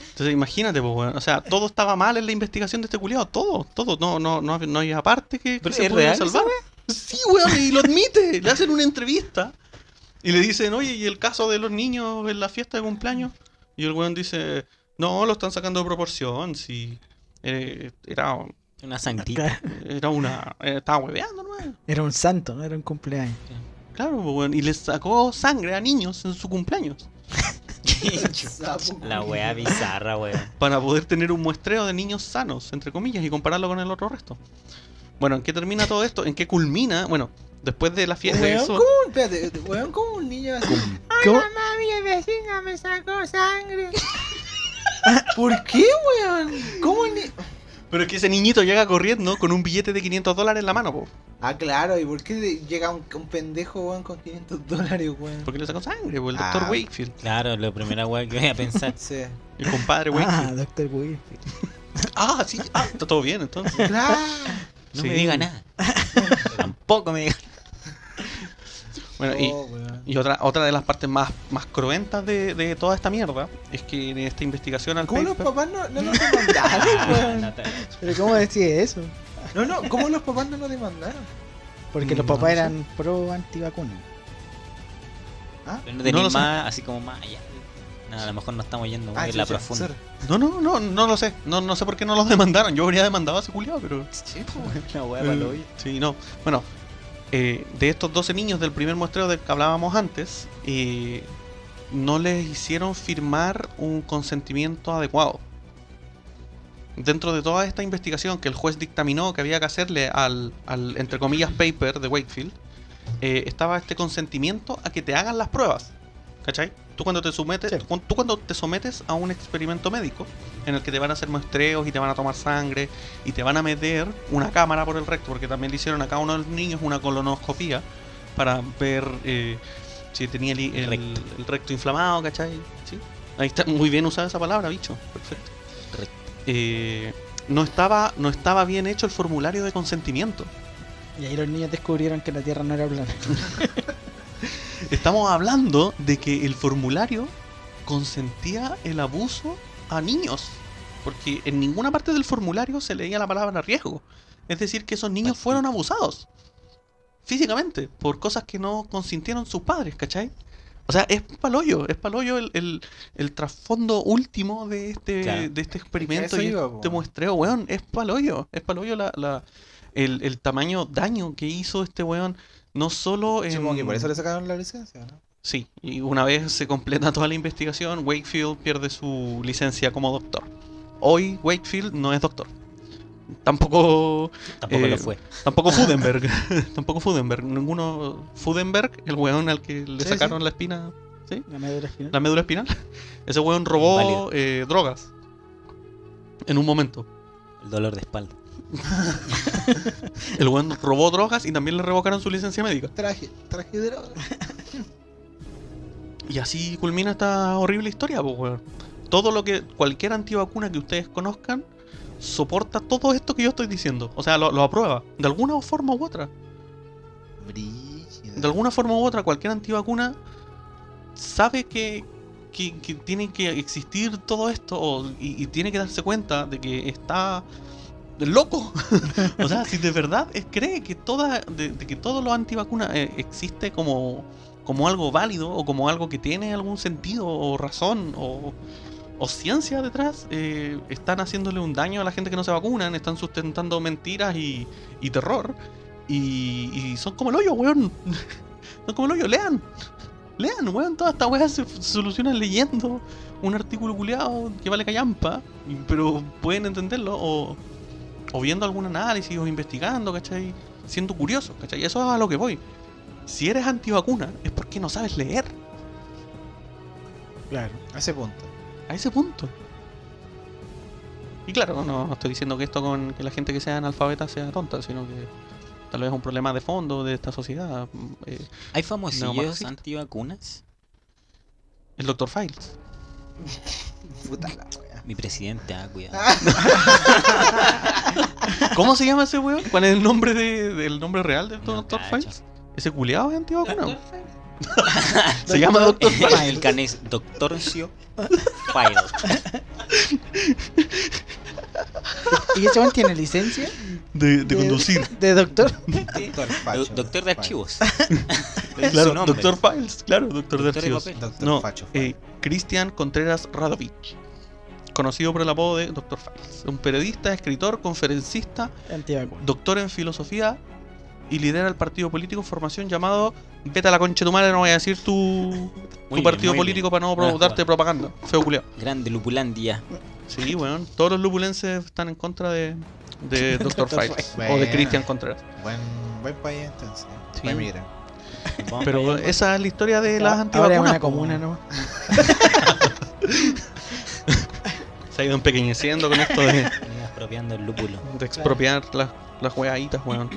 S12: Entonces imagínate, pues, weón, o sea, todo estaba mal en la investigación de este culiado, todo, todo, no, no, no, hab- no había parte que, que
S4: ¿Pero
S12: se
S4: es
S12: pudiera
S4: real esa
S12: salvar. Sí, weón, y lo admite, le hacen una entrevista y le dicen, oye, ¿y el caso de los niños en la fiesta de cumpleaños? Y el weón dice, no, lo están sacando de proporción, sí. Eh, era,
S4: Una sangrita.
S12: era una... eh, estaba hueveando, ¿no?
S8: era un santo, no era un cumpleaños.
S12: Claro, pues, weón, y le sacó sangre a niños en su cumpleaños.
S4: La wea bizarra, weón.
S12: para poder tener un muestreo de niños sanos, entre comillas, y compararlo con el otro resto. Bueno, ¿en qué termina todo esto? ¿En qué culmina? Bueno, después de la fiesta de
S7: Weón,
S12: eso,
S7: ¿cómo? Espérate, weón, como un niño así.
S8: ¿Cómo?
S11: Mami, el vecino me sacó sangre.
S7: ¿Por qué, weón? ¿Cómo ni...
S12: Pero es que ese niñito llega corriendo con un billete de 500 dólares en la mano, po.
S7: Ah, claro, ¿y por qué llega un, un pendejo, weón, con 500 dólares, weón?
S12: Porque le sacó sangre, po, el
S7: Ah.
S12: doctor Wakefield.
S4: Claro, la primera weá que voy a pensar.
S7: Sí.
S12: El compadre
S8: Ah,
S12: Wakefield.
S8: Doctor Wii.
S12: Ah, sí, ah, está todo bien entonces.
S7: Claro.
S4: No
S12: Sí.
S4: me diga nada. Tampoco me diga
S12: Bueno, y,
S7: Oh, weón.
S12: y otra, otra de las partes más, más cruentas de, de toda esta mierda es que en esta investigación al
S7: ¿Cómo los
S12: paper-
S7: papás no, no nos demandaron,
S4: nada.
S7: weón?
S4: Ah, No te-
S8: ¿Pero cómo decís eso?
S7: No, no, ¿cómo los papás no nos demandaron?
S8: Porque los
S12: Mm, No
S8: papás
S12: sé.
S8: eran pro antivacuna.
S4: Pero no Ah,
S12: No
S4: tenéis
S12: lo sé.
S4: más, así como más allá. No, a lo mejor no estamos yendo muy en la
S7: Ah, chucha,
S4: profunda.
S7: sorry.
S12: No, no, no, no lo sé. No, no sé por qué no los demandaron. Yo habría demandado a ese culiado, pero.
S4: Sí, pues, una weá
S12: Eh,
S4: para lo hoy.
S12: Sí, no. Bueno, eh, de estos 12 niños del primer muestreo del que hablábamos antes, eh, no les hicieron firmar un consentimiento adecuado. Dentro de toda esta investigación que el juez dictaminó que había que hacerle al, al, entre comillas, paper de Wakefield, eh, estaba este consentimiento a que te hagan las pruebas. ¿Cachai? Tú cuando, te sometes,
S8: Sí.
S12: cu- tú cuando te sometes a un experimento médico en el que te van a hacer muestreos y te van a tomar sangre y te van a meter una cámara por el recto, porque también le hicieron a cada uno de los niños una colonoscopía para ver eh, si tenía el, el-
S4: Recto.
S12: el recto inflamado, ¿cachai? ¿Sí? Ahí está muy bien usada esa palabra, bicho. Perfecto.
S4: Recto.
S12: Eh, no, estaba, no estaba bien hecho el formulario de consentimiento.
S8: Y ahí los niños descubrieron que la Tierra no era plana.
S12: Estamos hablando de que el formulario consentía el abuso a niños. Porque en ninguna parte del formulario se leía la palabra riesgo. Es decir, que esos niños fueron abusados. Físicamente, por cosas que no consintieron sus padres, ¿cachai? O sea, es palollo, es palollo el, el, el trasfondo último de este,
S4: Claro.
S12: de este experimento
S7: eso
S12: y
S7: iba,
S12: este
S7: po.
S12: muestreo, weón. Es palollo, es palollo la, la- el, el tamaño daño que hizo este weón. No solo en...
S7: Supongo que por eso le sacaron la licencia, ¿no?
S12: Sí, y una vez se completa toda la investigación, Wakefield pierde su licencia como doctor. Hoy Wakefield no es doctor. Tampoco,
S4: Tampoco
S12: eh,
S4: lo fue.
S12: tampoco Fudenberg, tampoco Fudenberg, ninguno Fudenberg, el weón al que le
S7: Sí,
S12: sacaron
S7: sí.
S12: la espina,
S8: La médula espinal.
S12: la médula espinal, ese weón robó
S4: Válido.
S12: eh, drogas en un momento.
S4: El dolor de espalda.
S12: El weón robó drogas y también le revocaron su licencia médica.
S7: Traje, traje de droga.
S12: Y así culmina esta horrible historia, pues, weón. Todo lo que. Cualquier antivacuna que ustedes conozcan soporta todo esto que yo estoy diciendo. O sea, lo, lo aprueba. De alguna forma u otra. De
S7: Brígido.
S12: alguna forma u otra, cualquier antivacuna sabe que, que, que tiene que existir todo esto o- y, y tiene que darse cuenta de que está loco. o sea, si de verdad es- cree que toda de, de que todo lo antivacuna eh, existe como, como algo válido o como algo que tiene algún sentido o razón o, o ciencia detrás, eh, están haciéndole un daño a la gente que no se vacunan, están sustentando mentiras y, y terror. Y, y son como el hoyo, weón. Son como el hoyo, lean. Lean, weón, toda esta weá se f- soluciona leyendo un artículo culiado que vale callampa, y- pero pueden entenderlo o, o viendo algún análisis o investigando, ¿cachai? Siendo curioso, ¿cachai? Eso es a lo que voy. Si eres antivacuna, es porque no sabes leer.
S8: Claro.
S7: A ese punto.
S12: A ese punto. Y claro, no, no estoy diciendo que esto con que la gente que sea analfabeta sea tonta, sino que tal vez es un problema de fondo de esta sociedad. mm, eh,
S4: ¿Hay famosillos
S12: marxista.
S4: antivacunas?
S12: el doctor Files.
S7: Puta la wea.
S4: Mi presidente, ah, cuidado.
S12: ¿Cómo se llama ese weón? ¿Cuál es el nombre de, del nombre real del
S4: No
S12: Dr.
S4: cacho.
S12: Files? ¿Ese culiado es antivacuna?
S1: Doctor Fine.
S12: Se llama Dr. Files.
S4: El canes Doctorcio File.
S8: ¿Y ese man tiene licencia?
S12: De, de conducir.
S8: ¿De doctor?
S7: Doctor
S4: Do-
S7: Facho.
S4: Doctor de
S7: Facho.
S4: archivos.
S12: Claro, Dr. Files. Claro, Doctor de
S4: Doctor de
S12: archivos.
S4: papel.
S7: Doctor
S12: No,
S7: Facho.
S12: eh, Cristian Contreras Radovich. Conocido por el apodo de Dr. Files. Un periodista, escritor, conferencista,
S8: Antivacuna.
S12: doctor en filosofía y lidera el partido político en formación llamado Vete a la concha de tu madre, no voy a decir tu, tu
S4: bien,
S12: partido
S4: muy
S12: político
S4: bien.
S12: para no
S4: Buena
S12: provocarte propaganda. Feo culiao.
S4: Grande Lupulandia.
S12: Sí, weón. Todos los lupulenses están en contra de, de Dr. Files
S7: Files.
S12: o de
S7: Buena.
S12: Cristian Contreras.
S7: Buen, buen país entonces.
S12: Sí.
S7: Buen migra.
S12: Pero esa es la historia de las
S8: Ahora
S12: antivacunas.
S8: es una
S12: po,
S8: comuna
S12: weón.
S8: nomás.
S12: Se ha ido empequeñeciendo con esto de,
S4: Expropiando el lúpulo.
S12: De expropiar las, las hueaditas, weón.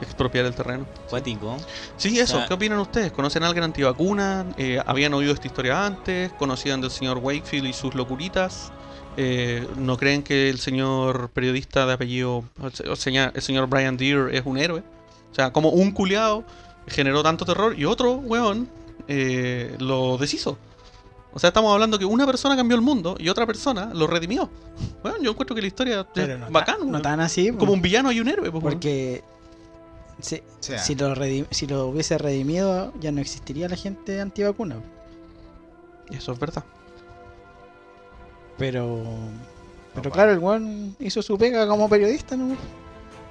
S12: expropiar el terreno.
S4: Cuático.
S12: Sí, eso.
S4: sea-
S12: ¿Qué opinan ustedes? ¿Conocen a alguien antivacuna? Eh, ¿Habían oído esta historia antes? ¿Conocían del señor Wakefield y sus locuritas? Eh, ¿No creen que el señor periodista de apellido, o sea, el señor Brian Deere es un héroe? O sea, como un culiado generó tanto terror y otro weón eh, lo deshizo. O sea, estamos hablando que una persona cambió el mundo y otra persona lo redimió. Bueno, yo encuentro que la historia
S8: Pero
S12: es
S8: no ta-
S12: bacán,
S8: No
S12: weón.
S8: tan así.
S12: como
S8: pues,
S12: un villano y un héroe. pues, weón.
S8: Porque si,
S7: O sea, mm,
S8: si lo redim- si lo hubiese redimido, ya no existiría la gente antivacuna.
S12: Eso es verdad.
S8: Pero. Pero claro, el weón hizo su pega como periodista, ¿no?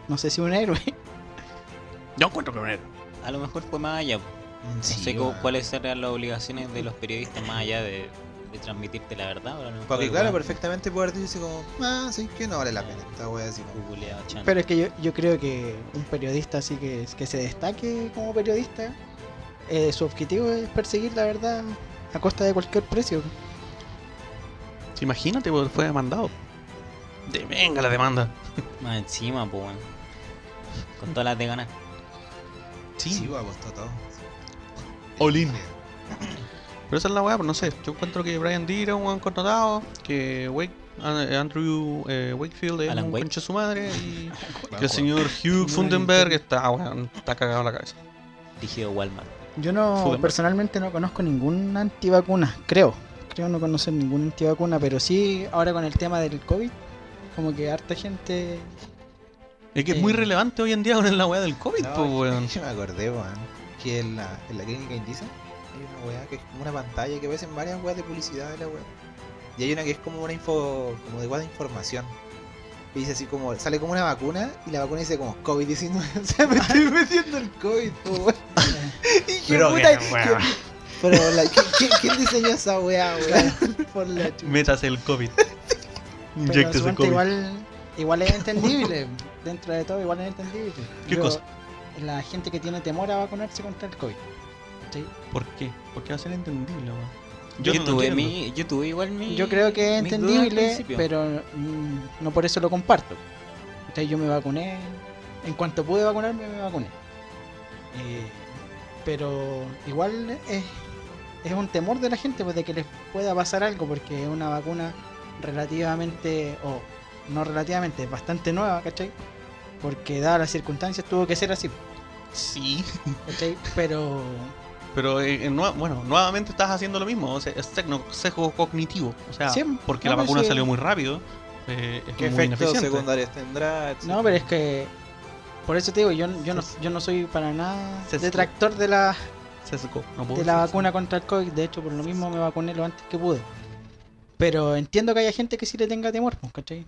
S8: No sé si un héroe.
S12: Yo encuentro que es un héroe.
S4: A lo mejor fue más allá. po.
S7: mm,
S4: No
S7: sí,
S4: sé cómo-
S7: weón.
S4: cuáles eran las obligaciones de los periodistas más allá de, de transmitirte la verdad. pero a lo mejor
S7: Porque
S4: el
S7: claro,
S4: weón
S7: perfectamente puede haber dicho como, ah, sí, que no vale la pena esta wea así. como,
S4: culiao, chanta.
S8: Pero es que yo, yo creo que un periodista así que, que se destaque como periodista, eh, su objetivo es perseguir la verdad a costa de cualquier precio.
S12: Imagínate, porque fue demandado. De venga la demanda.
S4: Más encima, pues, weón. Con todas las de ganar.
S12: Sí,
S7: Sí, weón, costó todo.
S12: Olin. Pero esa es la weá, pues no sé. Yo encuentro que Brian Deere es un buen contratado, que Wake, An- Andrew eh, Wakefield es
S4: Alan
S12: un
S4: Wake.
S12: concha de su madre y que
S7: Banco.
S12: el señor Hugh Fundenberg está, weón, está cagado la cabeza.
S4: Dirigido Walmart.
S8: Yo no,
S12: Fudenberg.
S8: personalmente no conozco ningún antivacuna, creo. Creo no conocer ningún antivacuna, pero sí ahora con el tema del COVID, como que harta gente...
S12: Es que es
S8: Eh.
S12: muy relevante hoy en día con la weá del COVID,
S7: No,
S12: pues
S7: yo-
S12: weón.
S7: Yo me acordé, weón, que en la, en la clínica Indisa hay una weá que es como una pantalla que ves en varias weas de publicidad de la wea. Y hay una que es como una info, como de wea de información. Y dice así como, sale como una vacuna y la vacuna dice como COVID-19. O sea, me estoy metiendo el COVID, po, weón. Y qué puta, qué- pero la- ¿qué- qué- ¿quién diseñó esa weá, weón? Por la chucha.
S12: Métase el COVID.
S8: pero
S12: Inyectese
S8: suponte
S12: COVID.
S8: igual, igual es entendible, dentro de todo igual es entendible.
S12: ¿Qué
S8: Yo-
S12: cosa?
S8: La gente que tiene temor a vacunarse contra el COVID. ¿sí?
S12: ¿Por qué? Porque va a ser entendible, weón.
S4: Yo,
S12: no lo
S4: tuve
S12: entiendo.
S4: mi, yo tuve igual mi.
S8: Yo creo que es
S4: mis dudas al
S8: entendible,
S4: principio.
S8: pero mm, no por eso lo comparto. Entonces yo me vacuné, en cuanto pude vacunarme, me vacuné. Eh, pero igual es, es un temor de la gente pues, de que les pueda pasar algo, porque es una vacuna relativamente, o no relativamente, es bastante nueva, ¿cachai? Porque dadas las circunstancias tuvo que ser así,
S12: Sí.
S8: ¿cachai? Pero
S12: Pero eh, eh, nua- bueno, nuevamente estás haciendo lo mismo, o sea, es tecno- sesgo cognitivo. O sea,
S8: Sí,
S12: porque
S8: no,
S12: la
S8: pero
S12: vacuna
S8: sí.
S12: salió muy rápido, eh, es
S7: ¿Qué
S12: muy
S7: efectos
S12: ineficiente.
S7: secundarios tendrá? etcétera?
S4: pues.
S8: No, pero es que. Por eso te digo, yo, yo, no, yo no soy para nada
S12: Se-
S8: detractor de la,
S12: Sesgo, no puedo
S8: de la
S12: decir.
S8: vacuna contra el COVID. De hecho, por lo mismo me vacuné lo antes que pude. Pero entiendo que haya gente que sí le tenga temor, pues, ¿cachai?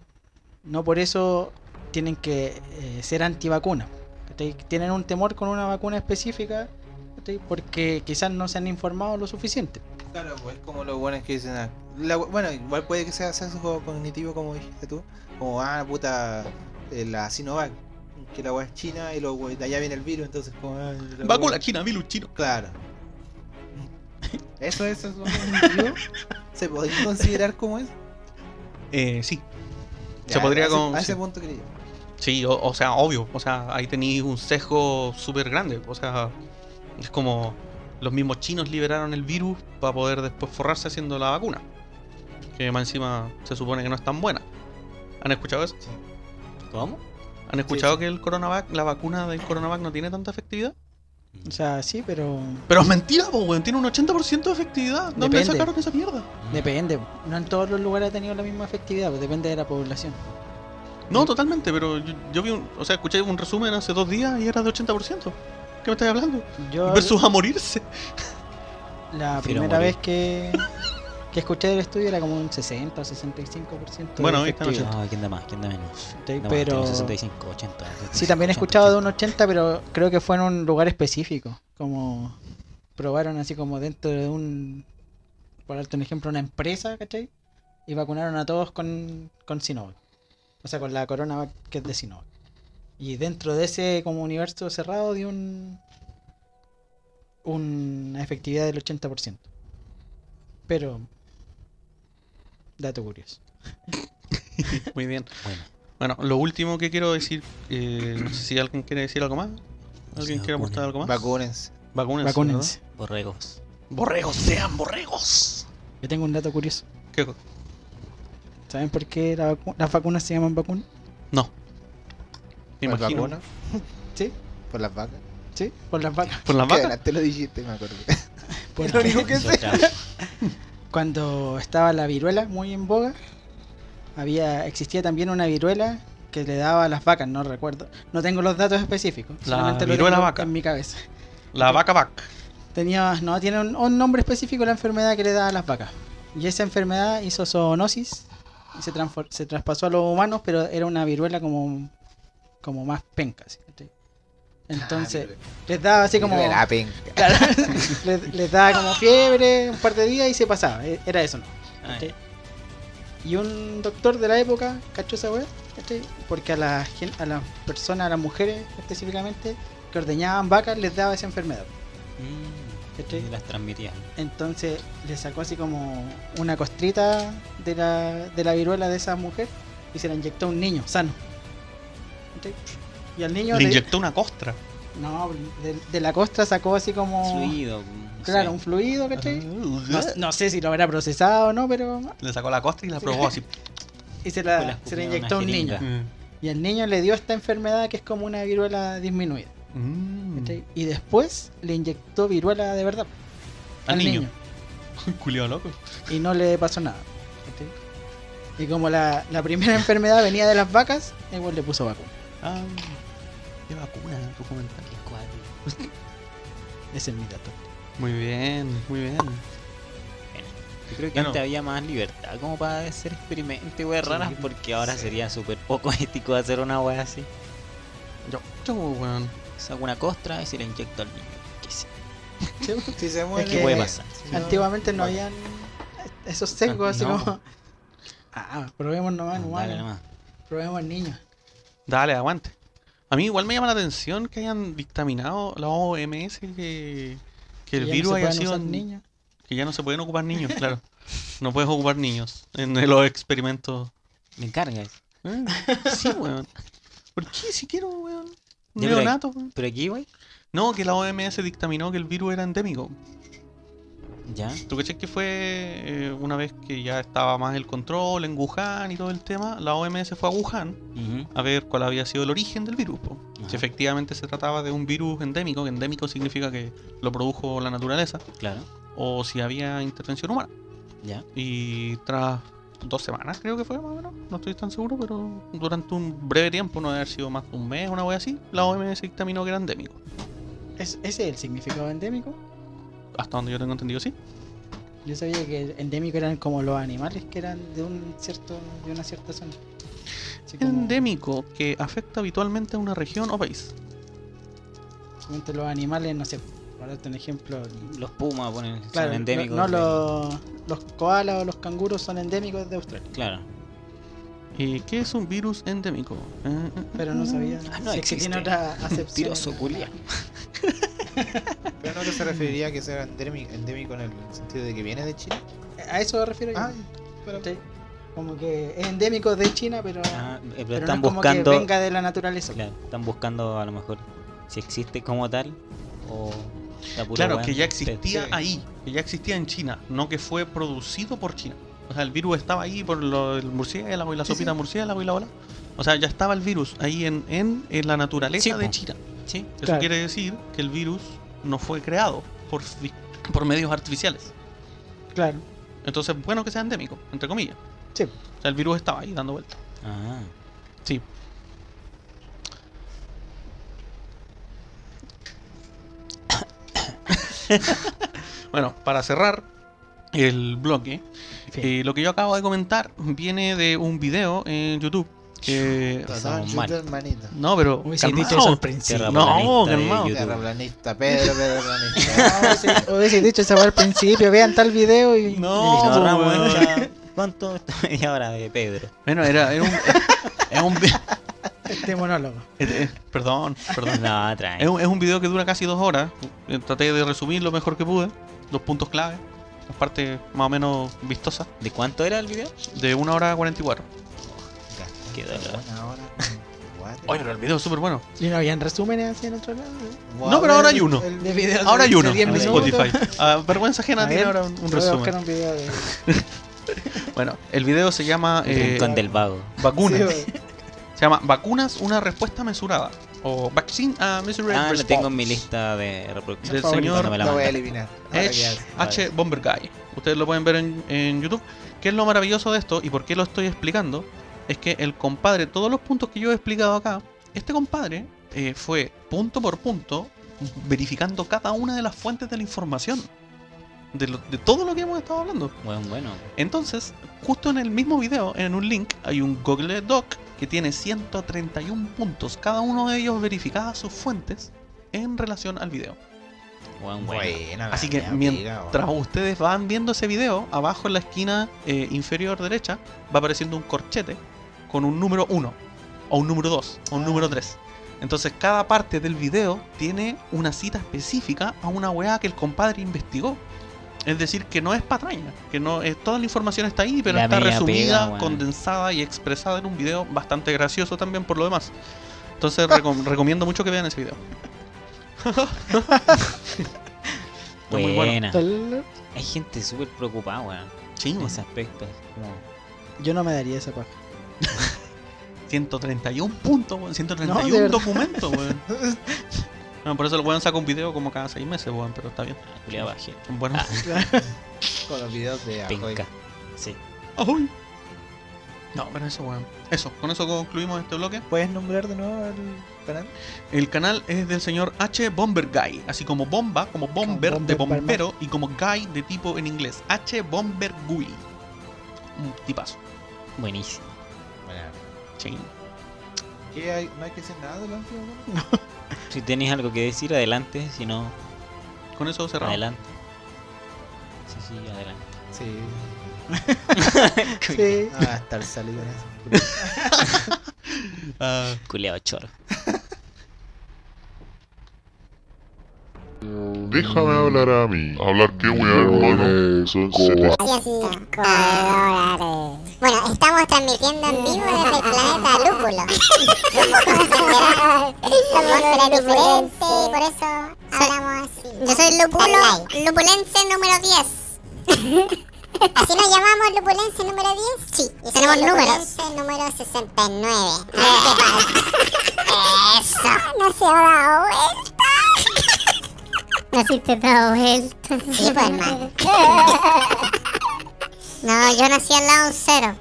S8: No por eso tienen que eh, ser antivacunas. ¿cachai? Tienen un temor con una vacuna específica ¿cachai? porque quizás no se han informado lo suficiente.
S7: Claro, pues como los buenos que dicen. ah, la- bueno, igual puede que sea sesgo cognitivo, como dijiste tú. Como, ah, puta, eh, la Sinovac, que la weá es china y lo, we- de allá viene el virus, entonces, como. ah, la
S12: Vacuna
S7: weá-
S12: china, virus chino.
S7: Claro. ¿Eso es sesgo cognitivo? ¿Se podría considerar como es?
S12: Eh, sí. Se
S7: Ya,
S12: podría
S7: a ese,
S12: con-
S7: A ese
S12: sí.
S7: punto quería.
S12: Sí, o, o sea, obvio. O sea, ahí tenéis un sesgo súper grande. O sea, es como los mismos chinos liberaron el virus para poder después forrarse haciendo la vacuna. Que más encima se supone que no es tan buena. ¿Han escuchado eso?
S4: ¿Cómo?
S12: ¿Han escuchado
S7: sí.
S12: que el coronavac, la vacuna del coronavac no tiene tanta efectividad?
S8: O sea, sí, pero
S12: Pero es mentira, po, weón. Tiene un 80% de efectividad. ¿Dónde
S8: Depende.
S12: sacaron esa mierda?
S4: Ah,
S8: depende. No en todos los lugares ha tenido la misma efectividad, pues depende de la población.
S12: No, totalmente, pero yo, yo vi un. O sea, escuché un resumen hace dos días y era de 80%. ¿Qué me estás hablando?
S8: Yo
S12: Versus a morirse.
S8: La
S4: Prefiero
S8: primera
S4: morir.
S8: vez que, que escuché el estudio era como un 60 o 65%. de
S12: Bueno, ahí están
S8: efectividad,
S4: No, ah, ¿quién da más? ¿Quién da menos?
S8: ¿cachai?
S4: Da más,
S8: pero
S4: tengo 65, 80.
S8: sí, también he escuchado de un 80, pero creo que fue en un lugar específico. Como probaron así como dentro de un, por darte un ejemplo, una empresa, ¿cachai? Y vacunaron a todos con, con Sinovac. O sea, con la corona que es de Sinovac. Y dentro de ese como universo cerrado dio un, una efectividad del 80%. Pero... Dato curioso.
S12: Muy bien.
S4: Bueno.
S12: Bueno, lo último que quiero decir, eh, no sé si alguien quiere decir algo más. ¿Alguien
S4: Se
S12: quiere mostrar
S4: vacunen.
S12: algo más?
S7: Vacúnense.
S12: Vacúnense.
S8: Vacúnense.
S4: pues, Borregos.
S12: ¿verdad? Borregos, sean borregos.
S8: Yo tengo un dato curioso.
S12: ¿Qué co-
S8: ¿Saben por qué la vacu- las vacunas se llaman vacunas?
S12: No. Me
S7: ¿Por
S12: imagino.
S7: vacunas?
S8: Sí,
S7: ¿Por las vacas?
S8: sí, por las vacas.
S12: ¿Por las
S7: Que
S12: vacas?
S7: delante lo dijiste, me acordé.
S8: Porque
S4: Eso es trampa.
S8: Cuando estaba la viruela muy en boga, había existía también una viruela que le daba a las vacas, no recuerdo. No tengo los datos específicos,
S12: La
S8: solamente lo
S12: viruela
S8: tengo
S12: vaca.
S8: en mi cabeza.
S12: La vaca vac.
S8: Tenía, no, tiene un, un nombre específico la enfermedad que le da a las vacas. Y esa enfermedad hizo zoonosis y se, transfor- se traspasó a los humanos, pero era una viruela como, como más penca. ¿sí?
S12: Ah,
S8: Entonces, les daba así como...
S7: Ah, Mira de la penca.
S8: Claro, les, les daba como fiebre un par de días y se pasaba. e- Era eso, ¿no? ¿cachai? Y un doctor de la época cachó esa weá, ¿cachai? Porque a las gen- a las personas, a las mujeres específicamente, que ordeñaban vacas, les daba esa enfermedad.
S4: Mm,
S8: ¿cachai?
S4: y las transmitía.
S8: Entonces le sacó así como una costrita de la, de la viruela de esa mujer y se la inyectó a un niño sano. ¿cachai? Y al niño
S12: Le
S8: le-
S12: inyectó una costra.
S8: no, de, de la costra sacó así como.
S4: Fluido. no sé.
S8: Ah. Claro, un fluido, ¿cachai? No,
S4: ¿Eh?
S8: no sé si lo habrá procesado o no, pero. ah,
S12: Le sacó la costra y la probó así.
S8: Y se
S4: Pues la
S8: la,
S4: escupió
S8: se la
S4: en una
S8: inyectó a un
S4: jeringa.
S8: niño.
S12: Mm.
S8: Y al niño le dio esta enfermedad que es como una viruela disminuida.
S12: Mm.
S8: ¿cachai? Y después le inyectó viruela de verdad al,
S12: Al
S8: niño.
S12: niño. Mm. Culiao loco.
S8: Y no le pasó nada. ¿cachai? Y como la, la primera enfermedad venía de las vacas, igual le puso vacuna.
S12: Ah, qué vacuna tu comentario.
S4: Qué cuadro.
S8: Ese es mi dato.
S12: Muy bien, muy bien.
S4: Yo creo que
S12: Bueno.
S4: antes había más libertad como para hacer experimentos y weas
S12: Sí,
S4: raras, porque ahora sería súper poco ético hacer una wea así.
S12: Yo, yo, weón.
S4: Saco una costra y se la inyecto al niño. ¿Qué sé?
S7: Si se muere.
S8: que- ¿Qué
S4: puede pasar?
S7: si no-
S8: Antiguamente no habían esos sesgos así
S4: No.
S8: como. Ah, probemos nomás,
S4: Dale
S8: humanos.
S4: nomás.
S8: Probemos niños.
S12: Dale, aguante. A mí igual me llama la atención que hayan dictaminado la OMS que, que el
S8: ya no
S12: virus
S8: se
S12: haya
S8: puedan
S12: sido
S8: usar
S12: en-
S8: niños.
S12: que ya no se pueden ocupar niños, claro. No puedes ocupar niños en los experimentos.
S4: Me encargas.
S12: Eh, Sí, weón. ¿Por qué si quiero, weón?
S4: Ya, pero-
S12: Neonato, weón.
S4: Pero aquí, wey.
S12: No, que la OMS dictaminó que el virus era endémico.
S4: Ya.
S12: ¿Tú cachés que fue eh, una vez que ya estaba más el control en Wuhan y todo el tema? La OMS fue a Wuhan
S4: Ujú.
S12: a ver cuál había sido el origen del virus. po.
S4: Ajá.
S12: Si efectivamente se trataba de un virus endémico, que endémico significa que lo produjo la naturaleza,
S4: Claro.
S12: o si había intervención humana.
S4: Ya.
S12: Y tras dos semanas, creo que fue más o menos, no estoy tan seguro, pero durante un breve tiempo, no debe haber sido más de un mes, una wea así, la OMS dictaminó que era endémico.
S8: ¿Es- ¿Ese es el significado endémico?
S12: Hasta donde yo tengo entendido, sí.
S8: Yo sabía que el endémico eran como los animales que eran de un cierto de una cierta zona. Así como,
S12: Endémico que afecta habitualmente a una región o país.
S8: solamente los animales, no sé, para darte un ejemplo.
S4: Los pumas ponen.
S8: Claro,
S4: son endémicos.
S8: no,
S4: de-
S8: los, los koalas o los canguros son endémicos de Australia,
S4: Claro.
S12: ¿Y Eh, qué es un virus endémico? Eh, eh,
S8: pero no sabía
S4: Ah, no
S8: si es que
S4: existe.
S8: tiene otra acepción.
S4: Tiroso culia.
S7: Pero no que se referiría a que sea endémico, endémico en el sentido de que viene de Chile.
S8: A eso me refiero yo.
S7: Ah, pero
S8: Sí. Como que es endémico de China, pero,
S4: Ah, eh, pero
S8: pero no
S4: están
S8: es como
S4: buscando.
S8: que venga de la naturaleza.
S4: Claro, están buscando a lo mejor si existe como tal o. la pura
S12: Claro,
S4: wea
S12: que ya
S4: en- te-
S12: existía
S7: sí.
S12: ahí, que ya existía en China, no que fue producido por China. O sea, el virus estaba ahí por lo, el murciélago y la sopita de murciélago y la bola. O sea, ya estaba el virus ahí en, en, en la naturaleza
S4: Sí,
S12: de
S4: po.
S12: China.
S4: Sí.
S12: Eso
S8: Claro.
S12: quiere decir que el virus no fue creado por, fi- por medios artificiales.
S8: Claro.
S12: Entonces, bueno que sea endémico, entre comillas.
S8: Sí.
S12: O sea, el virus estaba ahí dando vueltas.
S4: Ah.
S12: Sí. bueno, para cerrar el bloque,
S8: Fin.
S12: eh, lo que yo acabo de comentar viene de un video en YouTube. que-
S4: Pasamos mal.
S7: hermanito.
S12: no, pero
S8: Hubiese
S12: calmao,
S8: dicho eso al principio.
S12: No,
S4: Terraplanista de
S12: calmao.
S4: YouTube.
S7: Terraplanista, Pedro, terraplanista.
S8: Hubiese- Hubiese dicho esa weá al principio, vean tal video
S12: No,
S4: Y
S8: y.
S4: nos
S12: po,
S4: ahorramos
S12: Oh, weón.
S4: esta- ¿Cuánto? Esta media hora de Pedro.
S12: Bueno, era, era un, es un vi-
S8: Este monólogo.
S12: eh, eh, perdón, perdón.
S4: No, trae.
S12: Es un, es un video que dura casi dos horas. Eh, Traté de resumir lo mejor que pude. Los puntos clave, las partes más o menos vistosas.
S4: ¿De cuánto era el video?
S12: De una hora 44.
S4: Qué dolor.
S7: Bueno, ahora, eh, what?
S12: Oye, pero el video es súper bueno.
S8: Y no habían resúmenes así en otro lado.
S7: Wow,
S12: No, pero ahora
S7: el-
S12: hay uno.
S7: el-
S8: De videos
S12: Ahora hay
S8: de
S12: uno
S8: 10
S12: en
S8: minutos.
S12: Spotify. Ah, vergüenza
S8: A
S12: ajena tiene
S8: ver,
S12: ahora un, un
S8: voy a buscar
S12: resumen.
S8: un video de-
S12: Bueno, el video se llama
S4: El
S12: eh,
S4: rincón del vago.
S12: Vacunas.
S7: Sí,
S12: Se llama Vacunas, una respuesta mesurada. O Vaccine a Measured
S4: Ah, lo
S12: Response.
S4: tengo en mi lista de
S12: Del
S4: reproducción.
S12: señor-
S4: Cuando me la
S7: lo voy a
S4: mandan.
S7: eliminar. Ahora que
S12: H,
S7: hace-
S12: H Bomber Guy. Ustedes lo pueden ver en, en YouTube. ¿Qué es lo maravilloso de esto y por qué lo estoy explicando? Es que el compadre, todos los puntos que yo he explicado acá, este compadre eh, fue punto por punto verificando cada una de las fuentes de la información. De, lo- de todo lo que hemos estado hablando.
S4: Bueno, bueno.
S12: Entonces, justo en el mismo video, en un link, hay un Google Doc que tiene 131 puntos. Cada uno de ellos verificaba sus fuentes en relación al video.
S4: Bueno, bueno.
S7: Buena,
S12: Así
S7: la
S12: que
S7: mea,
S12: mientras
S7: pega, bueno.
S12: ustedes van viendo ese video, abajo en la esquina eh, inferior derecha va apareciendo un corchete con un número 1, o un número 2,
S4: Ah.
S12: o un número 3. Entonces cada parte del video tiene una cita específica a una weá que el compadre investigó. Es decir, que no es patraña, que no es, toda la información está ahí, pero
S4: La
S12: está
S4: media
S12: resumida,
S4: pega, weón.
S12: condensada y expresada en un video bastante gracioso también por lo demás. Entonces recom- recomiendo mucho que vean ese video. Está muy bueno.
S4: Buena.
S8: Tal-
S4: Hay gente súper preocupada, weón.
S12: Sí,
S4: En
S12: weón.
S4: ese aspecto. es como-
S8: Yo no me daría esa paja.
S12: 131 puntos, weón. 131
S8: No, de verdad.
S12: documentos, weón. No, por eso el weón saca un video como cada seis meses, weón, pero está bien.
S4: Ah, culiao bajé.
S12: Son buenos.
S7: Con los videos de Ajoy.
S4: Penca. Sí.
S8: Ah.
S12: ¡Ay! No, pero eso, weón. Eso, con eso concluimos este bloque.
S7: ¿Puedes nombrar de nuevo el canal?
S12: El canal es del señor H. Bomber Guy, así como bomba, como bomber
S8: Como
S12: de
S8: Bomber Palma.
S12: bombero y como guy de tipo en inglés. H. Bomber Guy. Un tipazo.
S4: Buenísimo.
S7: Bueno,
S12: Sí.
S7: ¿qué hay? ¿No hay que decir nada del último? bueno?
S4: Si tenéis algo que decir, adelante. Si no,
S12: Con eso cerramos.
S4: adelante. Sí, sí, adelante.
S7: Sí.
S8: Sí.
S7: Ah, estar salido en eso.
S12: Ah,
S4: Culeado choro.
S10: Déjame hablar a mí. ¿Hablar qué, weá, hermano? Son
S11: Bueno, estamos transmitiendo en vivo desde el planeta Lúpulo. Somos diferente, por eso hablamos así. Yo soy Lúpulo, Lupulense número 10. ¿Así nos llamamos Lupulense número 10? Sí, y tenemos números. Lupulense número 69. Eso. No se ha dado vuelta. No se te ha dado vuelta. Sí, pues, hermano. No, yo nací al lado de un cero.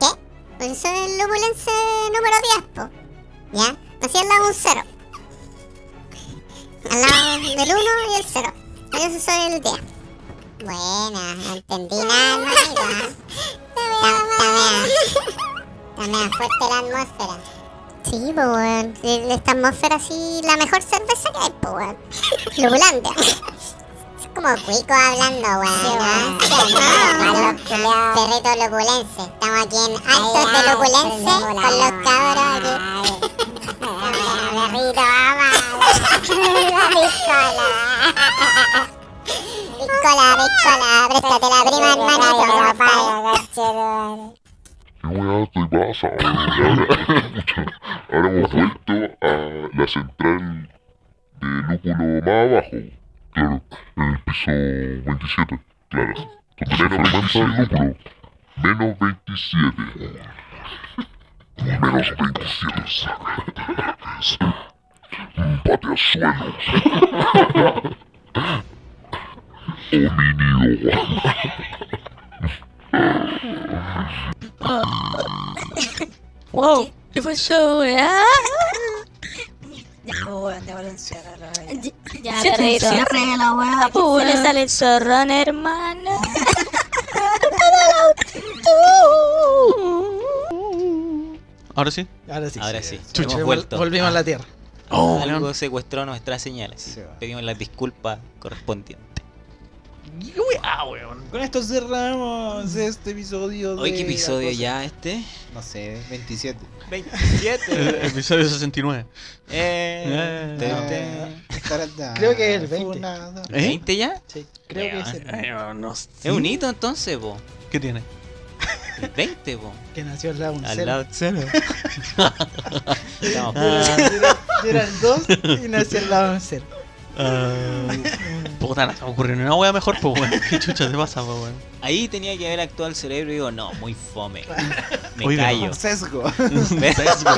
S11: ¿Qué? Pues soy el lupulense número 10, po. ¿Ya? Nací al lado de un cero. Al lado del 1 y el 0. Yo soy el 10. Buena, no entendí ¿eh? nada, hermanito. Está mea fuerte la atmósfera. Sí, po, weón. Esta atmósfera sí, la mejor cerveza que hay, po, weón. Lupulante. Es como cuico hablando, weón. Sí, weón. Perrito loculense. Estamos aquí en Actos de Loculense con los cabros aquí. Perrito amado. Piscola, piscola, préstate la prima, hermanito.
S10: ¿Qué, weá, estoy pasado? Ahora, ahora hemos vuelto a la central de lúpulo más abajo. Claro, en el piso 27. Claro. Menos 27. Menos 27. Menos 27. Empate al suelo. Hominido.
S14: Wow, ¿qué pasó, weá? Ya, weón, te voy a encerrar, weón.
S11: Ya,
S14: Sí, te hizo.
S11: la weá,
S14: Tú le sale el zorrón, hermano.
S12: Ahora sí.
S8: Ahora sí.
S4: Ahora sí.
S8: Chucha,
S4: hemos
S8: vol-
S4: vuelto.
S8: Volvimos a la tierra.
S12: Oh,
S4: Algo
S12: León.
S4: secuestró nuestras señales. sí.
S7: Sí, va.
S4: Pedimos las disculpas correspondientes.
S7: Con esto cerramos este episodio.
S4: Hoy,
S7: de
S4: ¿qué episodio
S7: la cosa-
S4: ya este?
S7: No sé, 27.
S4: 27.
S12: Episodio 69.
S4: eh, te- te-
S8: Creo que es el 20.
S12: ¿Eh?
S4: ¿20 ya?
S8: Sí, creo que es el-
S12: Eh, no sé.
S4: Es un hito entonces, po.
S12: ¿Qué tiene?
S4: El 20, po.
S8: Que nació al lado un
S4: Al
S8: cero.
S4: lado cero. Estamos
S8: Yo
S4: mal.
S8: era- yo era el 2 y nació al lado un cero.
S12: Ah. Puta, no se me ocurrió ni una wea mejor, pues weón. ¿Qué chucha te pasa, pues weón?
S4: Ahí tenía que haber actuado el cerebro y digo, no, muy fome. Me
S12: Oiga.
S4: callo.
S7: Sesgo.
S12: Sesgo. Sesgo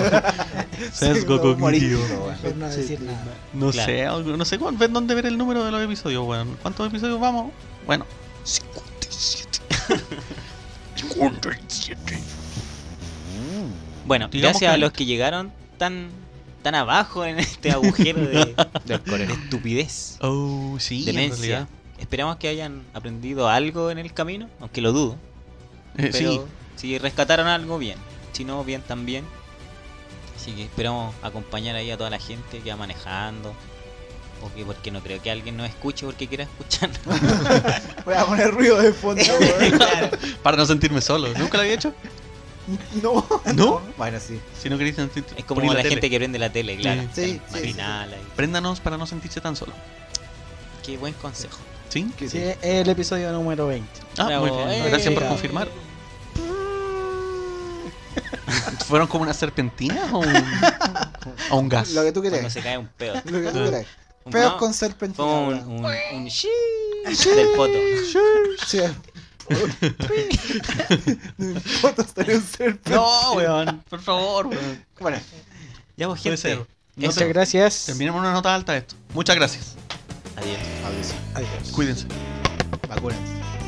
S7: Sesgo
S12: cognitivo.
S7: humorístico, weón.
S8: Por no decir nada.
S12: No
S4: Claro.
S12: sé, algo- no sé cuán- ver dónde ver el número de los episodios, weón. ¿Cuántos episodios vamos? Bueno, 57. 57.
S4: Bueno,
S12: Digamos
S4: gracias
S12: que
S4: a los
S12: no.
S4: que llegaron tan, tan abajo en este agujero de,
S7: Del
S4: de
S7: Corea.
S4: estupidez,
S12: Oh, sí, en realidad.
S4: demencia. Esperamos que hayan aprendido algo en el camino, aunque lo dudo.
S12: Eh,
S4: pero
S12: Sí,
S4: si rescataron algo, bien. Si no, bien también. Así que esperamos acompañar ahí a toda la gente que va manejando. Porque, porque no creo que alguien nos escuche porque quiera escuchar.
S7: Voy a poner ruido de fondo, weón.
S12: para no sentirme solo. ¿Nunca lo había hecho?
S7: No.
S12: ¿No?
S7: Bueno, sí.
S12: Si no queréis sentirte
S4: Es como
S12: ponéis
S4: la,
S12: tele.
S4: gente que prende la tele, claro.
S12: Sí,
S7: sí,
S4: Está
S7: sí,
S4: matinal ahí.
S12: Préndanos para no sentirse tan solo.
S4: Qué buen consejo.
S12: ¿Sí?
S7: Que
S8: Sí,
S7: sí.
S8: es el episodio número 20.
S12: Ah,
S4: Bravo,
S12: muy bien.
S4: eh.
S12: Gracias por confirmar. ¿Fueron como una serpentina o un, o un gas?
S7: Lo que tú
S4: Cuando
S7: quieras.
S4: se cae un pedo.
S7: Lo que tú quieras.
S4: Un-
S7: Peos
S4: no,
S7: con
S4: fue
S7: serpentina.
S4: un,
S7: weón.
S4: un, un shi- del poto.
S7: Sí. Fotos de un serpente.
S12: No, weón. Por favor, weón.
S7: Bueno,
S4: Ya vos,
S12: Puede
S4: gente.
S12: ser. No
S8: Muchas
S12: te-
S8: gracias.
S12: Terminemos en una nota alta esto. Muchas gracias.
S4: Adiós.
S7: adiós.
S8: Adiós.
S12: Cuídense.
S7: Vacúrense.